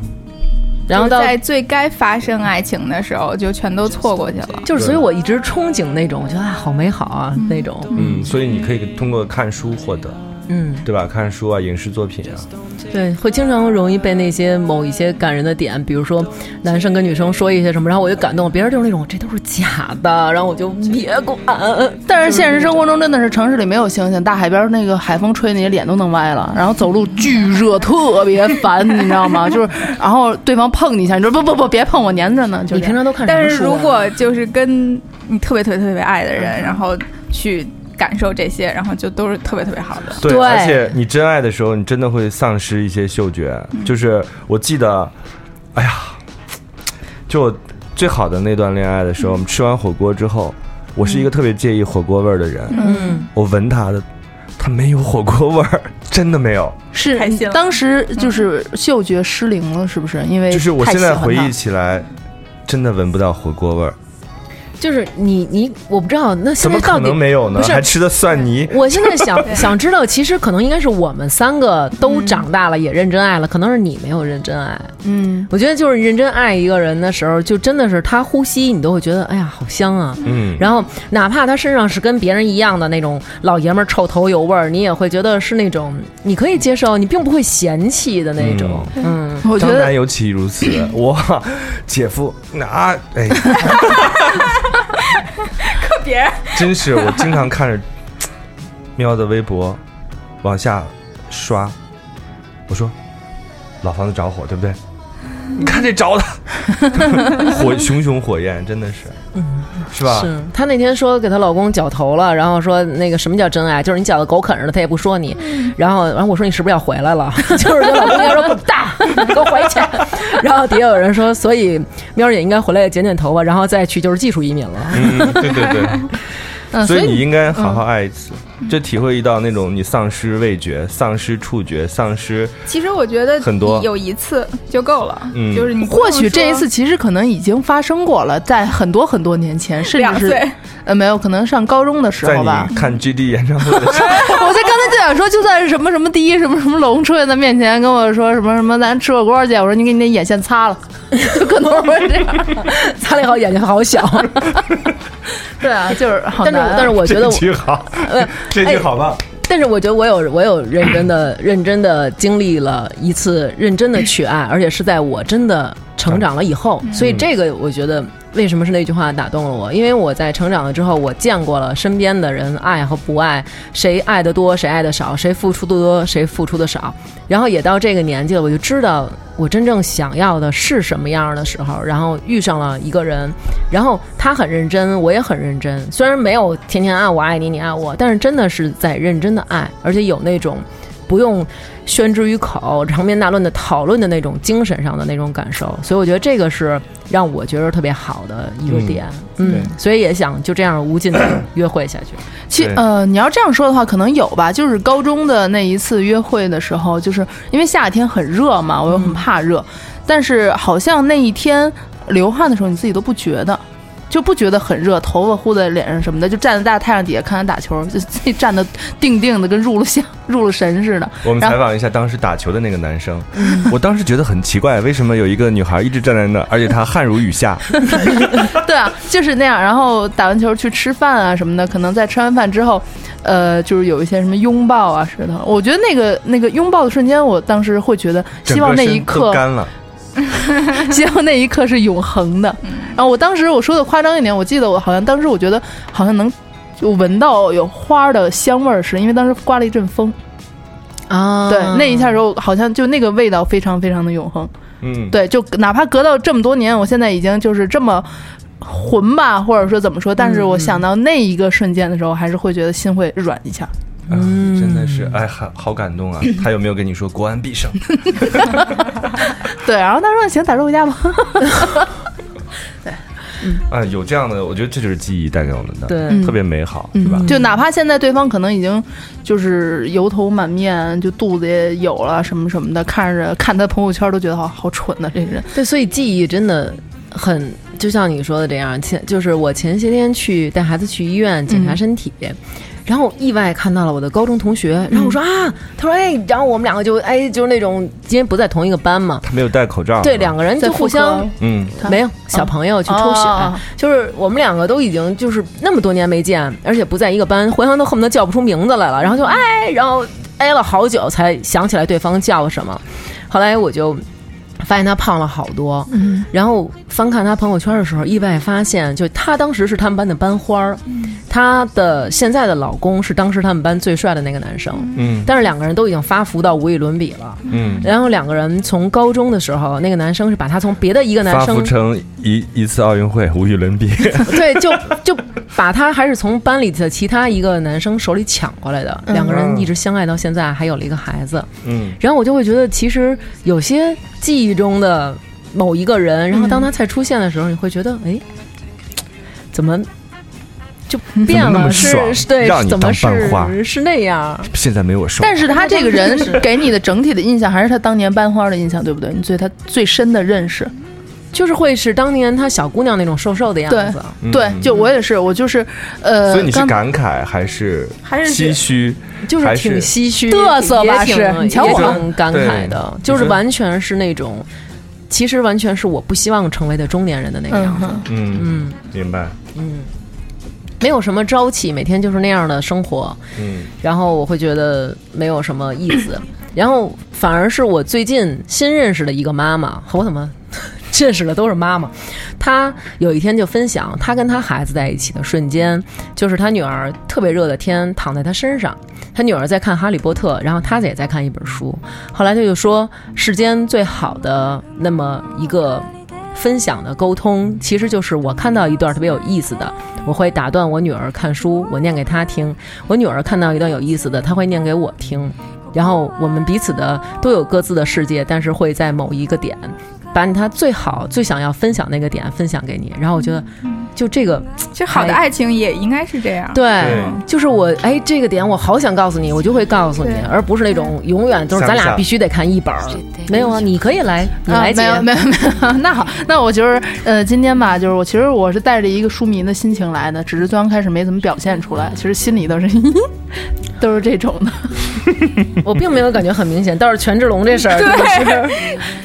[SPEAKER 5] 然后到
[SPEAKER 7] 就是在最该发生爱情的时候，就全都错过去了。
[SPEAKER 5] 就是，所以我一
[SPEAKER 7] 嗯
[SPEAKER 5] 直憧憬那种，我觉得啊好美好啊那种，
[SPEAKER 6] 嗯，所以你可以通过看书获得，
[SPEAKER 5] 嗯，
[SPEAKER 6] 对吧？看书啊，影视作品啊，
[SPEAKER 5] 对，会经常容易被那些某一些感人的点，比如说男生跟女生说一些什么，然后我就感动，别人就是那种这都是假的，然后我就别管。
[SPEAKER 8] 但是现实生活中真的是城市里没有星星，大海边那个海风吹，你脸都能歪了，然后走路巨热，特别烦，你知道吗？就是，然后对方碰你一下，你说不不不，别碰我，粘着呢。就
[SPEAKER 5] 你
[SPEAKER 8] 这
[SPEAKER 5] 平常
[SPEAKER 8] 样
[SPEAKER 5] 都看什
[SPEAKER 7] 但
[SPEAKER 5] 么书啊、
[SPEAKER 7] 是如果就是跟你特别特别特别爱的
[SPEAKER 6] 嗯
[SPEAKER 7] 人，然后去感受这些，然后就都是特别特别好的。
[SPEAKER 6] 对，
[SPEAKER 8] 对
[SPEAKER 6] 而且你真爱的时候，你真的会丧失一些嗅觉。
[SPEAKER 5] 嗯
[SPEAKER 6] 就是我记得，哎呀，就我最好的那段恋爱的时
[SPEAKER 5] 嗯
[SPEAKER 6] 候，我们吃完火锅之后，我是一个特别介意火锅味儿的人，
[SPEAKER 5] 嗯，
[SPEAKER 6] 我闻它的，它没有火锅味儿，真的没有。
[SPEAKER 8] 是
[SPEAKER 7] 开心了
[SPEAKER 8] 当时就是嗅觉失灵了，是不是？因为
[SPEAKER 6] 就是我
[SPEAKER 8] 太
[SPEAKER 6] 现在
[SPEAKER 8] 喜欢
[SPEAKER 6] 回
[SPEAKER 8] 他
[SPEAKER 6] 忆起来，真的闻不到火锅味儿，
[SPEAKER 5] 就是你你我不知道那
[SPEAKER 6] 怎
[SPEAKER 5] 现
[SPEAKER 6] 么
[SPEAKER 5] 在
[SPEAKER 6] 可
[SPEAKER 5] 到底
[SPEAKER 6] 能没有呢
[SPEAKER 5] 不？是
[SPEAKER 6] 还吃的蒜泥。
[SPEAKER 5] 我现在想想知道，其实可能应该是我们三个都长大了，也认真爱了，可能是你没有认真爱。
[SPEAKER 8] 嗯，
[SPEAKER 5] 我觉得就是你认真爱一个人的时候，就真的是他呼吸，你都会觉得哎呀好香啊。
[SPEAKER 6] 嗯，
[SPEAKER 5] 然后哪怕他身上是跟别人一样的那种老爷们儿臭头油味儿，你也会觉得是那种你可以接受，你并不会嫌弃的那种。嗯，
[SPEAKER 8] 我觉
[SPEAKER 6] 当
[SPEAKER 8] 得
[SPEAKER 6] 然尤其如 此。哇，姐夫，那啊哎，
[SPEAKER 7] 别人
[SPEAKER 6] 真是我经常看着喵的微博往下刷，我说老房子着火，对不对？ 你看这着的火熊熊火焰，真的是，是吧？
[SPEAKER 5] 是她那天说给她老公绞头了，然后说那个什么叫真爱，就是你绞的狗啃似的，他也不说你。然后，然后我说你是不是要回来了？ 就是她老公应该说滚蛋，给我回去。然后底下有人说，所以喵儿也应该回来剪剪头发，然后再去就是技术移民了。
[SPEAKER 6] 嗯，对对对，
[SPEAKER 8] 嗯，
[SPEAKER 6] 所
[SPEAKER 8] 所
[SPEAKER 6] 以
[SPEAKER 8] 以
[SPEAKER 6] 你应该好好爱一次，就体会到那种你丧失味觉、丧失触觉、丧失
[SPEAKER 7] 其实我觉得
[SPEAKER 6] 很多
[SPEAKER 7] 有一次就够了，
[SPEAKER 6] 嗯
[SPEAKER 7] 就是你不用
[SPEAKER 8] 或许这一
[SPEAKER 7] 说
[SPEAKER 8] 次其实可能已经发生过了，在很多很多年前，甚
[SPEAKER 7] 两
[SPEAKER 8] 至是
[SPEAKER 7] 岁，
[SPEAKER 8] 呃没有，可能上高中的时
[SPEAKER 6] 在
[SPEAKER 8] 候吧。
[SPEAKER 6] 你看 GD 演唱会的时候，
[SPEAKER 8] 我在刚才就想说，就算是什么什么第一什么什么龙出现在面前跟我说什么什么咱吃火锅去，我说你给你那眼线擦了，就可能会这样。
[SPEAKER 5] 擦了以后眼睛好小，
[SPEAKER 8] 对啊， 就是好
[SPEAKER 5] 但是
[SPEAKER 8] 难啊
[SPEAKER 5] 但是 我呃哎觉得
[SPEAKER 6] 这
[SPEAKER 5] 我。
[SPEAKER 6] 句好， 这句好棒。
[SPEAKER 5] 但是我觉得我有我有认真的认真的经历了一次认真的去爱，而且是在我真的成长了以后，所以这个我觉得为什么是那句话打动了我，因为我在成长了之后，我见过了身边的人爱和不爱，谁爱的多，谁爱的少，谁付出的多，谁付出的少，然后也到这个年纪了，我就知道我真正想要的是什么样的时候，然后遇上了一个人，然后他很认真，我也很认真。虽然没有天天爱我爱你，你爱我，但是真的是在认真的爱，而且有那种不用宣之于口、长篇大论的讨论的那种精神上的那种感受。所以我觉得这个是让我觉得特别好的一个
[SPEAKER 6] 嗯
[SPEAKER 5] 点。嗯，
[SPEAKER 6] 对
[SPEAKER 5] 所以也想就这样无尽的约会下去。
[SPEAKER 8] 其
[SPEAKER 6] 对
[SPEAKER 8] 呃，你要这样说的话，可能有吧。就是高中的那一次约会的时候，就是因为夏天很热嘛，我又很怕热，但是好像那一天流汗的时候，你自己都不觉得。就不觉得很热，头发糊在脸上什么的，就站在大太阳底下看他打球，就自己站的定定的，跟入了像入了神似的。
[SPEAKER 6] 我们
[SPEAKER 8] 然后
[SPEAKER 6] 采访一下当时打球的那个男生，
[SPEAKER 5] 嗯
[SPEAKER 6] 我当时觉得很奇怪，为什么有一个女孩一直站在那儿，而且她汗如 雨下。
[SPEAKER 8] 对啊，就是那样。然后打完球去吃饭啊什么的，可能在吃完饭之后，呃，就是有一些什么拥抱啊似的。我觉得那个那个拥抱的瞬间，我当时会觉得，希望那一
[SPEAKER 6] 整个身
[SPEAKER 8] 刻
[SPEAKER 6] 都，干了。
[SPEAKER 8] 希望那一刻是永恒的。然后我当时我说的夸张一点，我记得我好像当时我觉得好像能就闻到有花的香味儿似的，因为当时刮了一阵风，
[SPEAKER 5] 啊
[SPEAKER 8] 对，那一下时候好像就那个味道非常非常的永恒。
[SPEAKER 6] 嗯，
[SPEAKER 8] 对，就哪怕隔到这么多年，我现在已经就是这么混吧，或者说怎么说，但是我想到那一个瞬间的时候，还是会觉得心会软一下。
[SPEAKER 6] 啊，真的是，哎，好好 感动啊！他有没有跟你说国安必胜？
[SPEAKER 8] 对，然后他说行，打车回家吧。
[SPEAKER 6] 啊，有这样的，我觉得这就是记忆带给我们的，
[SPEAKER 5] 对
[SPEAKER 6] 特别美好，是吧
[SPEAKER 8] 嗯，？就哪怕现在对方可能已经就是油头满面，就肚子也有了什么什么的，看着看他朋友圈都觉得好好蠢的这个人。
[SPEAKER 5] 对，所以记忆真的很，就像你说的这样，前就是我前些天去带孩子去医院检查
[SPEAKER 8] 嗯
[SPEAKER 5] 身体。然后意外看到了我的高中同学，然后我说、啊，他说哎，然后我们两个就哎，就是那种因为不在同一个班嘛，
[SPEAKER 6] 他没有戴口罩，
[SPEAKER 5] 对，两个人
[SPEAKER 8] 在
[SPEAKER 5] 就互相
[SPEAKER 6] 嗯，
[SPEAKER 8] 他
[SPEAKER 5] 没有小朋友去抽血，
[SPEAKER 8] 哦
[SPEAKER 5] 就是我们两个都已经就是那么多年没见，而且不在一个班，互相都恨不得叫不出名字来了，然后就哎，然后。哎了好久才想起来对方叫什么。后来我就发现他胖了好多，
[SPEAKER 7] 嗯
[SPEAKER 5] 然后翻看他朋友圈的时候，意外发现，就他当时是他们班的班花儿，
[SPEAKER 8] 嗯
[SPEAKER 5] 她的现在的老公是当时他们班最帅的那个男生，
[SPEAKER 6] 嗯
[SPEAKER 5] 但是两个人都已经发福到无与伦比了。
[SPEAKER 6] 嗯，
[SPEAKER 5] 然后两个人从高中的时候，那个男生是把他从别的一个男
[SPEAKER 6] 发
[SPEAKER 5] 生
[SPEAKER 6] 福成一一次奥运会无与 伦比。
[SPEAKER 5] 对，就就把他还是从班里的其他一个男生手里抢过来的，两个人一直相爱到现在，还有了一个孩子。
[SPEAKER 6] 嗯，
[SPEAKER 5] 然后我就会觉得，其实有些记忆中的某一个人，然后当他再出现的时候，你会觉得，哎，怎么？就变
[SPEAKER 6] 怎么那
[SPEAKER 5] 了，
[SPEAKER 6] 么
[SPEAKER 5] 是
[SPEAKER 6] 爽
[SPEAKER 5] 是对
[SPEAKER 6] 让，你
[SPEAKER 5] 怎么
[SPEAKER 6] 当班花
[SPEAKER 5] 是是那样？
[SPEAKER 6] 现在没我瘦，
[SPEAKER 8] 但 是他这个人给你的整体的印象还是他当年班花的印象，对不对？你对他最深的认识，
[SPEAKER 5] 就是会是当年她小姑娘那种瘦瘦的样
[SPEAKER 8] 对
[SPEAKER 5] 子。
[SPEAKER 6] 嗯
[SPEAKER 8] 对，就我也是，我就是，呃，
[SPEAKER 6] 所以你是
[SPEAKER 8] 刚
[SPEAKER 6] 感慨还是
[SPEAKER 7] 还是
[SPEAKER 6] 唏虚？
[SPEAKER 5] 就是
[SPEAKER 6] 还
[SPEAKER 5] 挺
[SPEAKER 6] 是
[SPEAKER 5] 唏嘘、
[SPEAKER 8] 嘚瑟吧
[SPEAKER 5] 也挺
[SPEAKER 8] 是你瞧
[SPEAKER 5] 也
[SPEAKER 8] 我
[SPEAKER 5] 挺感
[SPEAKER 6] 对
[SPEAKER 5] 慨的，就
[SPEAKER 6] 你
[SPEAKER 5] 是
[SPEAKER 6] 说
[SPEAKER 5] 完全是那种，其实完全是我不希望成为的中年人的那个
[SPEAKER 8] 嗯
[SPEAKER 5] 样子，
[SPEAKER 8] 哼，
[SPEAKER 6] 嗯，
[SPEAKER 5] 嗯，
[SPEAKER 6] 明白。
[SPEAKER 5] 没有什么朝气，每天就是那样的生活，
[SPEAKER 6] 嗯
[SPEAKER 5] 然后我会觉得没有什么意思，然后反而是我最近新认识的一个妈妈，我怎么 认识的都是妈妈，她有一天就分享她跟她孩子在一起的瞬间，就是她女儿特别热的天躺在她身上，她女儿在看《哈利波特》，然后她也在看一本书，后来她就说世间最好的那么一个。分享的沟通其实就是我看到一段特别有意思的，我会打断我女儿看书，我念给她听；我女儿看到一段有意思的，她会念给我听。然后我们彼此的都有各自的世界，但是会在某一个点，把你他最好、最想要分享那个点分享给你。然后我觉得，就这个，
[SPEAKER 7] 其实好的
[SPEAKER 8] 哎
[SPEAKER 7] 爱情也应该是这样。
[SPEAKER 5] 对，就是我，哎，这个点我好想告诉你，我就会告诉你
[SPEAKER 7] 对，
[SPEAKER 5] 而不是那种永远都是咱
[SPEAKER 6] 想不
[SPEAKER 5] 俩
[SPEAKER 6] 想
[SPEAKER 5] 必须得看一本儿。没有啊，你可以来，你来
[SPEAKER 8] 啊，没
[SPEAKER 5] 姐
[SPEAKER 8] 有没有没有， 那好，那我就是呃，今天吧，就是我其实我是带着一个书迷的心情来的，只是刚开始没怎么表现出来，其实心里都是 都是这种的。
[SPEAKER 5] 我并没有感觉很明显，倒是权志龙这事儿，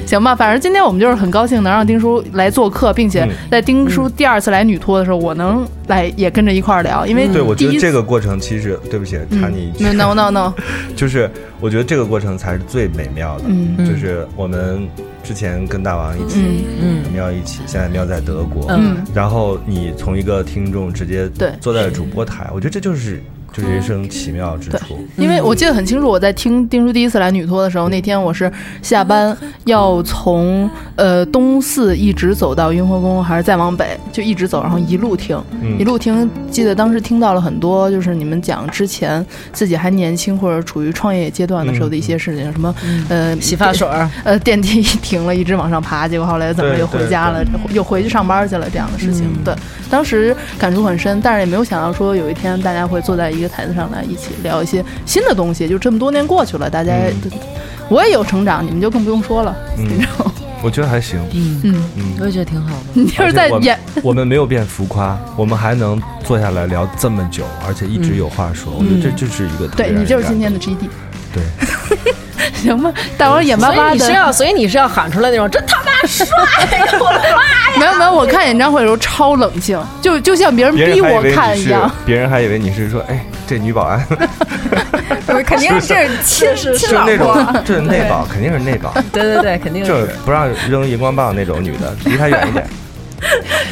[SPEAKER 8] 行吧，反正今天我们就是很高兴能让丁叔来做客，并且
[SPEAKER 6] 嗯
[SPEAKER 8] 在丁叔第二次来女托的时候，我能来也跟着一块儿聊，因为
[SPEAKER 6] 嗯对，我
[SPEAKER 8] 嗯第
[SPEAKER 6] 觉得
[SPEAKER 8] 一次嗯
[SPEAKER 6] 这个过程其实对不起，插你一句，
[SPEAKER 8] no no no，
[SPEAKER 6] 就是我觉得这个过程才是最美妙的，
[SPEAKER 8] 嗯
[SPEAKER 6] 就是我们之前跟大王一起，
[SPEAKER 8] 嗯，
[SPEAKER 5] 嗯
[SPEAKER 6] 喵一起，现在喵在德国，
[SPEAKER 5] 嗯
[SPEAKER 6] 然后你从一个听众直接
[SPEAKER 8] 对
[SPEAKER 6] 坐在主播台，我觉得这就是就是人生奇妙之处，
[SPEAKER 8] 因为我记得很清楚，我在听丁叔第一次来女托的时候，那天我是下班要从呃东四一直走到雍和宫，还是再往北，就一直走，然后一路听，
[SPEAKER 6] 嗯
[SPEAKER 8] 一路听。记得当时听到了很多，就是你们讲之前自己还年轻或者处于创业阶段的时候的一些事情，什么呃
[SPEAKER 5] 洗发水儿，
[SPEAKER 8] 呃电梯停了，一直往上爬，结果后来怎么
[SPEAKER 6] 对
[SPEAKER 8] 又回家了，又回去上班去了这样的事情。
[SPEAKER 6] 嗯
[SPEAKER 8] 对，当时感触很深，但是也没有想到说有一天大家会坐在一个台子上来一起聊一些新的东西。就这么多年过去了，大家、我也有成长，你们就更不用说了。
[SPEAKER 6] 嗯，我觉得还行，
[SPEAKER 8] 嗯，
[SPEAKER 6] 嗯
[SPEAKER 5] 我。也觉得挺好的。
[SPEAKER 8] 你就是在
[SPEAKER 6] 而且我们
[SPEAKER 8] 演，
[SPEAKER 6] 我们没有变浮夸，我们还能坐下来聊这么久，而且一直有话说，我觉得这就是一个特别
[SPEAKER 8] 嗯对
[SPEAKER 6] 让
[SPEAKER 8] 你
[SPEAKER 6] 人
[SPEAKER 8] 就是今
[SPEAKER 6] 感
[SPEAKER 8] 天的 GD，
[SPEAKER 6] 动 对。嗯
[SPEAKER 8] 行吧？大王眼巴
[SPEAKER 5] 所以
[SPEAKER 8] 巴
[SPEAKER 5] 你
[SPEAKER 8] 的
[SPEAKER 5] 是，要，所以你是要喊出来那种，真他妈帅！
[SPEAKER 8] 没有没有，我看演唱会的时候超冷静，就就像别人
[SPEAKER 6] 别
[SPEAKER 8] 逼
[SPEAKER 6] 人还以
[SPEAKER 8] 我
[SPEAKER 6] 为
[SPEAKER 8] 看
[SPEAKER 6] 你
[SPEAKER 8] 一
[SPEAKER 6] 是
[SPEAKER 8] 样。，
[SPEAKER 6] 别人还以为你是说，哎，这女保 安
[SPEAKER 7] 对，肯定是亲
[SPEAKER 6] 就
[SPEAKER 7] 亲
[SPEAKER 6] 是
[SPEAKER 7] 老
[SPEAKER 6] 那
[SPEAKER 7] 婆。
[SPEAKER 6] 种，就是内 保，肯定是内保，
[SPEAKER 5] 对对对，肯定
[SPEAKER 6] 就是是不让扔荧光棒那种女的，离她远一点。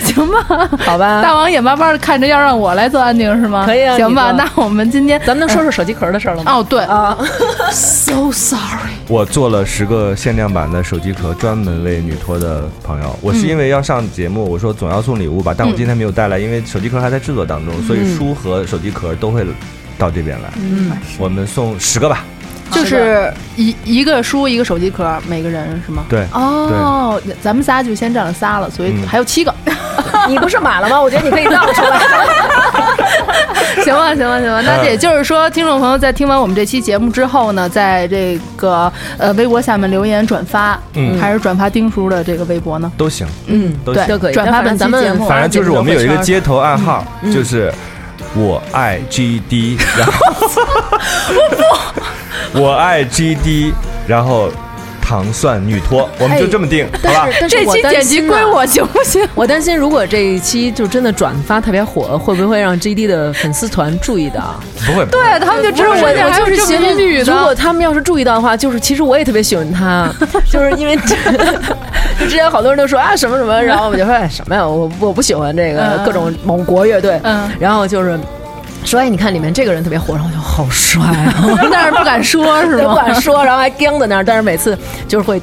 [SPEAKER 8] 行吧，
[SPEAKER 5] 好吧。
[SPEAKER 8] 大王眼巴巴的看着，要让我来做安定是吗？
[SPEAKER 5] 可以啊
[SPEAKER 8] 行吧，
[SPEAKER 5] 你
[SPEAKER 8] 那
[SPEAKER 5] 做
[SPEAKER 8] 我们今天
[SPEAKER 5] 咱们能说说手机壳的事儿了吗？
[SPEAKER 8] 哦，对
[SPEAKER 5] 啊，
[SPEAKER 8] ，so sorry，
[SPEAKER 6] 我做了十个限量版的手机壳，专门为女托的朋友。我是因为要上节目，我说总要送礼物吧，但我今天没有带来，因为手机壳还在制作当中，所以书和手机壳都会到这边来。
[SPEAKER 8] 嗯，
[SPEAKER 6] 我们送十个吧，
[SPEAKER 8] 就是一一个书一个手机壳，每个人是吗？
[SPEAKER 6] 对，
[SPEAKER 8] 哦，咱们仨就先占了仨了，所以
[SPEAKER 6] 嗯
[SPEAKER 8] 还有七个。
[SPEAKER 5] 你不是买了吗？我觉得你可以 闹出来。
[SPEAKER 8] 行吧，行吧，行吧。那也就是说，听众朋友在听完我们这期节目之后呢，在这个呃微博下面留言转发，
[SPEAKER 6] 嗯
[SPEAKER 8] 还是转发丁叔的这个微博呢？
[SPEAKER 6] 都行，
[SPEAKER 5] 嗯，
[SPEAKER 6] 都
[SPEAKER 8] 对
[SPEAKER 6] 行。
[SPEAKER 5] 都可以。
[SPEAKER 8] 转发本期
[SPEAKER 5] 咱们
[SPEAKER 8] 节目啊
[SPEAKER 6] 反正就是我们有一个
[SPEAKER 5] 接，
[SPEAKER 6] 街头暗号，就是我爱 GD，然后我爱 GD，然后糖蒜女托，我们就这么定，好吧？
[SPEAKER 5] 但是
[SPEAKER 7] 这
[SPEAKER 5] 我
[SPEAKER 7] 期
[SPEAKER 5] 担
[SPEAKER 7] 剪辑
[SPEAKER 5] 心啊
[SPEAKER 7] 归我行不 行？
[SPEAKER 5] 我担心，如果这一期就真的转发特别火，会不会让 GD 的粉丝团注意到？
[SPEAKER 6] 不会，对，
[SPEAKER 7] 对，他们就知
[SPEAKER 5] 不是
[SPEAKER 7] 道
[SPEAKER 5] 我，
[SPEAKER 7] 这
[SPEAKER 5] 我
[SPEAKER 7] 还有
[SPEAKER 5] 就是
[SPEAKER 7] 这
[SPEAKER 5] 寻
[SPEAKER 7] 么一女
[SPEAKER 5] 思，
[SPEAKER 7] 的
[SPEAKER 5] 如果他们要是注意到的话，就是其实我也特别喜欢 他，就是因为就之前好多人都说啊什么什么，然后我就说、哎、什么呀，我我不喜欢这个
[SPEAKER 7] 嗯
[SPEAKER 5] 各种某国乐队，
[SPEAKER 7] 嗯
[SPEAKER 5] 然后就是说哎你看里面这个人特别火，然后我就好帅 啊，
[SPEAKER 8] 但是不 敢说，是
[SPEAKER 5] 不
[SPEAKER 8] 吗？
[SPEAKER 5] 敢说，然后还僵在那儿，但是每次就是会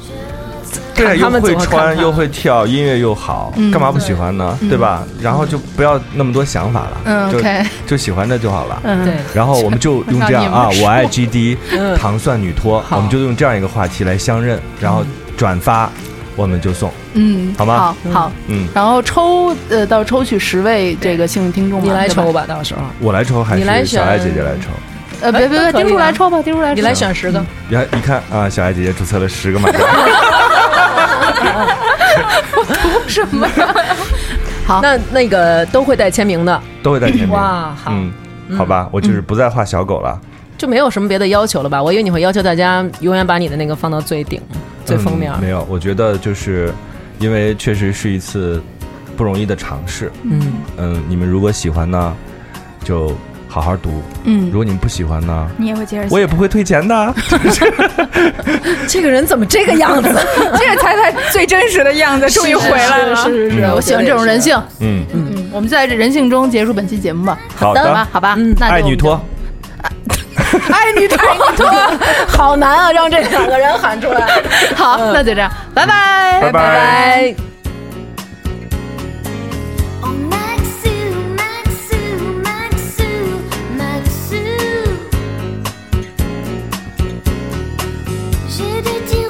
[SPEAKER 5] 看
[SPEAKER 6] 对，啊
[SPEAKER 5] 他
[SPEAKER 6] 又
[SPEAKER 5] 们
[SPEAKER 6] 会
[SPEAKER 5] 怎么看
[SPEAKER 6] 穿
[SPEAKER 5] 他
[SPEAKER 6] 又会跳，音乐又好，干嘛不喜欢呢？对吧？然后就不要那么多想法了，
[SPEAKER 8] 嗯
[SPEAKER 6] 就
[SPEAKER 8] OK
[SPEAKER 6] 就喜欢的就好了。
[SPEAKER 8] 嗯
[SPEAKER 5] 对。
[SPEAKER 6] 然后我们就用这样啊
[SPEAKER 8] 让你们，说
[SPEAKER 6] 我爱 GD，
[SPEAKER 5] 嗯
[SPEAKER 6] 糖蒜女托，我们就用这样一个话题来相认，然后转发，我们就送，
[SPEAKER 8] 嗯，
[SPEAKER 6] 好吗？
[SPEAKER 8] 好，好，
[SPEAKER 6] 嗯，
[SPEAKER 8] 然后抽呃，到抽取十位这个幸运听众嘛，
[SPEAKER 5] 你来
[SPEAKER 8] 对吧
[SPEAKER 5] 抽，吧，到时候
[SPEAKER 6] 我来抽还
[SPEAKER 5] 你来
[SPEAKER 6] 是小爱姐
[SPEAKER 5] 选
[SPEAKER 6] 姐来抽？
[SPEAKER 8] 呃，别别
[SPEAKER 5] 哎可以啊
[SPEAKER 8] 别，丁叔来抽吧，丁叔来
[SPEAKER 5] 你
[SPEAKER 8] 抽，
[SPEAKER 5] 来选十个，
[SPEAKER 6] 然后一看啊，小爱姐姐注册了十个马甲，
[SPEAKER 8] 什么 呀？好
[SPEAKER 5] 那那个都会带签名的，
[SPEAKER 6] 都会带签名。
[SPEAKER 5] 哇好
[SPEAKER 6] 嗯，好吧，我就是不再画小狗了。
[SPEAKER 5] 就没有什么别的要求了吧？我以为你会要求大家永远把你的那个放到最顶、最封面。
[SPEAKER 6] 嗯没有，我觉得就是因为确实是一次不容易的尝试。
[SPEAKER 5] 嗯，
[SPEAKER 6] 嗯，你们如果喜欢呢，就好好读；如
[SPEAKER 8] 嗯，
[SPEAKER 6] 果你们不喜欢呢，
[SPEAKER 7] 你也会接着写，
[SPEAKER 6] 我也不会退钱的。
[SPEAKER 5] 这个人怎么这个样子？
[SPEAKER 7] 这才才最真实的样子，终于回来了。
[SPEAKER 8] 是是是，
[SPEAKER 6] 嗯
[SPEAKER 8] 我喜欢这种人性。
[SPEAKER 6] 嗯，
[SPEAKER 8] 嗯，我们就在这人性中结束本期节目吧。
[SPEAKER 6] 好
[SPEAKER 8] 好吧
[SPEAKER 6] 的，，
[SPEAKER 8] 好吧，
[SPEAKER 5] 嗯
[SPEAKER 8] 那就
[SPEAKER 6] 爱女托，
[SPEAKER 8] 爱女托，
[SPEAKER 5] 好难啊，让这两个人喊出来。
[SPEAKER 8] 好，那就这样，拜拜，
[SPEAKER 5] 拜
[SPEAKER 6] 拜
[SPEAKER 5] 拜。
[SPEAKER 3] J'ai des